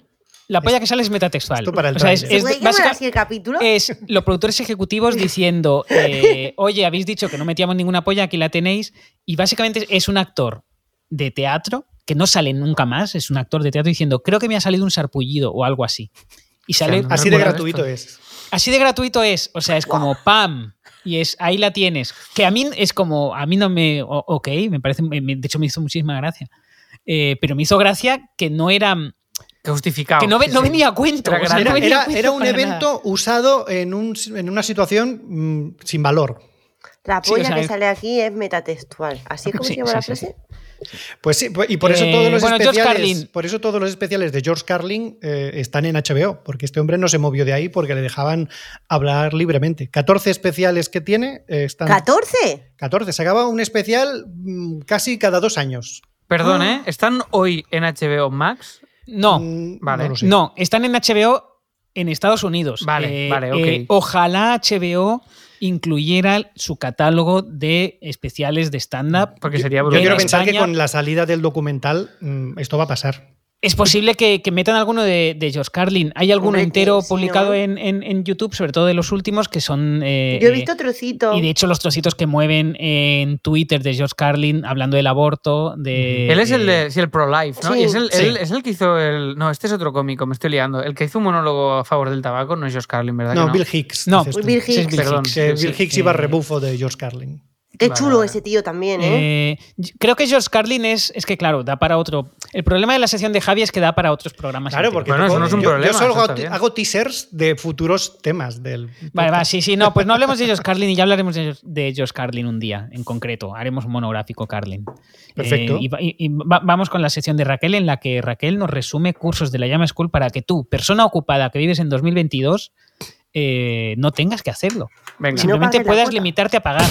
Speaker 2: La polla que sale es metatextual.
Speaker 4: Esto para el
Speaker 2: O sea, es-
Speaker 4: trailer.
Speaker 3: ¿Se
Speaker 2: es
Speaker 3: puede llamar
Speaker 2: básica- eh,
Speaker 3: así el capítulo?
Speaker 2: es los productores ejecutivos diciendo, eh, oye, habéis dicho que no metíamos ninguna polla, aquí la tenéis. Y básicamente es un actor de teatro que no sale nunca más, es un actor de teatro diciendo, creo que me ha salido un sarpullido o algo así. Y
Speaker 1: O sea,
Speaker 2: sale
Speaker 1: no
Speaker 4: Así de
Speaker 1: recuerdo
Speaker 4: gratuito es.
Speaker 2: así de gratuito es, o sea, es como pam y es ahí la tienes. Que a mí es como a mí no me o- ok, me parece me- me- de hecho me hizo muchísima gracia. Eh, pero me hizo gracia que no era
Speaker 1: Que justificado.
Speaker 2: que no, ve-
Speaker 1: sí,
Speaker 2: no
Speaker 1: sí.
Speaker 2: venía a cuento.
Speaker 1: Era
Speaker 2: o sea, no
Speaker 4: Era,
Speaker 1: gratuito.
Speaker 2: venía a
Speaker 4: era-
Speaker 2: cuento
Speaker 4: era un
Speaker 2: para nada.
Speaker 4: evento usado en, un- en una situación mm, sin valor.
Speaker 3: La
Speaker 2: Sí,
Speaker 3: polla
Speaker 2: o sea,
Speaker 3: que
Speaker 2: es-
Speaker 3: sale aquí es metatextual. ¿Así es como
Speaker 2: Sí,
Speaker 3: se llama
Speaker 2: sí,
Speaker 3: la
Speaker 2: sí,
Speaker 3: frase?
Speaker 4: Pues sí, pues- y por eso
Speaker 2: Eh,
Speaker 4: todos los
Speaker 2: bueno, George
Speaker 4: especiales.
Speaker 2: Carlin.
Speaker 4: Por eso todos los especiales de George Carlin eh, están en HBO, porque este hombre no se movió de ahí porque le dejaban hablar libremente. 14 especiales que tiene eh, están.
Speaker 3: ¿14?
Speaker 4: 14. Se acaba un especial mm, casi cada dos años.
Speaker 1: Perdón,
Speaker 4: Ah.
Speaker 1: ¿eh? ¿Están hoy en HBO Max?
Speaker 2: No,
Speaker 4: Mm,
Speaker 1: vale.
Speaker 4: No lo sé.
Speaker 2: Oh, no, están en HBO en Estados Unidos. Eh,
Speaker 1: Vale, vale, ok.
Speaker 2: ojalá HBO incluyera su catálogo de especiales de stand-up.
Speaker 1: Porque sería
Speaker 4: Yo
Speaker 1: brutal.
Speaker 4: quiero
Speaker 2: en
Speaker 4: pensar que
Speaker 2: España-
Speaker 4: con la salida del documental mm, esto va a pasar.
Speaker 2: Es posible que, que metan alguno de, de George Carlin. Hay alguno
Speaker 3: Hombre, que
Speaker 2: entero
Speaker 3: sí,
Speaker 2: publicado
Speaker 3: ¿no?
Speaker 2: en, en- en YouTube, sobre todo de los últimos, que son... eh,
Speaker 3: Yo he
Speaker 2: eh,
Speaker 3: visto trocitos.
Speaker 2: Y de hecho los trocitos que mueven en Twitter de George Carlin hablando del aborto, de...
Speaker 1: Él es el de sí, el pro-life, ¿no?
Speaker 3: Sí.
Speaker 1: Y es, el,
Speaker 4: Sí.
Speaker 1: él- es el que hizo el. No, este es otro cómico, me estoy liando. El que hizo un monólogo a favor del tabaco no es Josh Carlin, ¿verdad? que
Speaker 4: No, pues Bill Hicks.
Speaker 2: No,
Speaker 4: dices tú.
Speaker 3: Bill Hicks.
Speaker 2: ese es Bill
Speaker 1: Perdón.
Speaker 2: Hicks.
Speaker 4: Que
Speaker 1: Sí,
Speaker 4: Bill
Speaker 1: sí,
Speaker 4: Hicks iba
Speaker 2: eh,
Speaker 4: rebufo de George Carlin.
Speaker 3: Qué
Speaker 1: Vale,
Speaker 3: chulo
Speaker 1: vale.
Speaker 3: ese tío también, ¿eh?
Speaker 2: Eh, yo- creo que George Carlin es, es que, claro, da para otro. El problema de la sesión de Javi es que da para otros programas.
Speaker 4: Claro,
Speaker 2: enteros.
Speaker 4: porque
Speaker 1: Bueno,
Speaker 4: tú-
Speaker 1: eso no es un
Speaker 4: yo,
Speaker 1: problema,
Speaker 4: yo solo
Speaker 1: eso
Speaker 4: hago,
Speaker 1: está bien.
Speaker 4: hago teasers de futuros temas del.
Speaker 2: Vale, va, sí, sí, no, pues no hablemos de George Carlin y ya hablaremos de George- de George Carlin un día en concreto. Haremos un monográfico Carlin.
Speaker 4: Perfecto.
Speaker 2: Eh, y va- y y va- vamos con la sección de Raquel en la que Raquel nos resume cursos de la Llama School para que tú, persona ocupada que vives en 2022, eh, no tengas que hacerlo.
Speaker 1: Venga.
Speaker 3: Si no-
Speaker 2: Simplemente
Speaker 3: pagues la
Speaker 2: puedas
Speaker 3: cuota.
Speaker 2: limitarte a pagar.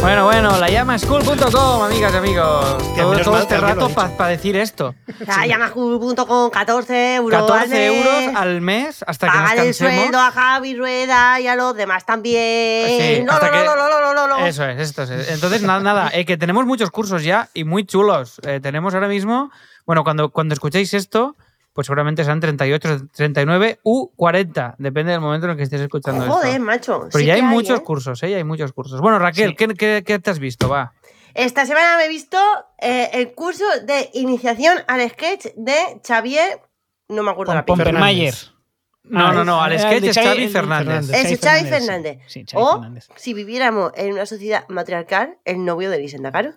Speaker 1: Bueno, bueno, la llama school.com, amigas y amigos. todo
Speaker 4: menos
Speaker 1: todo
Speaker 4: mal que
Speaker 1: este
Speaker 4: alguien lo ha
Speaker 1: rato
Speaker 4: dicho.
Speaker 1: para decir esto.
Speaker 3: Ah, Yamahu.com, 14 euros.
Speaker 1: 14
Speaker 3: ¿vale?
Speaker 1: euros al mes hasta que nos
Speaker 3: Pagar el
Speaker 1: cansemos.
Speaker 3: sueldo a Javi Rueda y a los demás también.
Speaker 1: Sí,
Speaker 3: no,
Speaker 1: hasta
Speaker 3: no,
Speaker 1: que-
Speaker 3: no, no, no, no, no, no.
Speaker 1: Eso es, esto es. Entonces, nada, nada, eh, que tenemos muchos cursos ya y muy chulos. Eh, tenemos ahora mismo, bueno, cuando, cuando escuchéis esto, pues seguramente serán 38, 39 u 40, depende del momento en el que estéis escuchando
Speaker 3: Joder,
Speaker 1: esto.
Speaker 3: macho.
Speaker 1: Pero
Speaker 3: sí
Speaker 1: ya hay
Speaker 3: que
Speaker 1: muchos
Speaker 3: ¿eh?
Speaker 1: cursos, ¿eh? Ya hay muchos cursos. Bueno, Raquel,
Speaker 2: Sí.
Speaker 1: ¿qué, qué, qué te has visto? Va.
Speaker 3: Esta semana me he visto eh, el curso de iniciación al sketch de Xavier. No me acuerdo la
Speaker 2: Con
Speaker 3: pista.
Speaker 2: Pompermayer.
Speaker 1: No,
Speaker 2: Ah,
Speaker 1: no, no, al
Speaker 2: el-
Speaker 1: sketch
Speaker 2: el
Speaker 1: es
Speaker 2: Xavi-
Speaker 1: Xavi
Speaker 2: el-
Speaker 1: Fernández.
Speaker 4: Fernández.
Speaker 3: Ese
Speaker 2: Xavi
Speaker 3: Xavi
Speaker 2: Fernández, sí.
Speaker 3: Fernández. Oh.
Speaker 2: Sí, Xavi
Speaker 3: O
Speaker 2: Fernández.
Speaker 3: si viviéramos en una sociedad matriarcal, el novio de Lisenda Caro.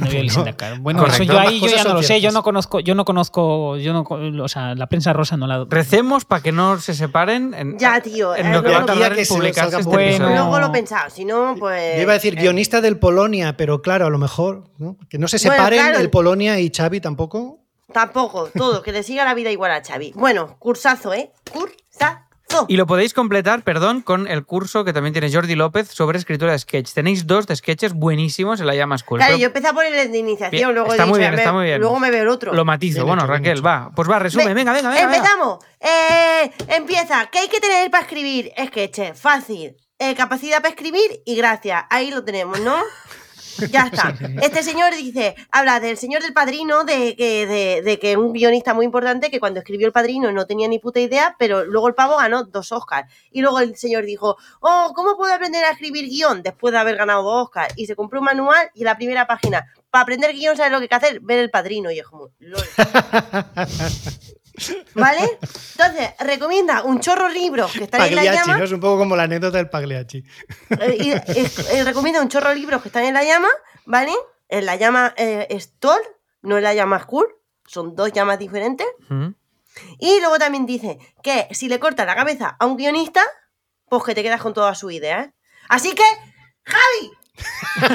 Speaker 1: (laughs)
Speaker 2: novio de Lisenda Caro. Bueno,
Speaker 1: Correcto.
Speaker 2: eso yo ahí
Speaker 4: Ambas
Speaker 2: yo ya
Speaker 4: cosas
Speaker 2: no
Speaker 4: son
Speaker 2: lo sé. Yo
Speaker 4: ciertas.
Speaker 2: no conozco, yo no conozco, yo no, con- o sea, la prensa rosa no la.
Speaker 1: Recemos para que no se separen. En,
Speaker 3: Ya, tío.
Speaker 1: en
Speaker 3: eh,
Speaker 1: lo que va a
Speaker 3: luego-
Speaker 4: tardar
Speaker 1: tardar
Speaker 4: que
Speaker 1: en
Speaker 4: se nos
Speaker 1: publicarse
Speaker 4: salga
Speaker 1: este
Speaker 2: bueno.
Speaker 1: episodio.
Speaker 3: Luego lo
Speaker 2: No.
Speaker 3: he pensado, si no, pues.
Speaker 4: Yo iba a decir guionista del Polonia, pero claro, a lo mejor ¿no? que no se separen
Speaker 3: claro.
Speaker 4: el Polonia y Xavi tampoco.
Speaker 3: Tampoco, todo, que le siga la vida igual a Xavi. Bueno, cursazo, ¿eh? Cursazo.
Speaker 1: Y lo podéis completar, perdón, con el curso que también tiene Jordi López sobre escritura de sketch. Tenéis dos de sketches buenísimos en la llama school.
Speaker 3: Claro,
Speaker 1: Pero
Speaker 3: yo empecé a poner el de
Speaker 1: Bien,
Speaker 3: iniciación, luego he
Speaker 1: está muy
Speaker 3: dicho,
Speaker 1: bien,
Speaker 3: a ver,
Speaker 1: está muy bien.
Speaker 3: Luego me veo el otro.
Speaker 1: Lo matizo.
Speaker 4: Bien
Speaker 1: bueno,
Speaker 4: hecho, bien
Speaker 1: Raquel,
Speaker 4: hecho.
Speaker 1: va. Pues va, resume.
Speaker 3: Ve-
Speaker 1: venga, venga, venga. venga.
Speaker 3: Empezamos. Eh, empieza. ¿Qué hay que tener para escribir? Sketch, fácil. Eh, capacidad para escribir y gracias. Ahí lo
Speaker 1: (laughs)
Speaker 3: tenemos, ¿no? Ya está. Este señor dice, habla del señor del padrino, de que, de, de que un guionista muy importante que cuando escribió el padrino no tenía ni puta idea, pero luego el pavo ganó dos Oscars. Y luego el señor dijo, oh, ¿cómo puedo aprender a escribir guión después de haber ganado dos Oscars? Y se compró un manual y en la primera página, para aprender guión, ¿sabes lo que hay que hacer? Ver el padrino. Y es como, lol. ¿Vale? Entonces, recomienda un chorro de libros que están en la
Speaker 4: Pagliacci,
Speaker 3: llama.
Speaker 4: ¿no? Es un poco como la anécdota del Pagliacci.
Speaker 3: eh, y, eh, eh, recomienda un chorro de libros que están en la llama, ¿vale? En la llama eh, Store, no en la llama School. Son dos llamas diferentes.
Speaker 1: Ujú.
Speaker 3: Y luego también dice que si le cortas la cabeza a un guionista, pues que te quedas con todas sus ideas. ¿eh? Así que, ¡Javi!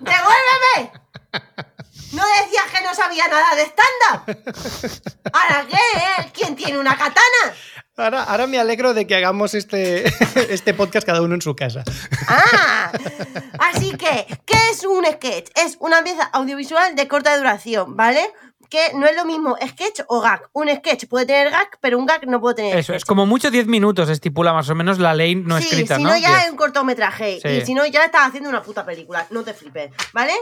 Speaker 3: ¡Devuélveme! ¿No decías que no sabía nada de stand-up? ¿Ahora qué? eh? ¿Quién tiene una katana?
Speaker 4: Ahora, ahora me alegro de que hagamos este, (laughs) este podcast cada uno en su casa.
Speaker 3: ¡Ah! Así que, ¿qué es un sketch? Es una pieza audiovisual de corta duración, ¿vale? Que no es lo mismo sketch o gag. Un sketch puede tener gag, pero un gag no puede tener.
Speaker 1: Eso es como mucho 10 minutos, estipula más o menos la ley no
Speaker 3: sí,
Speaker 1: escrita,
Speaker 3: si
Speaker 1: ¿no?
Speaker 3: no, ya
Speaker 1: Diez.
Speaker 3: es un cortometraje.
Speaker 1: Sí.
Speaker 3: Y si no, ya estás haciendo una puta película. No te flipes, ¿vale?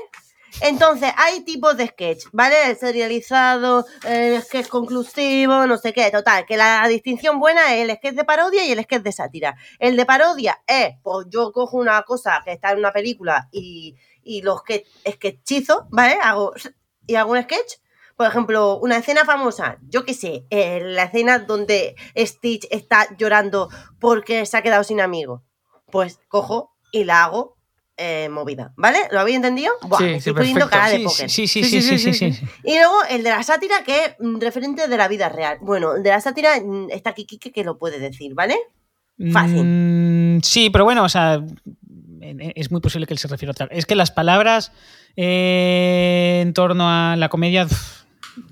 Speaker 3: Entonces, hay tipos de sketch, ¿vale? El serializado, el sketch conclusivo, no sé qué. Total, que la distinción buena es el sketch de parodia y el sketch de sátira. El de parodia es, pues yo cojo una cosa que está en una película y, y lo ske- sketchizo, ¿vale? Hago y hago un sketch. Por ejemplo, una escena famosa, yo qué sé, eh, la escena donde Stitch está llorando porque se ha quedado sin amigos. Pues cojo y la hago eh, movida, ¿vale? ¿Lo habéis entendido? Buah,
Speaker 1: Sí,
Speaker 3: me
Speaker 1: sí,
Speaker 3: estoy poniendo
Speaker 1: perfecto.
Speaker 3: cara de
Speaker 2: Sí,
Speaker 3: póker.
Speaker 2: sí, sí,
Speaker 1: Sí,
Speaker 2: sí,
Speaker 1: sí,
Speaker 2: sí,
Speaker 1: sí,
Speaker 2: sí, sí.
Speaker 1: sí.
Speaker 3: Y luego el de la sátira, que es mm, referente de la vida real. Bueno, el de la sátira mm, está aquí Quique que lo puede decir, ¿vale? Fácil.
Speaker 2: Mm, sí, pero bueno, o sea, en- en- es muy posible que él se refiera a otra. Es que las palabras eh, en torno a la comedia uf,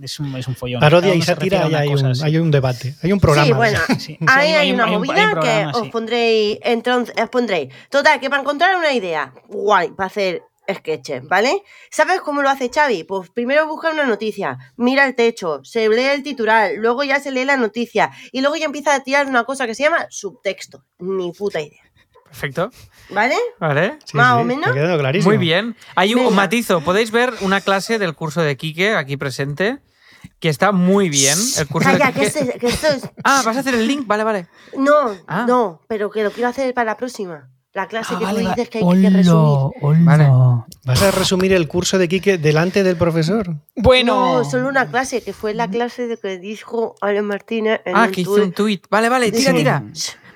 Speaker 2: es un, es un follón.
Speaker 4: Parodia
Speaker 2: Cada
Speaker 4: y
Speaker 2: uno se refiere
Speaker 4: sátira,
Speaker 2: a
Speaker 4: ya
Speaker 2: una
Speaker 4: hay,
Speaker 2: cosa,
Speaker 4: un,
Speaker 2: sí.
Speaker 4: hay un debate, hay un programa.
Speaker 3: sí, bueno,
Speaker 4: (laughs)
Speaker 2: sí, sí.
Speaker 3: ahí
Speaker 2: Sí,
Speaker 3: hay, una
Speaker 2: un-
Speaker 3: movida
Speaker 2: hay un programa,
Speaker 3: que
Speaker 2: sí.
Speaker 3: os pondréis, entonces, os pondréis. Total, que para encontrar una idea guay para hacer sketches, ¿vale? ¿Sabes cómo lo hace Xavi? Pues primero busca una noticia, mira el techo, se lee el titular, luego ya se lee la noticia y luego ya empieza a tirar una cosa que se llama subtexto. Ni puta idea,
Speaker 1: Perfecto.
Speaker 3: ¿vale?
Speaker 1: Vale.
Speaker 4: Sí,
Speaker 3: más
Speaker 4: sí,
Speaker 3: o menos.
Speaker 4: está quedando clarísimo.
Speaker 1: Muy bien. Hay un
Speaker 3: Venga.
Speaker 1: matizo. Podéis ver una clase del curso de Quique aquí presente, que está muy bien. El curso de
Speaker 3: Calla, que,
Speaker 1: Quique-
Speaker 3: este- que esto es...
Speaker 1: Ah, ¿vas a hacer el link? Vale, vale.
Speaker 3: No,
Speaker 1: Ah.
Speaker 3: no, pero que lo quiero hacer para la próxima. La clase
Speaker 2: Ah,
Speaker 3: que
Speaker 2: vale,
Speaker 3: tú
Speaker 2: va-
Speaker 3: dices que hay que resumir.
Speaker 2: Olo, olo.
Speaker 1: Vale.
Speaker 4: ¿Vas a resumir el curso de Quique delante del profesor?
Speaker 2: Bueno, Mm.
Speaker 3: No, solo una clase, que fue la clase de que dijo Ale Martínez en
Speaker 1: Ah,
Speaker 3: un
Speaker 1: que hice
Speaker 3: tuit.
Speaker 1: un tuit. Vale, vale, tira,
Speaker 3: Sí.
Speaker 1: tira.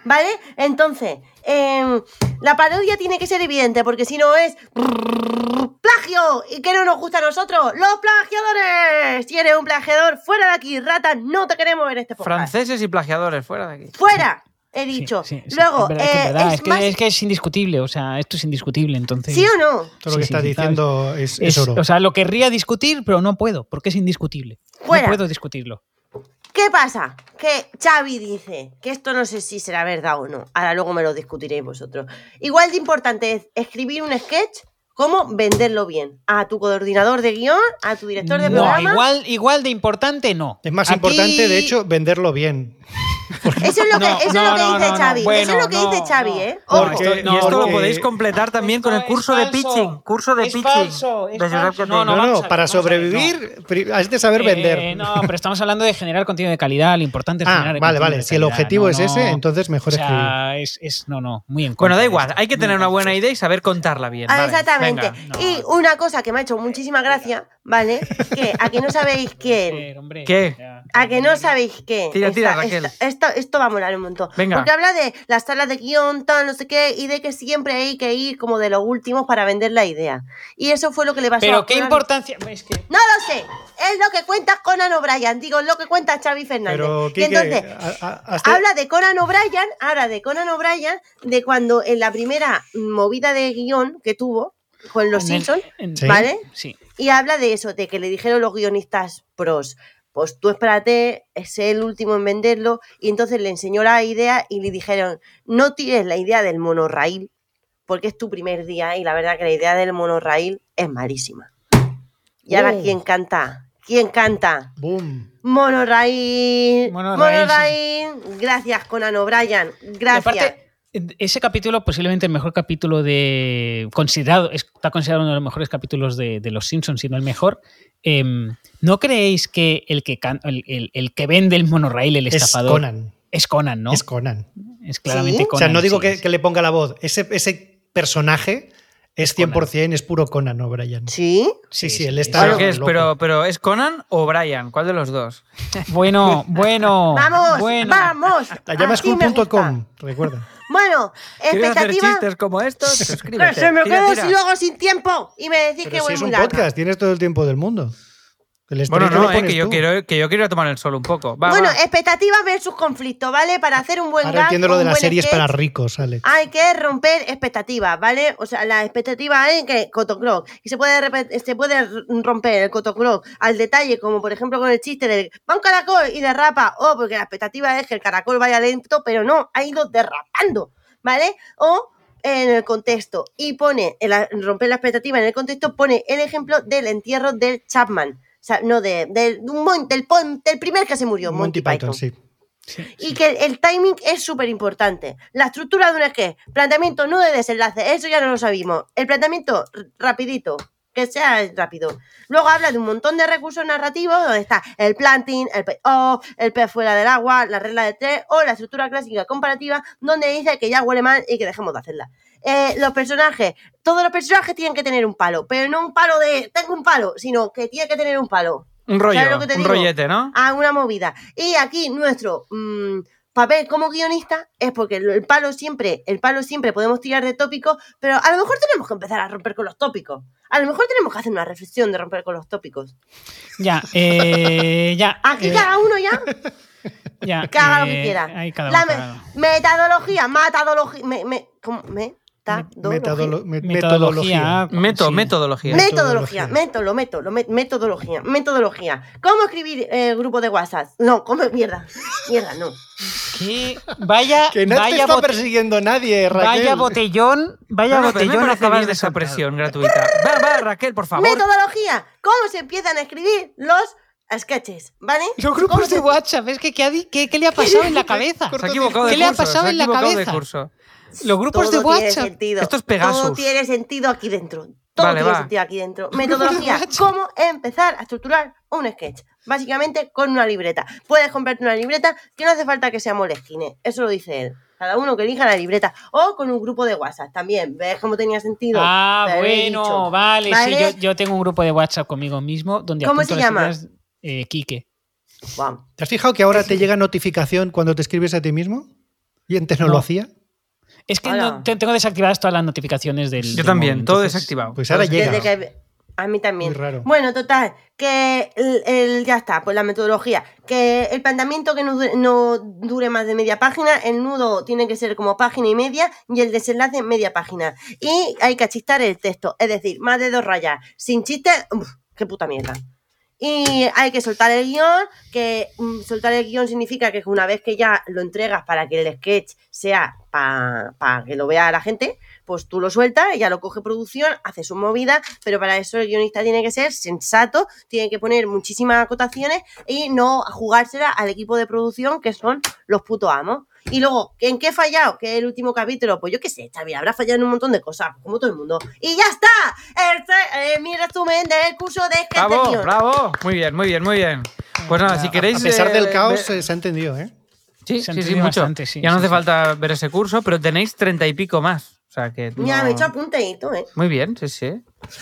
Speaker 3: ¿Vale? Entonces, em, la parodia tiene que ser evidente, porque si no es plagio. ¿Y qué no nos gusta a nosotros? ¡Los plagiadores! Si eres un plagiador, fuera de aquí, rata, no te queremos en este podcast.
Speaker 1: Franceses y plagiadores, fuera de aquí.
Speaker 3: ¡Fuera! He
Speaker 2: sí,
Speaker 3: dicho.
Speaker 2: sí, sí,
Speaker 3: Luego,
Speaker 2: es verdad, es que
Speaker 3: eh,
Speaker 2: es verdad,
Speaker 3: es
Speaker 2: es que-
Speaker 3: más-
Speaker 2: es que es indiscutible, o sea, esto es indiscutible, entonces.
Speaker 3: ¿Sí o no?
Speaker 4: Todo lo
Speaker 2: Sí,
Speaker 4: que
Speaker 2: sí,
Speaker 4: estás
Speaker 2: sí,
Speaker 4: diciendo es, es
Speaker 2: Es-
Speaker 4: oro.
Speaker 2: o sea, lo querría discutir, pero no puedo, porque es indiscutible.
Speaker 3: Fuera.
Speaker 2: No puedo discutirlo.
Speaker 3: ¿Qué pasa? Que Xavi dice que esto no sé si será verdad o no. Ahora luego me lo discutiréis vosotros. Igual de importante es escribir un sketch como venderlo bien. A tu coordinador de guión, a tu director de
Speaker 2: No,
Speaker 3: programa.
Speaker 2: igual, igual de importante no.
Speaker 4: es más
Speaker 2: Aquí-
Speaker 4: importante, de hecho, venderlo bien.
Speaker 3: Eso es lo que,
Speaker 2: No,
Speaker 3: eso es
Speaker 2: no,
Speaker 3: lo que
Speaker 2: no,
Speaker 3: dice
Speaker 2: no, no.
Speaker 3: Xavi. eso es lo que
Speaker 2: Bueno,
Speaker 3: dice
Speaker 2: no,
Speaker 3: Xavi,
Speaker 2: no.
Speaker 3: ¿eh?
Speaker 4: No,
Speaker 3: Ojo.
Speaker 4: porque-
Speaker 1: Esto- y esto
Speaker 4: porque-
Speaker 1: lo podéis completar también
Speaker 2: Esto
Speaker 1: con el
Speaker 2: es
Speaker 1: curso de
Speaker 2: falso.
Speaker 1: pitching. Curso de
Speaker 2: Es
Speaker 1: pitching.
Speaker 2: falso, es
Speaker 1: de Josep
Speaker 2: falso.
Speaker 1: Catella.
Speaker 2: No,
Speaker 4: No,
Speaker 2: vamos a
Speaker 4: no,
Speaker 2: ver,
Speaker 4: para
Speaker 2: vamos a ver,
Speaker 4: sobrevivir pri- has de saber
Speaker 2: Eh,
Speaker 4: vender.
Speaker 2: no, pero estamos hablando de generar contenido de calidad. Lo importante es
Speaker 4: ah,
Speaker 2: generar
Speaker 4: vale,
Speaker 2: contenido
Speaker 4: vale.
Speaker 2: de
Speaker 4: Si el
Speaker 2: calidad,
Speaker 4: objetivo
Speaker 2: no,
Speaker 4: es
Speaker 2: no.
Speaker 4: ese, entonces
Speaker 2: O
Speaker 4: mejor escribir.
Speaker 2: sea, es, es- no, no, muy en contra
Speaker 1: Bueno, da
Speaker 2: de
Speaker 1: igual.
Speaker 2: esto,
Speaker 1: Hay que
Speaker 2: muy
Speaker 1: tener
Speaker 2: en
Speaker 1: una
Speaker 2: contra
Speaker 1: buena
Speaker 2: de esto.
Speaker 1: idea y saber contarla bien.
Speaker 3: Ah,
Speaker 1: Vale,
Speaker 3: Exactamente.
Speaker 1: venga.
Speaker 2: venga.
Speaker 3: Y una cosa que me ha hecho muchísima gracia, ¿vale? Que a que no sabéis quién.
Speaker 2: Joder, hombre,
Speaker 1: ¿Qué?
Speaker 2: ya.
Speaker 3: A que no sabéis qué.
Speaker 1: Tira, tira,
Speaker 3: Esta-
Speaker 1: Raquel.
Speaker 3: esta- esto, esto va a molar un montón.
Speaker 1: Venga.
Speaker 3: Porque habla de las salas de guión, tal, no sé qué, y de que siempre hay que ir como de los últimos para vender la idea. Y eso fue lo que le pasó
Speaker 2: Pero
Speaker 3: a
Speaker 2: qué
Speaker 3: Conan-
Speaker 2: importancia. Es que
Speaker 3: No lo sé. Es lo que cuenta Conan O'Brien. Digo, es lo que cuenta Xavi Fernández.
Speaker 4: Pero,
Speaker 3: y
Speaker 4: Quique,
Speaker 3: entonces,
Speaker 4: a- a- hasta-
Speaker 3: habla de Conan O'Brien, habla de Conan O'Brien, de cuando en la primera movida de guión que tuvo con los
Speaker 2: en el-
Speaker 3: Simpsons,
Speaker 2: en-
Speaker 4: Sí.
Speaker 3: ¿vale?
Speaker 2: Sí.
Speaker 3: Y habla de eso, de que le dijeron los guionistas pros, pues tú espérate, es el último en venderlo, y entonces le enseñó la idea y le dijeron, no tires la idea del monorraíl, porque es tu primer día y la verdad que la idea del monorraíl es malísima. Y ahora,
Speaker 4: Oh.
Speaker 3: ¿quién canta? ¿Quién canta?
Speaker 4: Boom.
Speaker 2: Monorraíl,
Speaker 3: Monorraíl. Monorraíl. Gracias, Conan O'Brien. Gracias.
Speaker 2: Y aparte, ese capítulo, posiblemente el mejor capítulo de. considerado, está considerado uno de los mejores capítulos de, de Los Simpsons, si no el mejor. Em, ¿No creéis que el que can- el, el- el que vende el monorraíl, el
Speaker 4: Es
Speaker 2: estafador,
Speaker 4: Conan.
Speaker 2: es Conan, ¿no?
Speaker 4: Es
Speaker 2: Es,
Speaker 4: Conan.
Speaker 2: claramente
Speaker 3: ¿Sí?
Speaker 2: Conan.
Speaker 4: O sea, no digo
Speaker 2: sí,
Speaker 4: que,
Speaker 2: sí.
Speaker 4: que le ponga la voz. Ese, ese personaje es
Speaker 2: Conan.
Speaker 4: 100%, es puro Conan, ¿no, Brian?
Speaker 3: Sí.
Speaker 4: Sí,
Speaker 2: Sí,
Speaker 4: sí,
Speaker 2: sí,
Speaker 4: él
Speaker 2: sí.
Speaker 4: está.
Speaker 1: ¿Pero qué es?
Speaker 4: loco.
Speaker 1: Pero, pero ¿es Conan o Brian? ¿Cuál de los dos?
Speaker 2: Bueno, bueno.
Speaker 3: (laughs) Vamos,
Speaker 2: bueno.
Speaker 3: vamos.
Speaker 4: (laughs) La
Speaker 3: así me gusta.
Speaker 4: llamascool.com, recuerda.
Speaker 3: Bueno,
Speaker 1: ¿Quieres hacer
Speaker 3: expectativa.
Speaker 1: chistes como
Speaker 3: (laughs)
Speaker 1: estos?
Speaker 3: Que
Speaker 1: Suscríbete.
Speaker 3: se me
Speaker 1: Tira,
Speaker 3: quedo
Speaker 1: tira.
Speaker 3: si luego sin tiempo y me decís que
Speaker 4: Pero si
Speaker 3: voy
Speaker 4: es
Speaker 3: muy
Speaker 4: un
Speaker 3: larga.
Speaker 4: podcast, tienes todo el tiempo del mundo. El
Speaker 1: Bueno,
Speaker 4: estrés te lo
Speaker 1: no, eh,
Speaker 4: pones
Speaker 1: que, yo
Speaker 4: tú.
Speaker 1: quiero, que yo quiero ir a tomar el sol un poco. Va,
Speaker 3: bueno, eh,
Speaker 1: va.
Speaker 3: expectativas versus conflicto, ¿vale? Para hacer un buen
Speaker 4: Ahora
Speaker 3: gag,
Speaker 4: entiendo
Speaker 3: un
Speaker 4: lo de las
Speaker 3: buen Ah,
Speaker 4: series
Speaker 3: sketch,
Speaker 4: para ricos, Alex.
Speaker 3: Hay que romper expectativas, ¿vale? O sea, las expectativas es que Cotoclock, y se puede, repe- se puede r- romper el Cotoclock al detalle, como por ejemplo con el chiste del va un caracol y derrapa, o porque la expectativa es que el caracol vaya lento, pero no, ha ido derrapando, ¿vale? O en el contexto, y pone, en la- romper la expectativa en el contexto, pone el ejemplo del entierro del Chapman. O sea, no, de, del, un mon- del, pon- del primer que se murió, Monty, Python
Speaker 4: sí.
Speaker 3: y que el, el timing es súper importante. La estructura de un sketch, planteamiento no de desenlace, eso ya no lo sabíamos. El planteamiento r- rapidito, que sea rápido. Luego habla de un montón de recursos narrativos donde está el planting, el payoff, el pez fuera del agua, la regla de tres o la estructura clásica comparativa donde dice que ya huele mal y que dejemos de hacerla. Eh, los personajes, todos los personajes tienen que tener un palo, pero no un palo de tengo un palo, sino que tiene que tener un palo
Speaker 1: Un
Speaker 3: ¿sabes
Speaker 1: rollo,
Speaker 3: lo que te
Speaker 1: un
Speaker 3: digo?
Speaker 1: rollete, ¿no?
Speaker 3: a una movida. Y aquí nuestro mm, papel como guionista es porque el palo siempre, el palo siempre podemos tirar de tópicos, pero a lo mejor tenemos que empezar a romper con los tópicos. A lo mejor tenemos que hacer una reflexión de romper con los tópicos.
Speaker 2: Ya, eh, ya.
Speaker 3: Aquí
Speaker 2: eh,
Speaker 3: cada
Speaker 2: (laughs)
Speaker 3: uno ya,
Speaker 2: ya,
Speaker 3: que haga lo que
Speaker 2: eh,
Speaker 3: quiera.
Speaker 2: ahí cada
Speaker 3: La
Speaker 2: uno,
Speaker 3: me-
Speaker 2: cada uno.
Speaker 3: metodología, matadología, me, me- ¿cómo? Metodología.
Speaker 4: Metodolo- me-
Speaker 2: Metodología. pues,
Speaker 1: Meto,
Speaker 2: sí.
Speaker 1: metodología.
Speaker 3: Metodología,
Speaker 4: Metodología.
Speaker 3: meto, lo meto, lo met- metodología, metodología. ¿Cómo escribir eh, grupo de WhatsApp? No, ¿cómo? Mierda, mierda, no.
Speaker 2: Qué- Vaya,
Speaker 4: Que no te
Speaker 2: vaya,
Speaker 4: está
Speaker 2: bot-
Speaker 4: persiguiendo nadie, Raquel.
Speaker 2: vaya botellón, vaya
Speaker 1: No, no, pero me
Speaker 2: botellón
Speaker 1: parece
Speaker 2: acabas
Speaker 1: bien
Speaker 2: de
Speaker 1: esa
Speaker 2: soltar.
Speaker 1: presión gratuita. Va, va, Raquel, por favor.
Speaker 3: Metodología, ¿cómo se empiezan a escribir los sketches? ¿Vale?
Speaker 2: Los
Speaker 3: ¿Cómo
Speaker 2: grupos
Speaker 3: se-
Speaker 2: de WhatsApp, es que ¿qué, ha di- qué- qué le ha pasado en la cabeza?
Speaker 1: Se ha equivocado de
Speaker 2: ¿Qué le ha
Speaker 1: curso,
Speaker 2: pasado
Speaker 1: se
Speaker 2: en la
Speaker 1: equivocado de
Speaker 2: cabeza?
Speaker 1: curso.
Speaker 2: Los grupos de
Speaker 3: Todo tiene
Speaker 2: WhatsApp.
Speaker 3: sentido.
Speaker 1: Esto es Pegasus.
Speaker 3: Todo tiene sentido aquí dentro. Todo
Speaker 1: Vale,
Speaker 3: tiene
Speaker 1: va.
Speaker 3: sentido aquí dentro. Metodología. ¿Cómo empezar a estructurar un sketch? Básicamente con una libreta. Puedes comprarte una libreta que no hace falta que sea Moleskine. Eso lo dice él. Cada uno que elija la libreta. O con un grupo de WhatsApp también. ¿Ves cómo tenía sentido?
Speaker 2: Ah,
Speaker 3: Te lo he
Speaker 2: bueno,
Speaker 3: dicho.
Speaker 2: vale, sí,
Speaker 3: ¿Vale?
Speaker 2: yo, yo tengo un grupo de WhatsApp conmigo mismo donde
Speaker 3: ¿Cómo
Speaker 2: apunto
Speaker 3: se
Speaker 2: las
Speaker 3: llama?
Speaker 2: ideas, eh, Quique.
Speaker 3: Guau.
Speaker 4: ¿Te has fijado que ahora te llega notificación cuando te escribes a ti mismo? ¿Y antes no,
Speaker 2: No.
Speaker 4: lo hacía?
Speaker 2: Es que
Speaker 3: Hola.
Speaker 2: no- te- tengo desactivadas todas las notificaciones del.
Speaker 1: Yo
Speaker 2: del
Speaker 1: también,
Speaker 2: móvil,
Speaker 1: todo
Speaker 2: entonces-
Speaker 1: desactivado.
Speaker 4: Pues ahora
Speaker 3: Desde
Speaker 4: llega.
Speaker 3: que- A mí también.
Speaker 4: Muy raro.
Speaker 3: Bueno, total, que el, el- ya está, pues la metodología. Que el planteamiento que no dure, no dure más de media página, el nudo tiene que ser como página y media y el desenlace media página. Y hay que achistar el texto, es decir, más de dos rayas. Sin chiste, uf, qué puta mierda. Y hay que soltar el guión, que mm, soltar el guión significa que una vez que ya lo entregas para que el sketch sea para que lo vea la gente, pues tú lo sueltas, ya lo coge producción, hace su movida, pero para eso el guionista tiene que ser sensato, tiene que poner muchísimas acotaciones y no jugársela al equipo de producción que son los putos amos. Y luego, ¿en qué he fallado? Que el último capítulo, pues yo qué sé, Xavi, habrá fallado en un montón de cosas, como todo el mundo. ¡Y ya está! Este, eh, mi resumen del curso de sketch de
Speaker 1: Bravo,
Speaker 3: guión.
Speaker 1: bravo. Muy bien, muy bien, muy bien. Pues nada, si
Speaker 2: A- a
Speaker 1: queréis.
Speaker 4: A pesar
Speaker 1: eh,
Speaker 4: del
Speaker 1: ve-
Speaker 4: caos eh, se ha entendido, ¿eh?
Speaker 1: Sí,
Speaker 2: Se
Speaker 1: sí, sí,
Speaker 2: entiende
Speaker 1: mucho.
Speaker 2: bastante, sí,
Speaker 1: ya no
Speaker 2: sí,
Speaker 1: hace
Speaker 2: sí.
Speaker 1: falta ver ese curso, pero tenéis treinta y pico más. O sea que.
Speaker 3: Mira,
Speaker 1: no-
Speaker 3: me he hecho apunteito, ¿eh?
Speaker 1: Muy bien, sí, sí.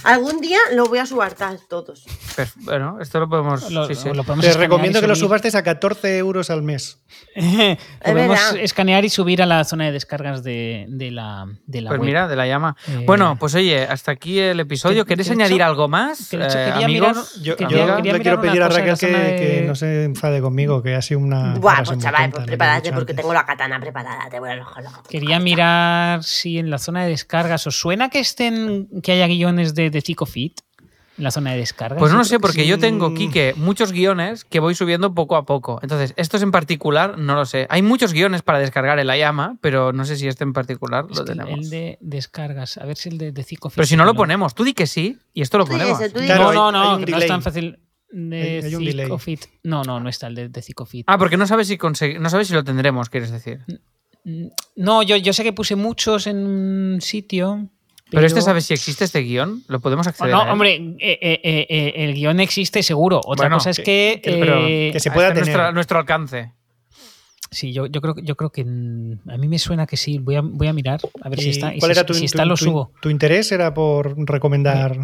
Speaker 3: Algún día los voy a subartar todos.
Speaker 1: Pero, bueno, esto lo podemos.
Speaker 2: Lo-
Speaker 1: sí, sí.
Speaker 2: lo podemos
Speaker 4: Te
Speaker 2: escanear y
Speaker 4: recomiendo que lo
Speaker 2: (laughs) subir.
Speaker 4: subastes a 14 euros al mes.
Speaker 2: Podemos
Speaker 3: verdad.
Speaker 2: escanear y subir a la zona de descargas de, de la, de la
Speaker 1: Pues
Speaker 2: web.
Speaker 1: mira, de la llama.
Speaker 2: Eh,
Speaker 1: Bueno, pues oye, hasta aquí el episodio.
Speaker 2: que-
Speaker 1: ¿Queréis
Speaker 2: que de
Speaker 1: añadir
Speaker 2: hecho-
Speaker 1: algo más?
Speaker 2: que de hecho
Speaker 1: eh,
Speaker 2: quería
Speaker 1: amigos,
Speaker 2: mirar-
Speaker 4: Yo, yo
Speaker 2: quería-
Speaker 1: amiga?
Speaker 2: quería
Speaker 4: le quiero
Speaker 2: mirar
Speaker 4: pedir
Speaker 2: una
Speaker 4: a
Speaker 2: cosa de la
Speaker 4: Raquel que,
Speaker 2: zona de-
Speaker 4: que no se enfade conmigo, que ha sido una.
Speaker 3: Buah,
Speaker 4: frase
Speaker 3: pues
Speaker 4: muy
Speaker 3: chaval,
Speaker 4: tonta
Speaker 3: pues
Speaker 4: la que he
Speaker 3: prepárate
Speaker 4: dicho
Speaker 3: porque
Speaker 4: antes.
Speaker 3: tengo la katana preparada, te voy a alojar. alojar.
Speaker 2: Quería mirar si en la zona de descargas os suena que estén que haya guiones de, de Zico Fit en la zona de descargas.
Speaker 1: Pues
Speaker 2: Yo
Speaker 1: no
Speaker 2: creo
Speaker 1: sé,
Speaker 2: que
Speaker 1: porque
Speaker 2: sí.
Speaker 1: yo tengo, Quique, muchos guiones que voy subiendo poco a poco. Entonces, estos en particular, no lo sé. Hay muchos guiones para descargar en la llama, pero no sé si este en particular
Speaker 2: Es
Speaker 1: lo
Speaker 2: que el-
Speaker 1: tenemos.
Speaker 2: El de descargas, a ver si el de, de Zico Fit.
Speaker 1: Pero si no lo ponemos, tú di que sí y esto lo
Speaker 3: Tú dices,
Speaker 1: ponemos.
Speaker 3: tú dices.
Speaker 4: Claro,
Speaker 2: no, no,
Speaker 4: hay- hay
Speaker 2: no,
Speaker 4: un
Speaker 2: que no es
Speaker 4: delay.
Speaker 2: tan fácil. De
Speaker 4: Hay- hay un
Speaker 2: Zico
Speaker 4: delay.
Speaker 2: Fit. No, no, no está el de, de Zico Fit.
Speaker 1: Ah, porque no sabes si consegui- no sabes si lo tendremos, quieres decir.
Speaker 2: Mm, No, yo, yo sé que puse muchos en un sitio.
Speaker 1: Pero, este sabes si existe este guión, lo podemos
Speaker 2: Oh,
Speaker 1: acceder.
Speaker 2: no,
Speaker 1: a él?
Speaker 2: hombre, eh, eh, eh, eh, el guión existe seguro. Otra
Speaker 1: Bueno,
Speaker 2: cosa es
Speaker 4: que-
Speaker 2: que.
Speaker 4: que-
Speaker 1: pero
Speaker 2: eh,
Speaker 4: que se
Speaker 1: Ah,
Speaker 4: pueda
Speaker 1: está a nuestra-
Speaker 4: tener.
Speaker 1: a nuestro alcance.
Speaker 2: Sí, yo, yo creo, yo creo que. mm, A mí me suena que sí. Voy a, voy a mirar a ver si
Speaker 4: ¿Y
Speaker 2: está. y
Speaker 4: ¿Cuál
Speaker 2: si,
Speaker 4: era tu,
Speaker 2: si
Speaker 4: tu-
Speaker 2: está, lo
Speaker 4: tu-
Speaker 2: subo.
Speaker 4: tu interés? ¿Era por recomendar?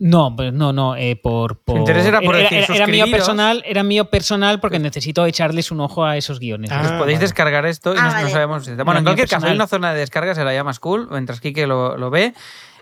Speaker 2: No, pues no, no. eh, por, por-
Speaker 1: interés era por decir,
Speaker 2: mío
Speaker 1: suscribiros.
Speaker 2: personal, era mío personal porque necesito echarles un ojo a esos guiones.
Speaker 4: Ah,
Speaker 2: ¿no?
Speaker 1: Podéis
Speaker 4: vale.
Speaker 1: descargar esto y
Speaker 3: Ah,
Speaker 1: no, no
Speaker 3: vale.
Speaker 1: sabemos. Bueno, en
Speaker 2: mío
Speaker 1: cualquier caso, hay
Speaker 2: personal.
Speaker 1: una zona de descargas se la llama School, mientras Kike lo, lo ve.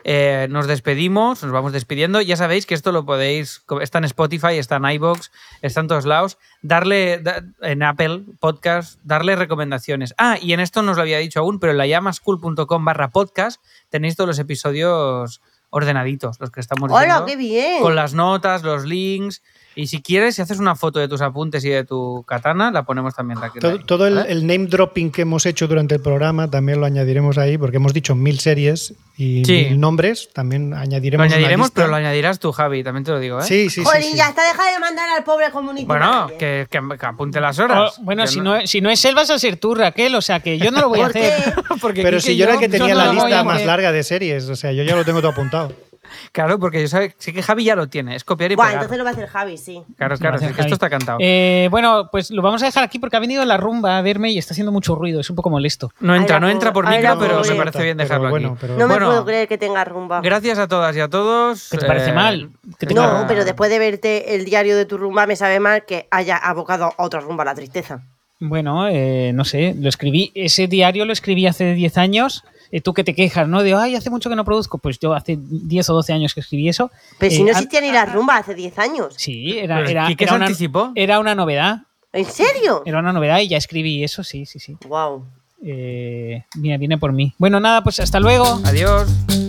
Speaker 1: Eh, nos despedimos, nos vamos despidiendo. Ya sabéis que esto lo podéis. Está en Spotify, está en iBox, está en todos lados. Darle da- en Apple Podcast, darle recomendaciones. Ah, y en esto no os lo había dicho aún, pero en la llamaschool.com barra podcast tenéis todos los episodios ordenaditos, los que estamos
Speaker 3: Hola,
Speaker 1: diciendo,
Speaker 3: qué bien.
Speaker 1: con las notas, los links. Y si quieres, si haces una foto de tus apuntes y de tu katana, la ponemos también Raquel,
Speaker 4: Todo,
Speaker 1: ahí,
Speaker 4: todo el,
Speaker 1: ¿vale?
Speaker 4: el name dropping que hemos hecho durante el programa también lo añadiremos ahí, porque hemos dicho mil series y
Speaker 1: Sí.
Speaker 4: mil nombres. También
Speaker 1: Lo
Speaker 4: añadiremos. una
Speaker 1: añadiremos,
Speaker 4: lista.
Speaker 1: pero lo añadirás tú, Javi, también te lo digo, ¿eh?
Speaker 4: Sí, sí, sí,
Speaker 3: Jolín,
Speaker 4: sí.
Speaker 3: ya está, deja de mandar al pobre comunista.
Speaker 1: Bueno, que, que- que apunte las horas.
Speaker 2: Oh, bueno,
Speaker 1: Yo
Speaker 2: si no, si no es él, vas a ser tú, Raquel. O sea que yo no lo voy a
Speaker 3: ¿Por qué?
Speaker 2: hacer.
Speaker 1: (laughs) porque
Speaker 4: Pero
Speaker 1: Quique
Speaker 4: si
Speaker 1: y
Speaker 4: yo era el que
Speaker 2: yo
Speaker 4: tenía
Speaker 2: no
Speaker 4: la
Speaker 2: lo voy a
Speaker 4: lista más
Speaker 2: hacer.
Speaker 4: larga de series, o sea, yo ya lo tengo todo apuntado.
Speaker 1: Claro, porque yo sé, sé que Javi ya lo tiene, es copiar y
Speaker 3: Buah,
Speaker 1: pegar.
Speaker 3: entonces lo va a hacer Javi, sí.
Speaker 1: Claro,
Speaker 2: Sí, lo
Speaker 1: claro,
Speaker 2: hace
Speaker 1: es que
Speaker 2: Javi.
Speaker 1: esto está cantado.
Speaker 2: Eh, bueno, pues lo vamos a dejar aquí porque ha venido la rumba a verme y está haciendo mucho ruido. Es un poco molesto.
Speaker 1: no
Speaker 3: ay,
Speaker 1: entra,
Speaker 3: la
Speaker 1: no entra por
Speaker 3: pobre, ay,
Speaker 1: micro,
Speaker 3: la
Speaker 1: pero me
Speaker 3: pobre.
Speaker 1: parece bien
Speaker 4: Pero
Speaker 1: dejarlo
Speaker 4: bueno,
Speaker 1: aquí.
Speaker 4: pero-
Speaker 3: No me
Speaker 1: Bueno,
Speaker 3: puedo creer que tenga rumba.
Speaker 1: Gracias a todas y a todos. Eh,
Speaker 2: ¿Qué te parece mal? ¿Qué te
Speaker 3: No,
Speaker 2: parece?
Speaker 3: pero después de verte el diario de tu rumba, me sabe mal que haya abocado a otra rumba la tristeza.
Speaker 2: Bueno, eh, no sé, lo escribí, ese diario lo escribí hace 10 años. Eh, tú que te quejas, ¿no? De, ay, hace mucho que no produzco. Pues yo hace 10 o 12 años que escribí eso.
Speaker 3: Pero si
Speaker 2: Eh,
Speaker 3: no
Speaker 2: a-
Speaker 3: existía ni la rumba hace 10 años.
Speaker 2: Sí, era,
Speaker 1: Pero,
Speaker 2: era,
Speaker 1: ¿Quique
Speaker 2: era
Speaker 1: se
Speaker 2: una, eh,
Speaker 1: anticipó?
Speaker 2: era una novedad.
Speaker 3: ¿En serio?
Speaker 2: Era una novedad y ya escribí eso, sí, sí, sí.
Speaker 3: Wow.
Speaker 2: Eh, mira, viene por mí. Bueno, nada, pues hasta luego.
Speaker 1: Adiós.